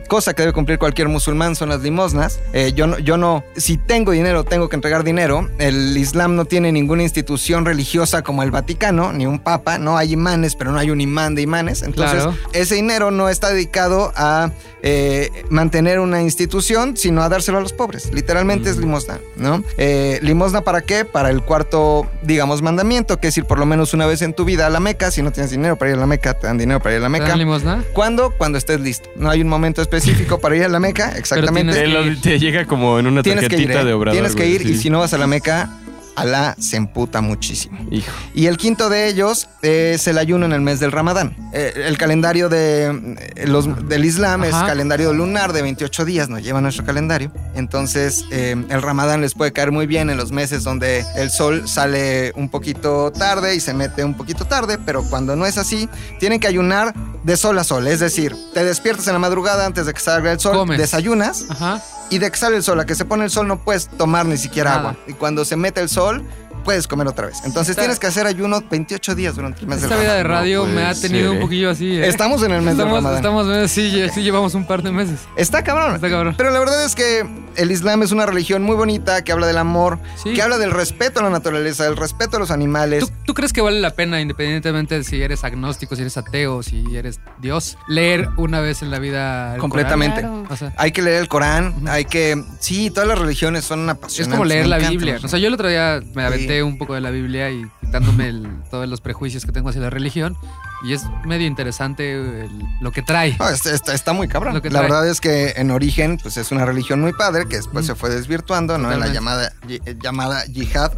[SPEAKER 3] cosa que debe cumplir cualquier musulmán son las limosnas. Eh, yo, no, yo no, si tengo dinero, tengo que entregar dinero. El Islam no tiene ninguna institución religiosa como el Vaticano, ni un papa. No hay imanes, pero no hay un imán de imanes. Entonces,
[SPEAKER 2] Claro.
[SPEAKER 3] ese dinero no está dedicado a eh, mantener una institución, sino a dárselo a los pobres. Literalmente
[SPEAKER 2] Mm.
[SPEAKER 3] es limosna, ¿no? Eh, ¿Limosna para qué? Para el cuarto, digamos, mandamiento, que es ir por lo menos una vez en tu vida a la Meca. Si no tienes dinero para ir a la Meca, te dan dinero para ir a la
[SPEAKER 2] ¿Te dan
[SPEAKER 3] Meca.
[SPEAKER 2] limosna?
[SPEAKER 3] ¿Cuándo? Cuando estés listo. No hay un momento específico para ir a la Meca, exactamente.
[SPEAKER 4] Te, lo- te llega como en una
[SPEAKER 3] Tienes que ir,
[SPEAKER 4] tarjetita
[SPEAKER 3] ¿eh?
[SPEAKER 4] de obrador.
[SPEAKER 3] tienes que
[SPEAKER 4] güey,
[SPEAKER 3] ir
[SPEAKER 4] sí.
[SPEAKER 3] y si no vas a la Meca, Alá se emputa muchísimo.
[SPEAKER 4] Hijo.
[SPEAKER 3] Y el quinto de ellos es el ayuno en el mes del Ramadán. Eh, el calendario de eh, los, del Islam es
[SPEAKER 2] Ajá.
[SPEAKER 3] calendario lunar de 28 días, nos lleva nuestro calendario. Entonces, eh, el Ramadán les puede caer muy bien en los meses donde el sol sale un poquito tarde y se mete un poquito tarde, pero cuando no es así, tienen que ayunar de sol a sol. Es decir, te despiertas en la madrugada antes de que salga el sol,
[SPEAKER 2] Comes.
[SPEAKER 3] desayunas
[SPEAKER 2] Ajá.
[SPEAKER 3] y de que sale el sol a que se pone el sol no puedes tomar ni siquiera
[SPEAKER 2] Nada.
[SPEAKER 3] agua. Y cuando se mete el sol, puedes comer otra vez. Entonces
[SPEAKER 2] Está-
[SPEAKER 3] tienes que hacer ayuno 28 días durante el mes
[SPEAKER 2] Esta
[SPEAKER 3] del
[SPEAKER 2] vida de
[SPEAKER 3] Ramadán.
[SPEAKER 2] radio
[SPEAKER 4] puede
[SPEAKER 2] me ha tenido
[SPEAKER 4] ser, ¿eh?
[SPEAKER 2] un poquillo así. ¿eh?
[SPEAKER 3] Estamos en el Este mes del
[SPEAKER 2] estamos,
[SPEAKER 3] Ramadán.
[SPEAKER 2] estamos- eh, sí, ya- sí llevamos un par de meses.
[SPEAKER 3] Está cabrón.
[SPEAKER 2] Está cabrón.
[SPEAKER 3] Pero la verdad es que el Islam es una religión muy bonita que habla del amor,
[SPEAKER 2] Sí.
[SPEAKER 3] que habla del respeto a la naturaleza, del respeto a los animales.
[SPEAKER 2] ¿Tú, tú crees que vale la pena, independientemente de si eres agnóstico, si eres ateo, si eres Dios, leer una vez en la vida? el
[SPEAKER 3] Completamente.
[SPEAKER 5] Claro.
[SPEAKER 2] Corán? O sea,
[SPEAKER 3] Hay que leer el Corán, hay que... Sí, todas las religiones son una pasión.
[SPEAKER 2] es como leer la Biblia. O sea, yo el otro día me aventé un poco de la Biblia y quitándome el- todos los prejuicios que tengo hacia la religión. Y es medio interesante el- lo que trae.
[SPEAKER 3] No, es- está, está muy cabrón.
[SPEAKER 2] Lo que
[SPEAKER 3] La
[SPEAKER 2] trae.
[SPEAKER 3] verdad es que en origen, pues es una religión muy padre que después
[SPEAKER 2] Mm.
[SPEAKER 3] se fue desvirtuando, ¿no? En la
[SPEAKER 2] Totalmente.
[SPEAKER 3] llamada, yi- eh, llamada yihad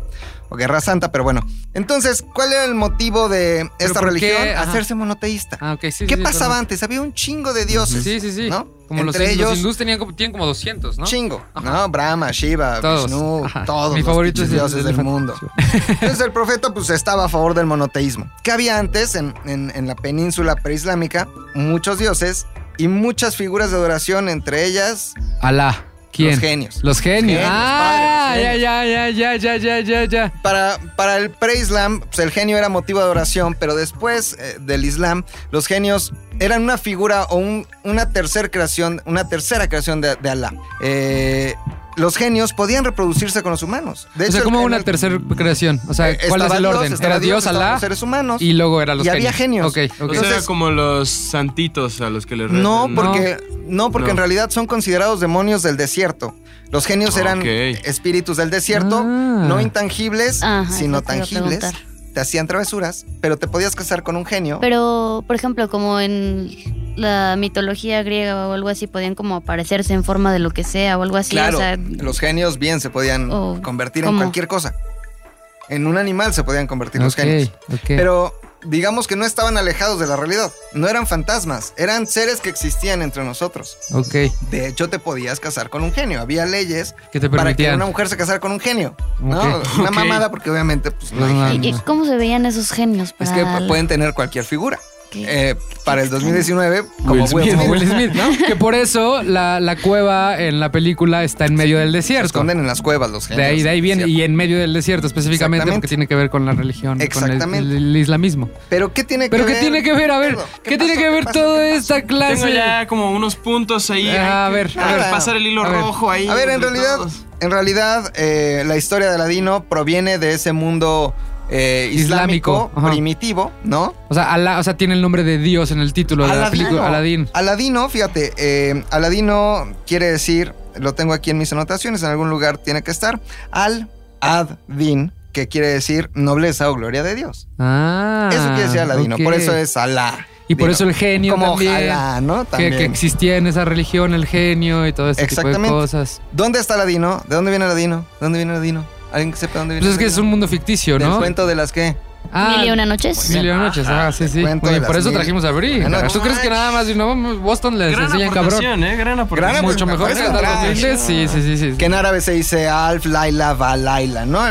[SPEAKER 3] o guerra santa, pero bueno. Entonces, ¿cuál era el motivo de esta
[SPEAKER 2] por qué?
[SPEAKER 3] religión?
[SPEAKER 2] Ajá.
[SPEAKER 3] Hacerse monoteísta.
[SPEAKER 2] Ah, ok, sí, sí,
[SPEAKER 3] ¿Qué
[SPEAKER 2] sí,
[SPEAKER 3] pasaba
[SPEAKER 2] perdón.
[SPEAKER 3] antes? Había un chingo de dioses.
[SPEAKER 2] Sí, sí, sí.
[SPEAKER 3] ¿no?
[SPEAKER 2] Como los,
[SPEAKER 3] Entre
[SPEAKER 2] los
[SPEAKER 3] ellos-
[SPEAKER 2] hindús tenían como, tienen como 200, ¿no?
[SPEAKER 3] Chingo, ¿no? Brahma, Shiva,
[SPEAKER 2] Todos.
[SPEAKER 3] Vishnu,
[SPEAKER 2] Ajá.
[SPEAKER 3] todos
[SPEAKER 2] Mi
[SPEAKER 3] los
[SPEAKER 2] favorito es el
[SPEAKER 3] dioses
[SPEAKER 2] del
[SPEAKER 3] del
[SPEAKER 2] elefante.
[SPEAKER 3] mundo. Entonces el profeta pues estaba a favor del monoteísmo. ¿Qué había antes en, en- en la península preislámica? Muchos dioses y muchas figuras de adoración, entre ellas
[SPEAKER 2] Alá. ¿Quién?
[SPEAKER 3] los genios.
[SPEAKER 2] Los genios.
[SPEAKER 3] Genios,
[SPEAKER 2] Ah,
[SPEAKER 3] padres,
[SPEAKER 2] ya, ya, ya, ya, ya, ya, ya, ya.
[SPEAKER 3] Para, para el preislam, pues el genio era motivo de adoración, pero después eh, del islam, los genios eran una figura o un- una tercera creación, una tercera creación de, de Alá. Eh, los genios podían reproducirse con los humanos. De
[SPEAKER 2] O sea,
[SPEAKER 3] hecho,
[SPEAKER 2] como
[SPEAKER 3] en
[SPEAKER 2] una
[SPEAKER 3] el-
[SPEAKER 2] tercera creación. O sea,
[SPEAKER 3] Eh,
[SPEAKER 2] ¿cuál es
[SPEAKER 3] estaba
[SPEAKER 2] el
[SPEAKER 3] Dios,
[SPEAKER 2] orden?
[SPEAKER 3] estaba
[SPEAKER 2] Era Dios,
[SPEAKER 3] estaban
[SPEAKER 2] Alá
[SPEAKER 3] los seres humanos.
[SPEAKER 2] y luego eran los
[SPEAKER 3] y
[SPEAKER 2] genios.
[SPEAKER 3] había genios.
[SPEAKER 2] Ok, ok.
[SPEAKER 4] O sea,
[SPEAKER 3] Entonces-
[SPEAKER 4] era como los santitos a los que les
[SPEAKER 3] no,
[SPEAKER 4] rezan.
[SPEAKER 3] porque no, porque
[SPEAKER 4] No.
[SPEAKER 3] en realidad son considerados demonios del desierto. Los genios eran
[SPEAKER 4] Ok.
[SPEAKER 3] espíritus del desierto,
[SPEAKER 2] Ah.
[SPEAKER 3] no intangibles,
[SPEAKER 5] Ajá,
[SPEAKER 3] sino
[SPEAKER 5] eso te iba a
[SPEAKER 3] tangibles.
[SPEAKER 5] preguntar.
[SPEAKER 3] Te hacían travesuras, pero te podías casar con un genio.
[SPEAKER 5] Pero, por ejemplo, como en la mitología griega o algo así, podían como aparecerse en forma de lo que sea o algo así.
[SPEAKER 3] claro,
[SPEAKER 5] o sea,
[SPEAKER 3] los genios bien se podían
[SPEAKER 5] Oh,
[SPEAKER 3] convertir en
[SPEAKER 5] ¿cómo?
[SPEAKER 3] cualquier cosa. En un animal se podían convertir los
[SPEAKER 2] Ok,
[SPEAKER 3] genios.
[SPEAKER 2] ok.
[SPEAKER 3] Pero digamos que no estaban alejados de la realidad. No eran fantasmas, eran seres que existían entre nosotros.
[SPEAKER 2] ok.
[SPEAKER 3] De hecho, te podías casar con un genio. Había leyes
[SPEAKER 2] ¿Qué te
[SPEAKER 3] para que
[SPEAKER 2] permitían?
[SPEAKER 3] una mujer se casara con un genio. ¿no?
[SPEAKER 2] Ok.
[SPEAKER 3] Una
[SPEAKER 4] Ok.
[SPEAKER 3] mamada, porque obviamente pues, no hay
[SPEAKER 2] No, no,
[SPEAKER 3] genios.
[SPEAKER 5] ¿y- y ¿Cómo se veían esos genios?
[SPEAKER 3] Es
[SPEAKER 5] Para
[SPEAKER 3] que
[SPEAKER 5] la-
[SPEAKER 3] pueden tener cualquier figura.
[SPEAKER 5] ¿Qué?
[SPEAKER 3] Eh, para el 2019, como Will
[SPEAKER 4] Will
[SPEAKER 3] Smith,
[SPEAKER 2] Como Will Smith, ¿no? Que por eso la, la cueva en la película está en medio del
[SPEAKER 3] se
[SPEAKER 2] desierto.
[SPEAKER 3] esconden en las cuevas pues los genios.
[SPEAKER 2] De ahí, de ahí viene,
[SPEAKER 3] ¿cierto?
[SPEAKER 2] y en medio del desierto específicamente, porque
[SPEAKER 3] Exactamente.
[SPEAKER 2] tiene que ver con la religión, con el-
[SPEAKER 3] Exactamente.
[SPEAKER 2] el- el islamismo.
[SPEAKER 3] Pero ¿qué tiene
[SPEAKER 2] Pero ¿qué
[SPEAKER 3] que ver?
[SPEAKER 2] tiene que ver? A ver,
[SPEAKER 3] Todo.
[SPEAKER 2] ¿qué, tiene
[SPEAKER 3] pasó?
[SPEAKER 2] que
[SPEAKER 3] ¿Qué
[SPEAKER 2] ver
[SPEAKER 3] pasó?
[SPEAKER 2] toda
[SPEAKER 3] ¿Qué
[SPEAKER 2] esta clase?
[SPEAKER 4] Tengo ya como unos puntos ahí.
[SPEAKER 2] Ah,
[SPEAKER 4] hay
[SPEAKER 2] a ver,
[SPEAKER 4] que-
[SPEAKER 2] a
[SPEAKER 4] hay que
[SPEAKER 3] ver.
[SPEAKER 4] Pasar el hilo
[SPEAKER 2] A ver.
[SPEAKER 4] rojo ahí.
[SPEAKER 3] pasó? A ver, en
[SPEAKER 4] entre
[SPEAKER 3] realidad,
[SPEAKER 4] todos.
[SPEAKER 3] en realidad, eh, la historia de Aladino proviene de ese mundo eh, islámico,
[SPEAKER 2] Islámico, ajá.
[SPEAKER 3] primitivo, ¿no?
[SPEAKER 2] O sea, Alá, o sea, tiene el nombre de Dios en el título de la
[SPEAKER 3] Aladino.
[SPEAKER 2] película. Aladín.
[SPEAKER 3] Aladino, fíjate, eh, Aladino quiere decir, lo tengo aquí en mis anotaciones, en algún lugar tiene que estar, al ad-din, que quiere decir nobleza o gloria de Dios.
[SPEAKER 2] Ah.
[SPEAKER 3] eso quiere decir Aladino,
[SPEAKER 2] ok.
[SPEAKER 3] por eso es Alá.
[SPEAKER 2] Y por
[SPEAKER 3] Dino.
[SPEAKER 2] eso el genio
[SPEAKER 3] Como
[SPEAKER 2] también,
[SPEAKER 3] Alá, ¿no?
[SPEAKER 2] que- Que,
[SPEAKER 3] También.
[SPEAKER 2] existía en esa religión el genio y todo ese tipo de
[SPEAKER 3] Exactamente.
[SPEAKER 2] cosas.
[SPEAKER 3] ¿Dónde está Aladino? ¿De dónde viene Aladino? ¿De dónde viene Aladino? ¿Alguien que sepa dónde viene
[SPEAKER 2] Pues es que es
[SPEAKER 3] Aladino?
[SPEAKER 2] un mundo ficticio,
[SPEAKER 3] ¿Del
[SPEAKER 2] ¿no?
[SPEAKER 3] cuento de las que...
[SPEAKER 2] Ah,
[SPEAKER 5] Mil y una noches.
[SPEAKER 2] Mil y una noches, ah, sí, sí.
[SPEAKER 3] cuento
[SPEAKER 2] Oye,
[SPEAKER 3] de las
[SPEAKER 2] por eso
[SPEAKER 3] mil
[SPEAKER 2] trajimos a
[SPEAKER 3] y
[SPEAKER 2] Brie.
[SPEAKER 3] una
[SPEAKER 2] ¿Tú
[SPEAKER 3] noches.
[SPEAKER 2] crees que nada más de no, Boston les
[SPEAKER 4] Gran
[SPEAKER 2] enseñan cabrón?
[SPEAKER 4] aportación, ¿eh? Gran aportación.
[SPEAKER 3] Gran
[SPEAKER 2] Mucho mejor que
[SPEAKER 3] aportación.
[SPEAKER 2] cantar los
[SPEAKER 3] Gran
[SPEAKER 2] Beatles, Sí, sí, sí, sí.
[SPEAKER 3] Que en árabe se dice Alf, Laila, Valaila, ¿no?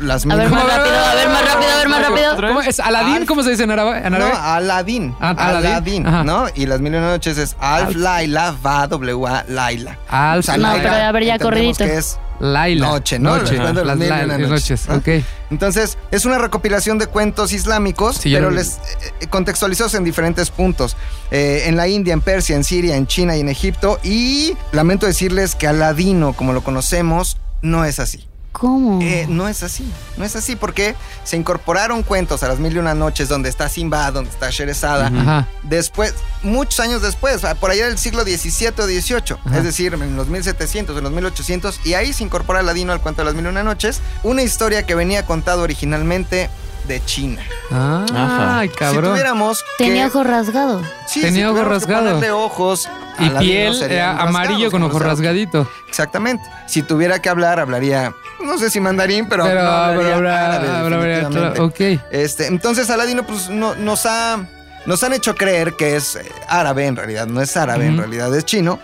[SPEAKER 3] Las
[SPEAKER 5] A ver,
[SPEAKER 3] mismas-
[SPEAKER 5] más rápido, a ver, más rápido, a ver, más rápido.
[SPEAKER 4] Otra vez.
[SPEAKER 2] ¿Cómo es? ¿Aladín?
[SPEAKER 3] Alf.
[SPEAKER 2] ¿Cómo se dice en árabe? ¿En
[SPEAKER 3] No,
[SPEAKER 2] árabe?
[SPEAKER 3] Aladín.
[SPEAKER 2] Ah, Aladín.
[SPEAKER 3] Aladín,
[SPEAKER 2] Ajá.
[SPEAKER 3] ¿no? Y las mil y una noches es Alf,
[SPEAKER 2] Alf.
[SPEAKER 3] Laila, Va, W, A, Laila.
[SPEAKER 2] Alf,
[SPEAKER 5] No,
[SPEAKER 3] Laila,
[SPEAKER 5] pero a ver, ya
[SPEAKER 3] entendemos
[SPEAKER 5] corridito.
[SPEAKER 3] que es-
[SPEAKER 2] Laila.
[SPEAKER 3] Noche, ¿no?
[SPEAKER 2] Noche.
[SPEAKER 3] Las
[SPEAKER 2] Las
[SPEAKER 3] mil y una
[SPEAKER 2] la- las
[SPEAKER 3] noches, Ah.
[SPEAKER 2] noches. Ok.
[SPEAKER 3] ¿no? Entonces, es una recopilación de cuentos islámicos,
[SPEAKER 2] Sí, ya
[SPEAKER 3] pero
[SPEAKER 2] lo vi.
[SPEAKER 3] les eh, contextualizados en diferentes puntos. Eh, en la India, en Persia, en Siria, en China y en Egipto. Y lamento decirles que Aladino, como lo conocemos, no es así.
[SPEAKER 5] ¿Cómo?
[SPEAKER 3] Eh, no es así, no es así, porque se incorporaron cuentos a las mil y una noches donde está Simba, donde está Sherezada.
[SPEAKER 2] Ajá.
[SPEAKER 3] Después, muchos años después, ah, por allá del siglo XVII o XVIII,
[SPEAKER 2] Ajá.
[SPEAKER 3] es decir, en los 1700, en los 1800, y ahí se incorpora Aladino al cuento de las mil y una noches, una historia que venía contada originalmente de China.
[SPEAKER 2] Ah,
[SPEAKER 4] Ajá.
[SPEAKER 2] ay,
[SPEAKER 3] Si
[SPEAKER 2] cabrón.
[SPEAKER 3] tuviéramos que-
[SPEAKER 5] Tenía ojo rasgado.
[SPEAKER 3] sí,
[SPEAKER 2] tenía
[SPEAKER 3] si
[SPEAKER 2] ojo
[SPEAKER 3] tuviéramos que
[SPEAKER 2] rasgado.
[SPEAKER 3] ponerle ojos.
[SPEAKER 2] y
[SPEAKER 3] Aladino
[SPEAKER 2] piel
[SPEAKER 3] serían
[SPEAKER 2] eh,
[SPEAKER 3] rasgados,
[SPEAKER 2] amarillo con
[SPEAKER 3] como
[SPEAKER 2] ojo
[SPEAKER 3] los-
[SPEAKER 2] rasgadito.
[SPEAKER 3] Exactamente. Si tuviera que hablar, hablaría, no sé si mandarín, pero,
[SPEAKER 2] Pero, ah,
[SPEAKER 3] no hablaría
[SPEAKER 2] pero,
[SPEAKER 3] árabe,
[SPEAKER 2] pero, pero,
[SPEAKER 3] definitivamente.
[SPEAKER 2] pero, ok.
[SPEAKER 3] Este, entonces Aladino pues no- nos ha nos han hecho creer que es eh, árabe en realidad, no es árabe, en
[SPEAKER 2] Ujú.
[SPEAKER 3] realidad es chino.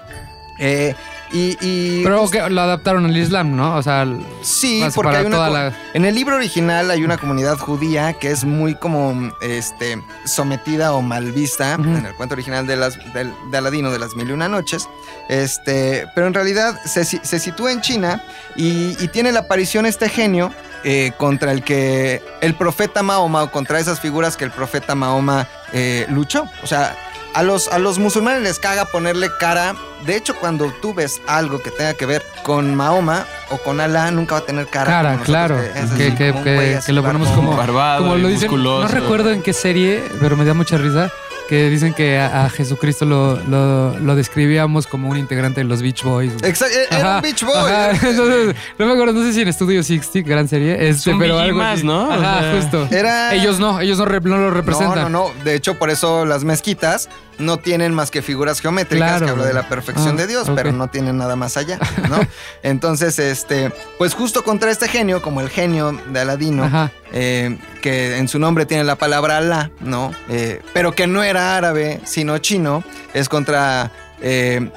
[SPEAKER 3] Eh, y, y-
[SPEAKER 2] Pero ok, lo adaptaron al Islam, ¿no? O sea, el-
[SPEAKER 3] sí,
[SPEAKER 2] Pues,
[SPEAKER 3] porque
[SPEAKER 2] para
[SPEAKER 3] hay una
[SPEAKER 2] toda
[SPEAKER 3] co-
[SPEAKER 2] la-
[SPEAKER 3] en el libro original hay una comunidad judía que es muy como este sometida o mal vista
[SPEAKER 2] Ujú.
[SPEAKER 3] en el cuento original de las del- de Aladino de las mil y una noches. Este, pero en realidad se, si- se sitúa en China y, y tiene la aparición este genio eh, contra el que el profeta Mahoma o contra esas figuras que el profeta Mahoma eh, luchó. O sea, a los, a los musulmanes les caga ponerle cara. De hecho, cuando tú ves algo que tenga que ver con Mahoma o con Alá, nunca va a tener cara.
[SPEAKER 2] Cara,
[SPEAKER 3] como nosotros,
[SPEAKER 2] claro.
[SPEAKER 3] es así
[SPEAKER 2] Que, que-
[SPEAKER 3] como un
[SPEAKER 2] que-
[SPEAKER 3] güey
[SPEAKER 2] que
[SPEAKER 3] así
[SPEAKER 2] lo ponemos
[SPEAKER 3] barbón.
[SPEAKER 2] como.
[SPEAKER 4] Barbado
[SPEAKER 2] como
[SPEAKER 4] y
[SPEAKER 2] lo dicen.
[SPEAKER 4] Ah, musculoso.
[SPEAKER 2] No recuerdo en qué serie, pero me da mucha risa. Que dicen que a, a Jesucristo lo, lo, lo describíamos como un integrante de los Beach Boys. güey.
[SPEAKER 3] Exacto, era
[SPEAKER 2] Ajá,
[SPEAKER 3] un Beach Boy.
[SPEAKER 2] ajá. Entonces, no me acuerdo, no sé si en Studio 60, gran serie. Este,
[SPEAKER 4] un
[SPEAKER 2] pero
[SPEAKER 4] Biggie
[SPEAKER 2] algo
[SPEAKER 4] más,
[SPEAKER 2] así.
[SPEAKER 4] ¿no? O
[SPEAKER 2] Ajá,
[SPEAKER 4] sea,
[SPEAKER 2] justo.
[SPEAKER 3] Era-
[SPEAKER 2] Ellos no, ellos no, rep- no lo representan.
[SPEAKER 3] No, no, no. De hecho, por eso las mezquitas no tienen más que figuras geométricas
[SPEAKER 2] Claro,
[SPEAKER 3] que habla de
[SPEAKER 2] güey.
[SPEAKER 3] la perfección
[SPEAKER 2] Ah,
[SPEAKER 3] de Dios,
[SPEAKER 2] ok.
[SPEAKER 3] pero no tienen nada más allá, ¿no? Entonces, este, pues justo contra este genio, como el genio de Aladino,
[SPEAKER 2] Ajá.
[SPEAKER 3] eh, que en su nombre tiene la palabra Alá, ¿no? Eh, pero que no era árabe, sino chino, es contra, eh,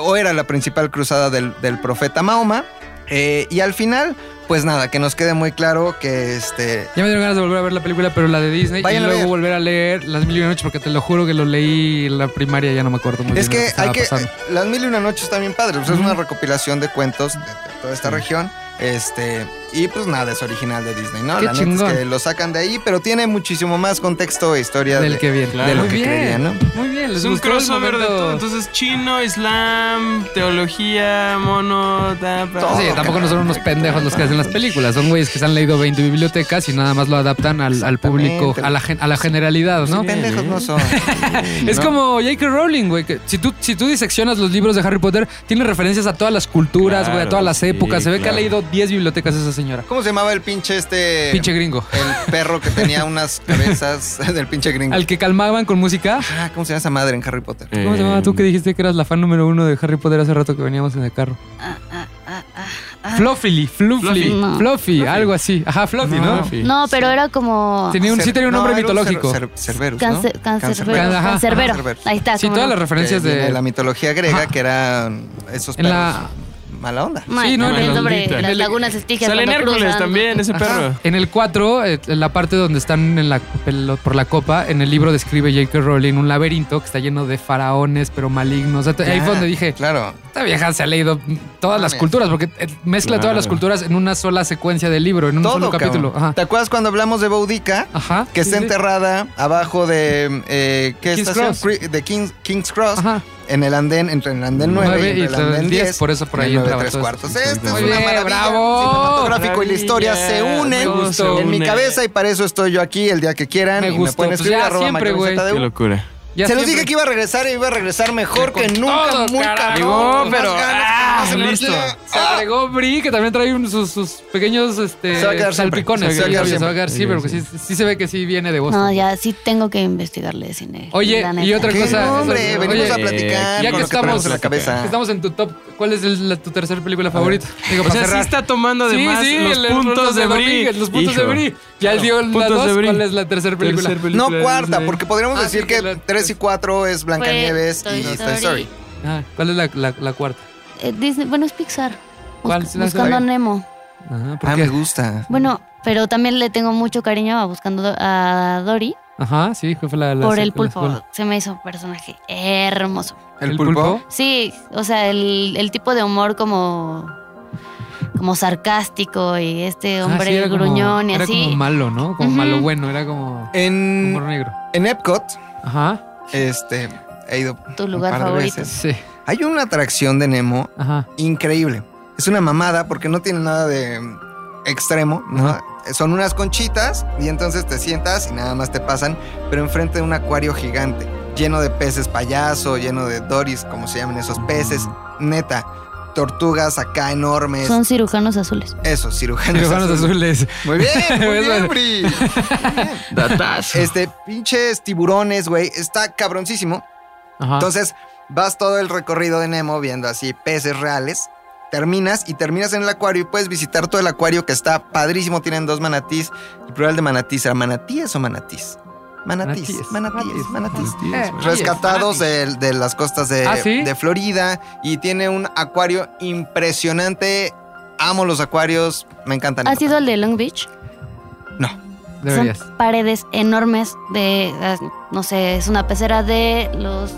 [SPEAKER 3] o era la principal cruzada del, del profeta Mahoma. Eh, y al final, pues nada, que nos quede muy claro que este,
[SPEAKER 2] Ya me dieron ganas de volver a ver la película, pero la de Disney.
[SPEAKER 3] Vayan a
[SPEAKER 2] y luego
[SPEAKER 3] ver.
[SPEAKER 2] volver a leer Las Mil y Una Noches, porque te lo juro que lo leí en la primaria, ya no me acuerdo muy
[SPEAKER 3] Es
[SPEAKER 2] bien. de lo
[SPEAKER 3] que hay
[SPEAKER 2] estaba
[SPEAKER 3] que. eh,
[SPEAKER 2] pasando.
[SPEAKER 3] Las Mil y Una Noches están bien padres. pues, Es
[SPEAKER 2] Ujú.
[SPEAKER 3] una recopilación de cuentos de, de toda esta región. Este. Y pues nada, es original de Disney, ¿no?
[SPEAKER 2] Qué
[SPEAKER 3] La neta
[SPEAKER 2] chingón.
[SPEAKER 3] es que lo sacan de ahí, pero tiene muchísimo más contexto e historia
[SPEAKER 2] Del
[SPEAKER 3] de-
[SPEAKER 2] que viene.
[SPEAKER 4] claro.
[SPEAKER 3] de lo
[SPEAKER 2] Muy
[SPEAKER 3] que
[SPEAKER 2] bien.
[SPEAKER 3] creían, ¿no?
[SPEAKER 2] Muy bien, les
[SPEAKER 4] Es un
[SPEAKER 2] gustó el
[SPEAKER 4] crossover de
[SPEAKER 2] momento.
[SPEAKER 4] todo. Entonces, chino, islam, teología, mono, tapa.
[SPEAKER 3] Todo.
[SPEAKER 2] Sí, tampoco no son unos pendejos los que hacen las películas. Son güeyes que se han leído 20 bibliotecas y nada más lo adaptan al, al público,
[SPEAKER 3] Exactamente.
[SPEAKER 2] a la, gen- a la generalidad, ¿no?
[SPEAKER 3] Pendejos no son.
[SPEAKER 2] Es como J.K. Rowling, güey. que Si tú, si tú diseccionas los libros de Harry Potter, tiene referencias a todas las culturas, güey, a
[SPEAKER 4] Claro,
[SPEAKER 2] todas las
[SPEAKER 4] sí,
[SPEAKER 2] épocas. Se ve que
[SPEAKER 4] claro.
[SPEAKER 2] ha leído 10 bibliotecas esa señora.
[SPEAKER 3] ¿Cómo se llamaba el pinche este.
[SPEAKER 2] Pinche gringo.
[SPEAKER 3] El perro que tenía unas cabezas del pinche gringo.
[SPEAKER 2] Al que calmaban con música.
[SPEAKER 3] Ah, ¿cómo se llama esa madre en Harry Potter?
[SPEAKER 2] ¿Cómo se llamaba tú que dijiste que eras la fan número uno de Harry Potter hace rato que veníamos en el carro?
[SPEAKER 5] Ah, ah, ah, ah, ah.
[SPEAKER 2] Fluffy, Fluffy,
[SPEAKER 5] No.
[SPEAKER 2] Fluffy, algo así. Ajá, Fluffy, ¿no?
[SPEAKER 5] No, pero era como.
[SPEAKER 2] Tenía un, sí tenía un nombre
[SPEAKER 3] era
[SPEAKER 2] mitológico.
[SPEAKER 3] cer- cer- Cerberus, ¿no?
[SPEAKER 5] Cáncer, cancerbero.
[SPEAKER 2] Cáncer- Ajá.
[SPEAKER 5] Cancerbero.
[SPEAKER 3] Cancerbero.
[SPEAKER 5] Ahí está.
[SPEAKER 2] Sí,
[SPEAKER 5] cómo
[SPEAKER 2] todas
[SPEAKER 5] no.
[SPEAKER 2] las referencias
[SPEAKER 3] que viene
[SPEAKER 2] de...
[SPEAKER 3] la mitología griega,
[SPEAKER 2] Ajá.
[SPEAKER 3] que eran esos
[SPEAKER 2] En la-
[SPEAKER 3] perros mala onda.
[SPEAKER 5] Ma-
[SPEAKER 2] Sí, no,
[SPEAKER 5] también
[SPEAKER 2] en el-
[SPEAKER 5] sobre
[SPEAKER 2] en
[SPEAKER 5] las
[SPEAKER 2] el-
[SPEAKER 5] lagunas estigias.
[SPEAKER 4] Sale en
[SPEAKER 5] cuando
[SPEAKER 4] Hércules
[SPEAKER 5] cruzan,
[SPEAKER 4] también, ese este perro.
[SPEAKER 2] En el 4, la parte donde están en la, pel- por la copa, en el libro describe J.K. Rowling un laberinto que está lleno de faraones, pero malignos. O sea, ahí fue donde dije,
[SPEAKER 3] Claro.
[SPEAKER 2] esta vieja se ha leído todas las
[SPEAKER 3] Mames.
[SPEAKER 2] culturas, porque eh, mezcla todas
[SPEAKER 4] Claro.
[SPEAKER 2] las culturas en una sola secuencia del libro, en un
[SPEAKER 3] Todo,
[SPEAKER 2] solo
[SPEAKER 3] cabrón.
[SPEAKER 2] capítulo. Ajá.
[SPEAKER 3] ¿Te acuerdas cuando hablamos de Boudica?
[SPEAKER 2] Ajá.
[SPEAKER 3] Que
[SPEAKER 2] Sí,
[SPEAKER 3] está
[SPEAKER 2] sí.
[SPEAKER 3] enterrada abajo de. Eh, ¿Qué
[SPEAKER 2] King's
[SPEAKER 3] estación?
[SPEAKER 2] Cross.
[SPEAKER 3] Cri- De King- King's Cross.
[SPEAKER 2] Ajá.
[SPEAKER 3] En el andén, entre el andén 9,
[SPEAKER 2] Nueve
[SPEAKER 3] y
[SPEAKER 2] y
[SPEAKER 3] entre el andén
[SPEAKER 2] el
[SPEAKER 3] 10,
[SPEAKER 2] diez, por eso por ahí
[SPEAKER 3] el nueve
[SPEAKER 2] entraba
[SPEAKER 3] tres
[SPEAKER 2] todo eso.
[SPEAKER 3] cuartos. Esta es
[SPEAKER 2] Muy
[SPEAKER 3] una
[SPEAKER 2] bien,
[SPEAKER 3] maravilla.
[SPEAKER 2] bravo.
[SPEAKER 3] El cinematográfico y la historia se
[SPEAKER 4] Maravilla.
[SPEAKER 3] unen
[SPEAKER 2] Me gustó.
[SPEAKER 3] en mi
[SPEAKER 4] Unen.
[SPEAKER 3] cabeza y para eso estoy yo aquí el día que quieran.
[SPEAKER 2] Me
[SPEAKER 3] y me
[SPEAKER 2] gustó.
[SPEAKER 3] pueden
[SPEAKER 2] Pues
[SPEAKER 3] escribir
[SPEAKER 2] ya,
[SPEAKER 3] arroba
[SPEAKER 2] siempre, güey.
[SPEAKER 3] maquinazeta de
[SPEAKER 4] Qué
[SPEAKER 3] U.
[SPEAKER 4] locura.
[SPEAKER 2] Ya
[SPEAKER 3] Se los
[SPEAKER 2] siempre-
[SPEAKER 3] dije que iba a regresar y iba a regresar mejor que nunca,
[SPEAKER 2] todo,
[SPEAKER 3] muy
[SPEAKER 2] carajo.
[SPEAKER 3] cabrón. con
[SPEAKER 4] Llegó, pero-
[SPEAKER 3] más ganas,
[SPEAKER 4] ah,
[SPEAKER 3] con más
[SPEAKER 4] listo.
[SPEAKER 3] energía.
[SPEAKER 2] Se agregó Bri, que también trae un- sus, sus pequeños este,
[SPEAKER 3] Se va a quedar siempre.
[SPEAKER 2] salpicones.
[SPEAKER 3] Se va a quedar
[SPEAKER 2] Sí,
[SPEAKER 3] siempre.
[SPEAKER 2] sí, pero que sí, sí se ve que sí viene de Boston.
[SPEAKER 5] No, ya sí tengo que investigarle de cine.
[SPEAKER 2] Oye,
[SPEAKER 5] la
[SPEAKER 2] y
[SPEAKER 5] neta.
[SPEAKER 2] otra
[SPEAKER 3] ¿Qué?
[SPEAKER 2] cosa-
[SPEAKER 3] No, hombre,
[SPEAKER 2] Oye,
[SPEAKER 3] venimos a
[SPEAKER 4] eh,
[SPEAKER 3] platicar.
[SPEAKER 2] ya
[SPEAKER 3] con
[SPEAKER 2] que
[SPEAKER 3] lo traemos en la
[SPEAKER 4] estamos-
[SPEAKER 3] cabeza.
[SPEAKER 2] Estamos en tu top. ¿Cuál es el- la- tu tercer película favorita? Digo,
[SPEAKER 4] O
[SPEAKER 2] para
[SPEAKER 4] sea, sí
[SPEAKER 2] cerrar.
[SPEAKER 4] está tomando de más los,
[SPEAKER 2] el-
[SPEAKER 4] puntos de Bri.
[SPEAKER 2] Domínguez, Los puntos
[SPEAKER 4] Hijo.
[SPEAKER 2] de Bri. Ya él dio la
[SPEAKER 4] Puntos de
[SPEAKER 2] dos.
[SPEAKER 4] Bri.
[SPEAKER 2] ¿Cuál es la tercera película?
[SPEAKER 4] Tercer película
[SPEAKER 3] No
[SPEAKER 4] de
[SPEAKER 3] cuarta,
[SPEAKER 4] Disney.
[SPEAKER 3] porque podríamos
[SPEAKER 2] Ah,
[SPEAKER 3] decir
[SPEAKER 2] sí, que
[SPEAKER 3] que
[SPEAKER 2] la-
[SPEAKER 3] 3 y 4 es Blancanieves
[SPEAKER 5] Fue
[SPEAKER 3] y
[SPEAKER 5] Toy
[SPEAKER 3] Toy Story.
[SPEAKER 5] Story.
[SPEAKER 2] Ah, ¿Cuál es la, la, la cuarta?
[SPEAKER 5] Eh, Disney- bueno, es Pixar.
[SPEAKER 2] ¿Cuál?
[SPEAKER 5] Busca-
[SPEAKER 2] Sí, la-
[SPEAKER 5] Buscando a Nemo.
[SPEAKER 2] Ajá, ¿por
[SPEAKER 3] Ah,
[SPEAKER 2] qué?
[SPEAKER 3] me gusta.
[SPEAKER 5] Bueno, pero también le tengo mucho cariño a Buscando Do- a Dory
[SPEAKER 2] Ajá, sí, fue la, la
[SPEAKER 5] por
[SPEAKER 2] la-
[SPEAKER 5] el
[SPEAKER 2] la
[SPEAKER 5] pulpo.
[SPEAKER 2] secuela.
[SPEAKER 5] Se me hizo un personaje hermoso.
[SPEAKER 3] ¿El pulpo?
[SPEAKER 5] Sí, o sea, el, el tipo de humor como como sarcástico y este
[SPEAKER 2] Ah,
[SPEAKER 5] hombre
[SPEAKER 2] sí, era como-
[SPEAKER 5] gruñón y
[SPEAKER 2] Era
[SPEAKER 5] así.
[SPEAKER 2] como malo, ¿no? Como
[SPEAKER 5] Ujú.
[SPEAKER 2] malo bueno, era como
[SPEAKER 4] Mm.
[SPEAKER 2] humor
[SPEAKER 3] En,
[SPEAKER 2] negro.
[SPEAKER 3] en Epcot,
[SPEAKER 2] Ajá,
[SPEAKER 3] este, he ido.
[SPEAKER 5] Tu
[SPEAKER 3] un
[SPEAKER 5] lugar
[SPEAKER 3] par de
[SPEAKER 5] favorito.
[SPEAKER 3] veces.
[SPEAKER 2] sí,
[SPEAKER 3] Hay una atracción de Nemo
[SPEAKER 2] ajá.
[SPEAKER 3] increíble. Es una mamada porque no tiene nada de extremo, ¿no? Son unas conchitas y entonces te sientas y nada más te pasan, pero enfrente de un acuario gigante, lleno de peces payaso, lleno de doris, como se llaman esos peces, neta, tortugas acá enormes,
[SPEAKER 5] Son cirujanos azules.
[SPEAKER 3] esos cirujanos.
[SPEAKER 2] Cirujanos
[SPEAKER 3] azules.
[SPEAKER 2] azules.
[SPEAKER 3] Muy bien, muy bien,
[SPEAKER 2] Eso.
[SPEAKER 3] Bri. Este, pinches tiburones, güey, está cabroncísimo.
[SPEAKER 2] Ajá.
[SPEAKER 3] Entonces, vas todo el recorrido de Nemo viendo así peces reales, terminas y terminas en el acuario y puedes visitar todo el acuario que está padrísimo, tienen dos manatís. El plural de manatís era manatíes o manatís. Manatís,
[SPEAKER 2] Manatíes,
[SPEAKER 3] manatíes, manatís.
[SPEAKER 2] manatíes. Eh,
[SPEAKER 3] Rescatados de, de las costas de,
[SPEAKER 2] ¿Ah, sí?
[SPEAKER 3] de Florida y tiene un acuario impresionante. Amo los acuarios, me encantan.
[SPEAKER 5] ¿Has ido al de Long Beach?
[SPEAKER 2] Deberías.
[SPEAKER 5] Son paredes enormes de, ah, no sé, es una pecera de los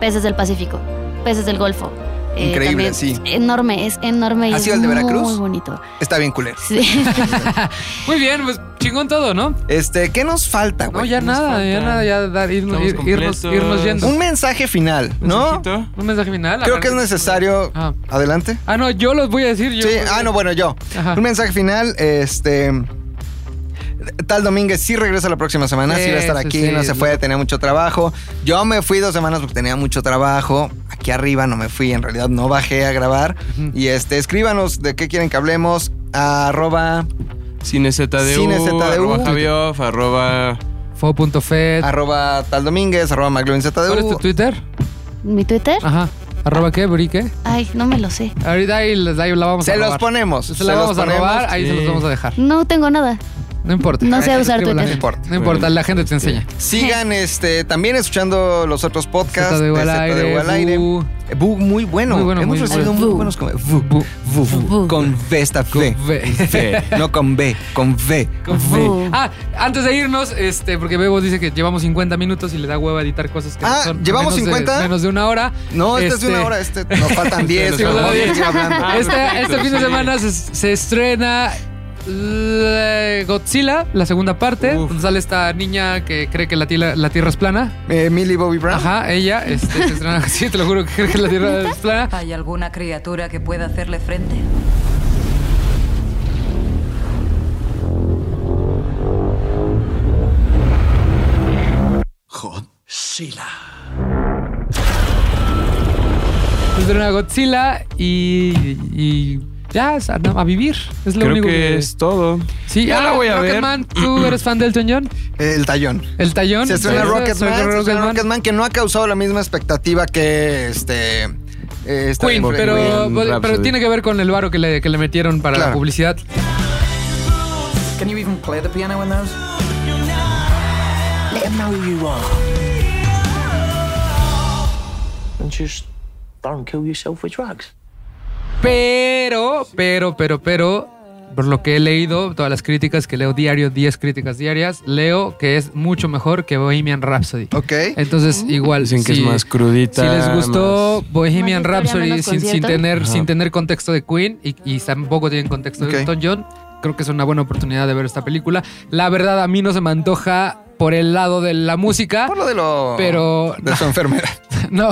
[SPEAKER 5] peces del Pacífico, peces del Golfo, eh,
[SPEAKER 3] Increíble,
[SPEAKER 5] también
[SPEAKER 3] sí.
[SPEAKER 5] es enorme, es enorme. y
[SPEAKER 3] ¿Has
[SPEAKER 5] es
[SPEAKER 3] ido al de Veracruz?
[SPEAKER 5] Muy bonito.
[SPEAKER 3] Está bien culero.
[SPEAKER 5] Sí.
[SPEAKER 2] Muy bien, pues chingón todo, ¿no?
[SPEAKER 3] Este, ¿qué nos falta,
[SPEAKER 2] No,
[SPEAKER 3] güey?
[SPEAKER 2] ya nada, ya nada, ya dar, ir-
[SPEAKER 4] Estamos
[SPEAKER 2] ir- irnos,
[SPEAKER 4] completos.
[SPEAKER 2] irnos yendo.
[SPEAKER 3] Un mensaje final, ¿no?
[SPEAKER 4] Mensajito.
[SPEAKER 2] Un mensaje final.
[SPEAKER 3] Creo
[SPEAKER 2] a
[SPEAKER 3] que es
[SPEAKER 2] ver.
[SPEAKER 3] necesario.
[SPEAKER 2] Ah.
[SPEAKER 3] Adelante.
[SPEAKER 2] Ah, no, yo los voy a decir. Yo pues,
[SPEAKER 3] Sí, ah, no, bueno, yo.
[SPEAKER 2] Ajá.
[SPEAKER 3] Un mensaje final, este. Tal Domínguez sí regresa la próxima semana, sí, va a estar
[SPEAKER 2] Sí,
[SPEAKER 3] aquí,
[SPEAKER 2] sí,
[SPEAKER 3] no se
[SPEAKER 2] sí.
[SPEAKER 3] fue, tenía mucho trabajo. Yo me fui dos semanas porque tenía mucho trabajo. Aquí arriba no me fui, en realidad no bajé a grabar. Y este, escríbanos de qué quieren que hablemos. a arroba,
[SPEAKER 4] CineZDU,
[SPEAKER 3] CineZDU.
[SPEAKER 4] arroba Javioff, arroba...
[SPEAKER 2] Fo.fed.
[SPEAKER 3] arroba tal Domínguez, arroba McLovinZDU.
[SPEAKER 2] ¿Cuál es tu Twitter?
[SPEAKER 5] ¿Mi Twitter?
[SPEAKER 2] Ajá. ¿Arroba qué, Bri, qué?
[SPEAKER 5] Ay, no me lo sé.
[SPEAKER 2] Ahorita ahí, les- ahí la vamos a
[SPEAKER 3] Se los
[SPEAKER 2] robar.
[SPEAKER 3] ponemos.
[SPEAKER 2] Se la vamos a robar, ahí se los vamos a dejar.
[SPEAKER 5] No tengo nada.
[SPEAKER 2] No importa.
[SPEAKER 5] No sé usar
[SPEAKER 2] Escríbela.
[SPEAKER 5] Twitter.
[SPEAKER 3] No importa.
[SPEAKER 2] No importa, la gente te enseña.
[SPEAKER 3] Sigan este, también escuchando los otros podcasts.
[SPEAKER 2] ZDU al
[SPEAKER 3] de ZDU al
[SPEAKER 2] aire,
[SPEAKER 3] aire.
[SPEAKER 2] Bu.
[SPEAKER 3] Eh, Bu, muy bueno.
[SPEAKER 2] Muy bueno,
[SPEAKER 3] Hemos
[SPEAKER 2] muy
[SPEAKER 3] recibido
[SPEAKER 5] bueno.
[SPEAKER 3] muy
[SPEAKER 5] Bu.
[SPEAKER 3] buenos com- Bu, Bu, Bu, Bu.
[SPEAKER 5] Bu.
[SPEAKER 3] Con V esta V.
[SPEAKER 4] Fe.
[SPEAKER 3] No con B, con V.
[SPEAKER 2] Con
[SPEAKER 5] Bu.
[SPEAKER 2] fe. Ah, antes de irnos, este, porque Bebo dice que llevamos 50 minutos y le da hueva editar cosas que no
[SPEAKER 3] Ah,
[SPEAKER 2] son
[SPEAKER 3] ¿llevamos
[SPEAKER 2] menos de-
[SPEAKER 3] 50?
[SPEAKER 2] menos de una hora.
[SPEAKER 3] No, este, es de una hora, este. Nos faltan 10.
[SPEAKER 4] Sí,
[SPEAKER 3] pero
[SPEAKER 2] nos
[SPEAKER 3] vamos a
[SPEAKER 2] faltan
[SPEAKER 3] seguir
[SPEAKER 2] 10.
[SPEAKER 3] hablando.
[SPEAKER 4] Ah,
[SPEAKER 2] Este,
[SPEAKER 4] perfecto,
[SPEAKER 2] este fin de
[SPEAKER 4] sí.
[SPEAKER 2] semana se, se estrena eh, Godzilla, la segunda parte,
[SPEAKER 4] Uf.
[SPEAKER 2] donde sale esta niña que cree que la, tila- la Tierra es plana.
[SPEAKER 3] Eh, Millie Bobby
[SPEAKER 4] Ah.
[SPEAKER 3] Brown.
[SPEAKER 2] Ajá, ella este, se estrena sí, te lo juro que cree que la Tierra es plana.
[SPEAKER 8] ¿Hay alguna criatura que pueda hacerle frente?
[SPEAKER 2] Se estrena Godzilla y, y ya, es a, a vivir. Es lo
[SPEAKER 4] Creo
[SPEAKER 2] único
[SPEAKER 4] que es todo.
[SPEAKER 2] Sí,
[SPEAKER 4] Yo
[SPEAKER 2] ah,
[SPEAKER 4] la voy a ver.
[SPEAKER 2] Rocketman, ¿tú eres fan del Toñón?
[SPEAKER 3] Eh, El tallón.
[SPEAKER 2] El Tallón.
[SPEAKER 3] Se estrena
[SPEAKER 2] Sí,
[SPEAKER 3] Rocketman.
[SPEAKER 2] soy
[SPEAKER 3] se estrena
[SPEAKER 2] Rocketman.
[SPEAKER 3] Rocketman, que no ha causado la misma expectativa que este. eh, esta
[SPEAKER 2] Queen,
[SPEAKER 3] de-
[SPEAKER 2] pero, pues,
[SPEAKER 3] Queen.
[SPEAKER 2] pero
[SPEAKER 4] Rhapsody.
[SPEAKER 2] tiene que ver con el varo que le, que le metieron para la
[SPEAKER 3] Claro.
[SPEAKER 2] publicidad.
[SPEAKER 9] Can you even play the piano in those? Let him know who you are. And just don't kill yourself with drugs.
[SPEAKER 2] Pero, pero, pero, pero, por lo que he leído, todas las críticas que leo diario, 10 críticas diarias, leo que es mucho mejor que Bohemian Rhapsody.
[SPEAKER 3] Ok.
[SPEAKER 2] Entonces, igual.
[SPEAKER 4] Dicen que es más crudita,
[SPEAKER 2] Si les gustó Bohemian
[SPEAKER 5] Más historia,
[SPEAKER 2] Rhapsody
[SPEAKER 5] menos
[SPEAKER 2] sin, sin
[SPEAKER 5] concierto.
[SPEAKER 2] tener, sin tener contexto de Queen y, y tampoco tienen contexto
[SPEAKER 3] Ok.
[SPEAKER 2] de Elton John, creo que es una buena oportunidad de ver esta película. La verdad, a mí no se me antoja por el lado de la música.
[SPEAKER 3] Por lo de lo.
[SPEAKER 2] Pero-
[SPEAKER 3] De su enfermedad.
[SPEAKER 2] No,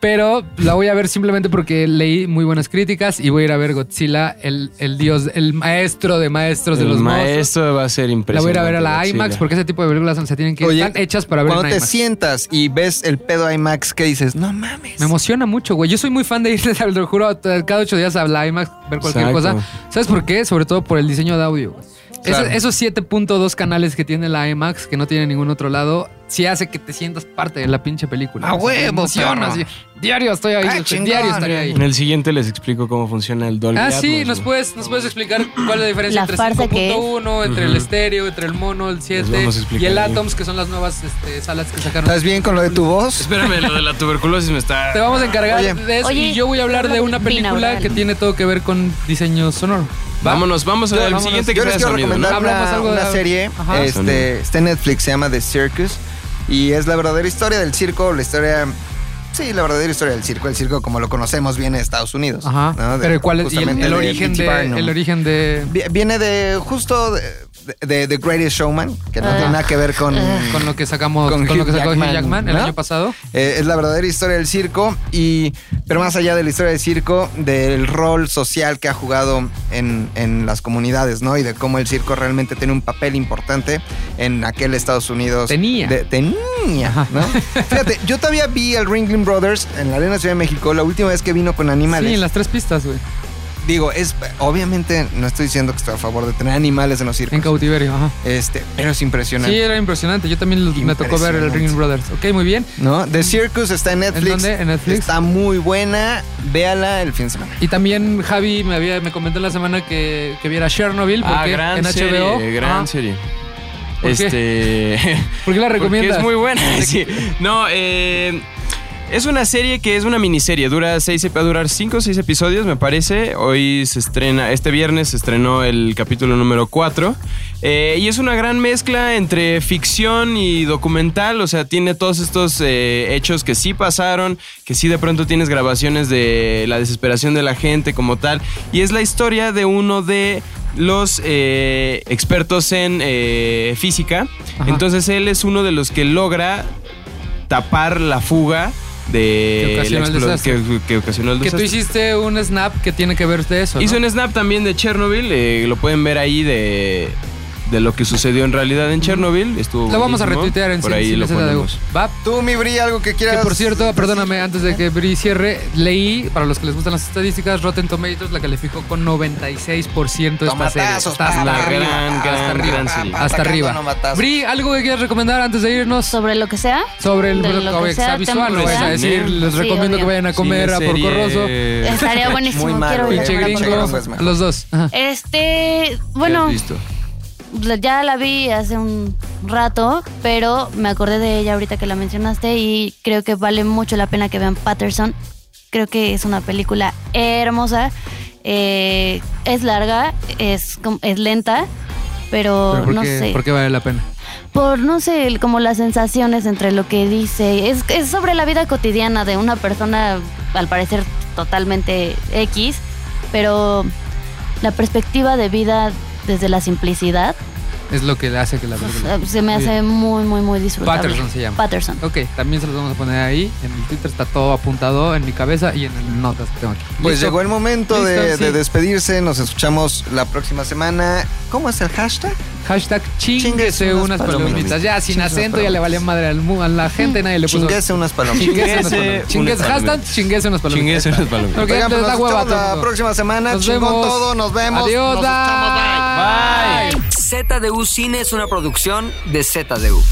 [SPEAKER 2] pero la voy a ver simplemente porque leí muy buenas críticas y voy a ir a ver Godzilla, el, el dios, el maestro de maestros de
[SPEAKER 4] El
[SPEAKER 2] los maestros.
[SPEAKER 4] maestro va a ser
[SPEAKER 2] La voy a
[SPEAKER 4] impresionante.
[SPEAKER 2] ir a ver a la IMAX porque ese tipo de películas se tienen que
[SPEAKER 3] Oye,
[SPEAKER 2] están hechas para ver en
[SPEAKER 3] Cuando te
[SPEAKER 2] IMAX.
[SPEAKER 3] sientas y ves el pedo IMAX, ¿qué dices? No mames.
[SPEAKER 2] Me emociona mucho, güey. Yo soy muy fan de ir, te lo juro, cada ocho días a la IMAX, ver cualquier
[SPEAKER 4] Exacto.
[SPEAKER 2] cosa. ¿Sabes por qué? Sobre todo por el diseño de audio. güey. Eso-
[SPEAKER 3] Claro.
[SPEAKER 2] esos 7.2 canales que tiene la IMAX, que no tiene ningún otro lado, sí hace que te sientas parte de la pinche película.
[SPEAKER 3] ¡A
[SPEAKER 2] O sea, te
[SPEAKER 3] Ah, huevo,
[SPEAKER 2] emociona,
[SPEAKER 3] perro!
[SPEAKER 2] así. Diario estoy ahí.
[SPEAKER 3] ¡Ah,
[SPEAKER 2] o sea,
[SPEAKER 3] chingón!
[SPEAKER 2] diario estaré ahí.
[SPEAKER 4] En el siguiente les explico cómo funciona el Dolby
[SPEAKER 2] Ah, sí,
[SPEAKER 4] Atmos,
[SPEAKER 2] nos
[SPEAKER 4] güey.
[SPEAKER 2] puedes, nos puedes explicar cuál es la diferencia
[SPEAKER 5] La
[SPEAKER 2] entre
[SPEAKER 5] farsa que es.
[SPEAKER 2] 5.1, entre el estéreo, entre el mono, el 7
[SPEAKER 4] vamos a explicar
[SPEAKER 2] y el
[SPEAKER 4] ahí.
[SPEAKER 2] Atoms, que son las nuevas este, salas que sacaron.
[SPEAKER 3] ¿Estás bien con lo de tu voz?
[SPEAKER 4] Espérame, lo de la tuberculosis me está...
[SPEAKER 2] Te vamos a encargar
[SPEAKER 3] Oye.
[SPEAKER 2] de eso y
[SPEAKER 5] Oye,
[SPEAKER 2] yo voy a hablar de una película
[SPEAKER 5] binaural.
[SPEAKER 2] que tiene todo que ver con diseño sonoro.
[SPEAKER 4] Vámonos, vamos a
[SPEAKER 2] Ya,
[SPEAKER 4] ver el
[SPEAKER 2] vámonos.
[SPEAKER 4] siguiente que
[SPEAKER 3] Yo
[SPEAKER 4] sea
[SPEAKER 3] les
[SPEAKER 4] de
[SPEAKER 3] quiero
[SPEAKER 4] sonido,
[SPEAKER 3] recomendar
[SPEAKER 4] ¿no?
[SPEAKER 2] Hablamos
[SPEAKER 3] una,
[SPEAKER 2] algo de-
[SPEAKER 3] una serie.
[SPEAKER 2] Ajá.
[SPEAKER 3] Este,
[SPEAKER 4] Sonido.
[SPEAKER 3] está en Netflix, se llama The Circus. Y es la verdadera historia del circo, la historia. Sí, la verdadera historia del circo. El circo, como lo conocemos, viene de Estados Unidos.
[SPEAKER 2] Ajá.
[SPEAKER 3] ¿no? Ah, De-
[SPEAKER 2] Pero ¿cuál es y el,
[SPEAKER 3] justamente
[SPEAKER 2] el origen
[SPEAKER 3] P.T.
[SPEAKER 2] de,
[SPEAKER 3] Barnum.
[SPEAKER 2] el origen de
[SPEAKER 3] Vi- Viene de justo de, de- de The Greatest Showman, que no
[SPEAKER 5] Ah.
[SPEAKER 3] tiene nada que ver con.
[SPEAKER 2] con lo que sacamos
[SPEAKER 3] Con
[SPEAKER 2] con, lo
[SPEAKER 3] Hugh
[SPEAKER 2] que sacó Hugh
[SPEAKER 3] Jackman,
[SPEAKER 2] Jackman el
[SPEAKER 3] ¿no?
[SPEAKER 2] año pasado?
[SPEAKER 3] Eh, es la verdadera historia del circo y, pero más allá de la historia del circo, del rol social que ha jugado en, en las comunidades, ¿no? Y de cómo el circo realmente tiene un papel importante en aquel Estados Unidos.
[SPEAKER 2] Tenía.
[SPEAKER 3] De- tenía, ¿no? Fíjate, yo todavía vi al Ringling Brothers en la Arena Ciudad de México la última vez que vino con animales.
[SPEAKER 2] Sí, en las tres pistas, güey.
[SPEAKER 3] Digo, es obviamente no estoy diciendo que estoy a favor de tener animales en los
[SPEAKER 2] En
[SPEAKER 3] circos.
[SPEAKER 2] cautiverio, ajá.
[SPEAKER 3] Este, pero es
[SPEAKER 2] Sí,
[SPEAKER 3] impresionante.
[SPEAKER 2] era impresionante. Yo también los- me tocó ver el
[SPEAKER 3] Impresionante.
[SPEAKER 2] Ring Brothers. Ok, muy bien.
[SPEAKER 3] ¿No? The Circus está en Netflix.
[SPEAKER 2] dónde? ¿En Netflix?
[SPEAKER 3] Está muy buena. Véala el fin de semana.
[SPEAKER 2] Y también Javi me había me comentó la semana que, que viera Chernobyl porque
[SPEAKER 4] Ah, gran
[SPEAKER 2] en HBO.
[SPEAKER 4] serie, gran
[SPEAKER 2] Ah,
[SPEAKER 4] serie.
[SPEAKER 2] ¿Por qué?
[SPEAKER 4] Este...
[SPEAKER 2] ¿Por qué la
[SPEAKER 4] Porque
[SPEAKER 2] recomiendas?
[SPEAKER 4] es muy buena. Sí. No, eh, Es una serie que es una miniserie, dura seis, va a durar 5 o 6 episodios, me parece. Hoy se estrena, este viernes se estrenó el capítulo número 4. y es una gran mezcla entre ficción y documental, o sea, tiene todos estos eh, hechos que sí pasaron, que sí de pronto tienes grabaciones de la desesperación de la gente como tal. Y es la historia de uno de los eh, expertos en eh, física.
[SPEAKER 2] Ajá.
[SPEAKER 4] Entonces él es uno de los que logra tapar la fuga de
[SPEAKER 2] Que ocasionó
[SPEAKER 4] la
[SPEAKER 2] el
[SPEAKER 4] explo-
[SPEAKER 2] desastre.
[SPEAKER 4] que- que ocasionó el
[SPEAKER 2] Que tú
[SPEAKER 4] desastre.
[SPEAKER 2] hiciste un snap que tiene que ver de eso. ¿no?
[SPEAKER 4] Hizo un snap también de Chernobyl, eh, lo pueden ver ahí de, de lo que sucedió en realidad en Chernobyl. Estuvo
[SPEAKER 2] Lo vamos a
[SPEAKER 4] buenísimo.
[SPEAKER 2] retuitear en
[SPEAKER 4] Por
[SPEAKER 2] sí-
[SPEAKER 4] ahí
[SPEAKER 2] sí,
[SPEAKER 4] lo
[SPEAKER 2] me sé la de-
[SPEAKER 4] ponemos.
[SPEAKER 2] Va.
[SPEAKER 3] Tú, mi Bri, algo que
[SPEAKER 2] Que
[SPEAKER 3] quieras.
[SPEAKER 2] por cierto, perdóname, antes de que Bri cierre, leí, para los que les gustan las estadísticas, Rotten Tomatoes la calificó con 96% esta serie.
[SPEAKER 3] Tomatazos,
[SPEAKER 2] Está
[SPEAKER 3] pa,
[SPEAKER 2] hasta
[SPEAKER 4] Una
[SPEAKER 3] pa,
[SPEAKER 2] arriba.
[SPEAKER 4] gran,
[SPEAKER 3] pa,
[SPEAKER 4] gran,
[SPEAKER 3] pa,
[SPEAKER 4] gran
[SPEAKER 3] pa,
[SPEAKER 4] serie.
[SPEAKER 3] pa,
[SPEAKER 2] hasta
[SPEAKER 3] atacando
[SPEAKER 2] arriba.
[SPEAKER 3] nomatazos.
[SPEAKER 2] Bri, ¿algo que quieras recomendar antes de irnos?
[SPEAKER 5] Sobre lo que sea.
[SPEAKER 2] Sobre el
[SPEAKER 5] de
[SPEAKER 2] blog
[SPEAKER 5] lo que
[SPEAKER 2] que sea
[SPEAKER 5] sea,
[SPEAKER 2] visual, no vayas a
[SPEAKER 5] temporal.
[SPEAKER 2] decir, les
[SPEAKER 5] Sí,
[SPEAKER 2] recomiendo que
[SPEAKER 5] obvio.
[SPEAKER 2] vayan a comer a
[SPEAKER 4] Sí,
[SPEAKER 2] Porco
[SPEAKER 4] serie- eh,
[SPEAKER 2] Rosso,
[SPEAKER 5] Estaría buenísimo.
[SPEAKER 3] Muy malo, eh,
[SPEAKER 5] quiero ver.
[SPEAKER 2] pinche
[SPEAKER 3] Porco
[SPEAKER 2] gringo,
[SPEAKER 3] Rosso es mejor.
[SPEAKER 2] los dos. Ajá.
[SPEAKER 5] Este,
[SPEAKER 4] ¿Qué
[SPEAKER 5] bueno,
[SPEAKER 4] has visto?
[SPEAKER 5] la- ya la vi hace un rato, pero me acordé de ella ahorita que la mencionaste y creo que vale mucho la pena que vean Patterson. Creo que es una película hermosa. eh, es larga, es, com- es lenta, pero,
[SPEAKER 2] Pero ¿por
[SPEAKER 5] no
[SPEAKER 2] qué-
[SPEAKER 5] sé.
[SPEAKER 2] ¿Por qué vale la pena?
[SPEAKER 5] por no sé, el- como las sensaciones entre lo que dice. Es, es sobre la vida cotidiana de una persona, al parecer totalmente X, pero la perspectiva de vida desde la simplicidad
[SPEAKER 2] Es lo que le hace que la película.
[SPEAKER 5] se me
[SPEAKER 2] Muy
[SPEAKER 5] hace
[SPEAKER 2] bien.
[SPEAKER 5] muy, muy, muy disfrutable.
[SPEAKER 2] Patterson se llama.
[SPEAKER 5] Patterson.
[SPEAKER 2] Ok, también se los vamos a poner ahí. En el Twitter está todo apuntado en mi cabeza y en el notas que tengo aquí.
[SPEAKER 3] Pues
[SPEAKER 2] ¿Listo?
[SPEAKER 3] llegó el momento
[SPEAKER 2] Listo,
[SPEAKER 3] de, de
[SPEAKER 2] sí.
[SPEAKER 3] despedirse. Nos escuchamos la próxima semana. ¿Cómo es el hashtag?
[SPEAKER 2] Hashtag
[SPEAKER 3] Chinguese
[SPEAKER 2] chinguese unas
[SPEAKER 3] unas palomitas.
[SPEAKER 2] palomitas. Ya sin
[SPEAKER 3] Chinguese unas
[SPEAKER 2] acento, ya le valía madre al mu- a la gente, nadie le puso.
[SPEAKER 3] Chinguese unas palomitas.
[SPEAKER 2] Chinguese unas
[SPEAKER 4] Chinguese
[SPEAKER 2] palomitas.
[SPEAKER 4] unas
[SPEAKER 2] Chinguese. Hashtag
[SPEAKER 4] palomitas.
[SPEAKER 2] chinguese unas palomitas.
[SPEAKER 4] Chinguese unas palomitas.
[SPEAKER 2] Porque
[SPEAKER 3] Oigan, pues
[SPEAKER 2] les da
[SPEAKER 3] nos
[SPEAKER 2] hueva a
[SPEAKER 3] escuchamos la
[SPEAKER 2] todo.
[SPEAKER 3] próxima semana.
[SPEAKER 2] Nos
[SPEAKER 3] Chingón
[SPEAKER 2] vemos.
[SPEAKER 3] todo. Nos vemos.
[SPEAKER 2] Adiós.
[SPEAKER 3] Nos escuchamos. Bye.
[SPEAKER 2] bye.
[SPEAKER 10] ZDU Cine es una producción de ZDU.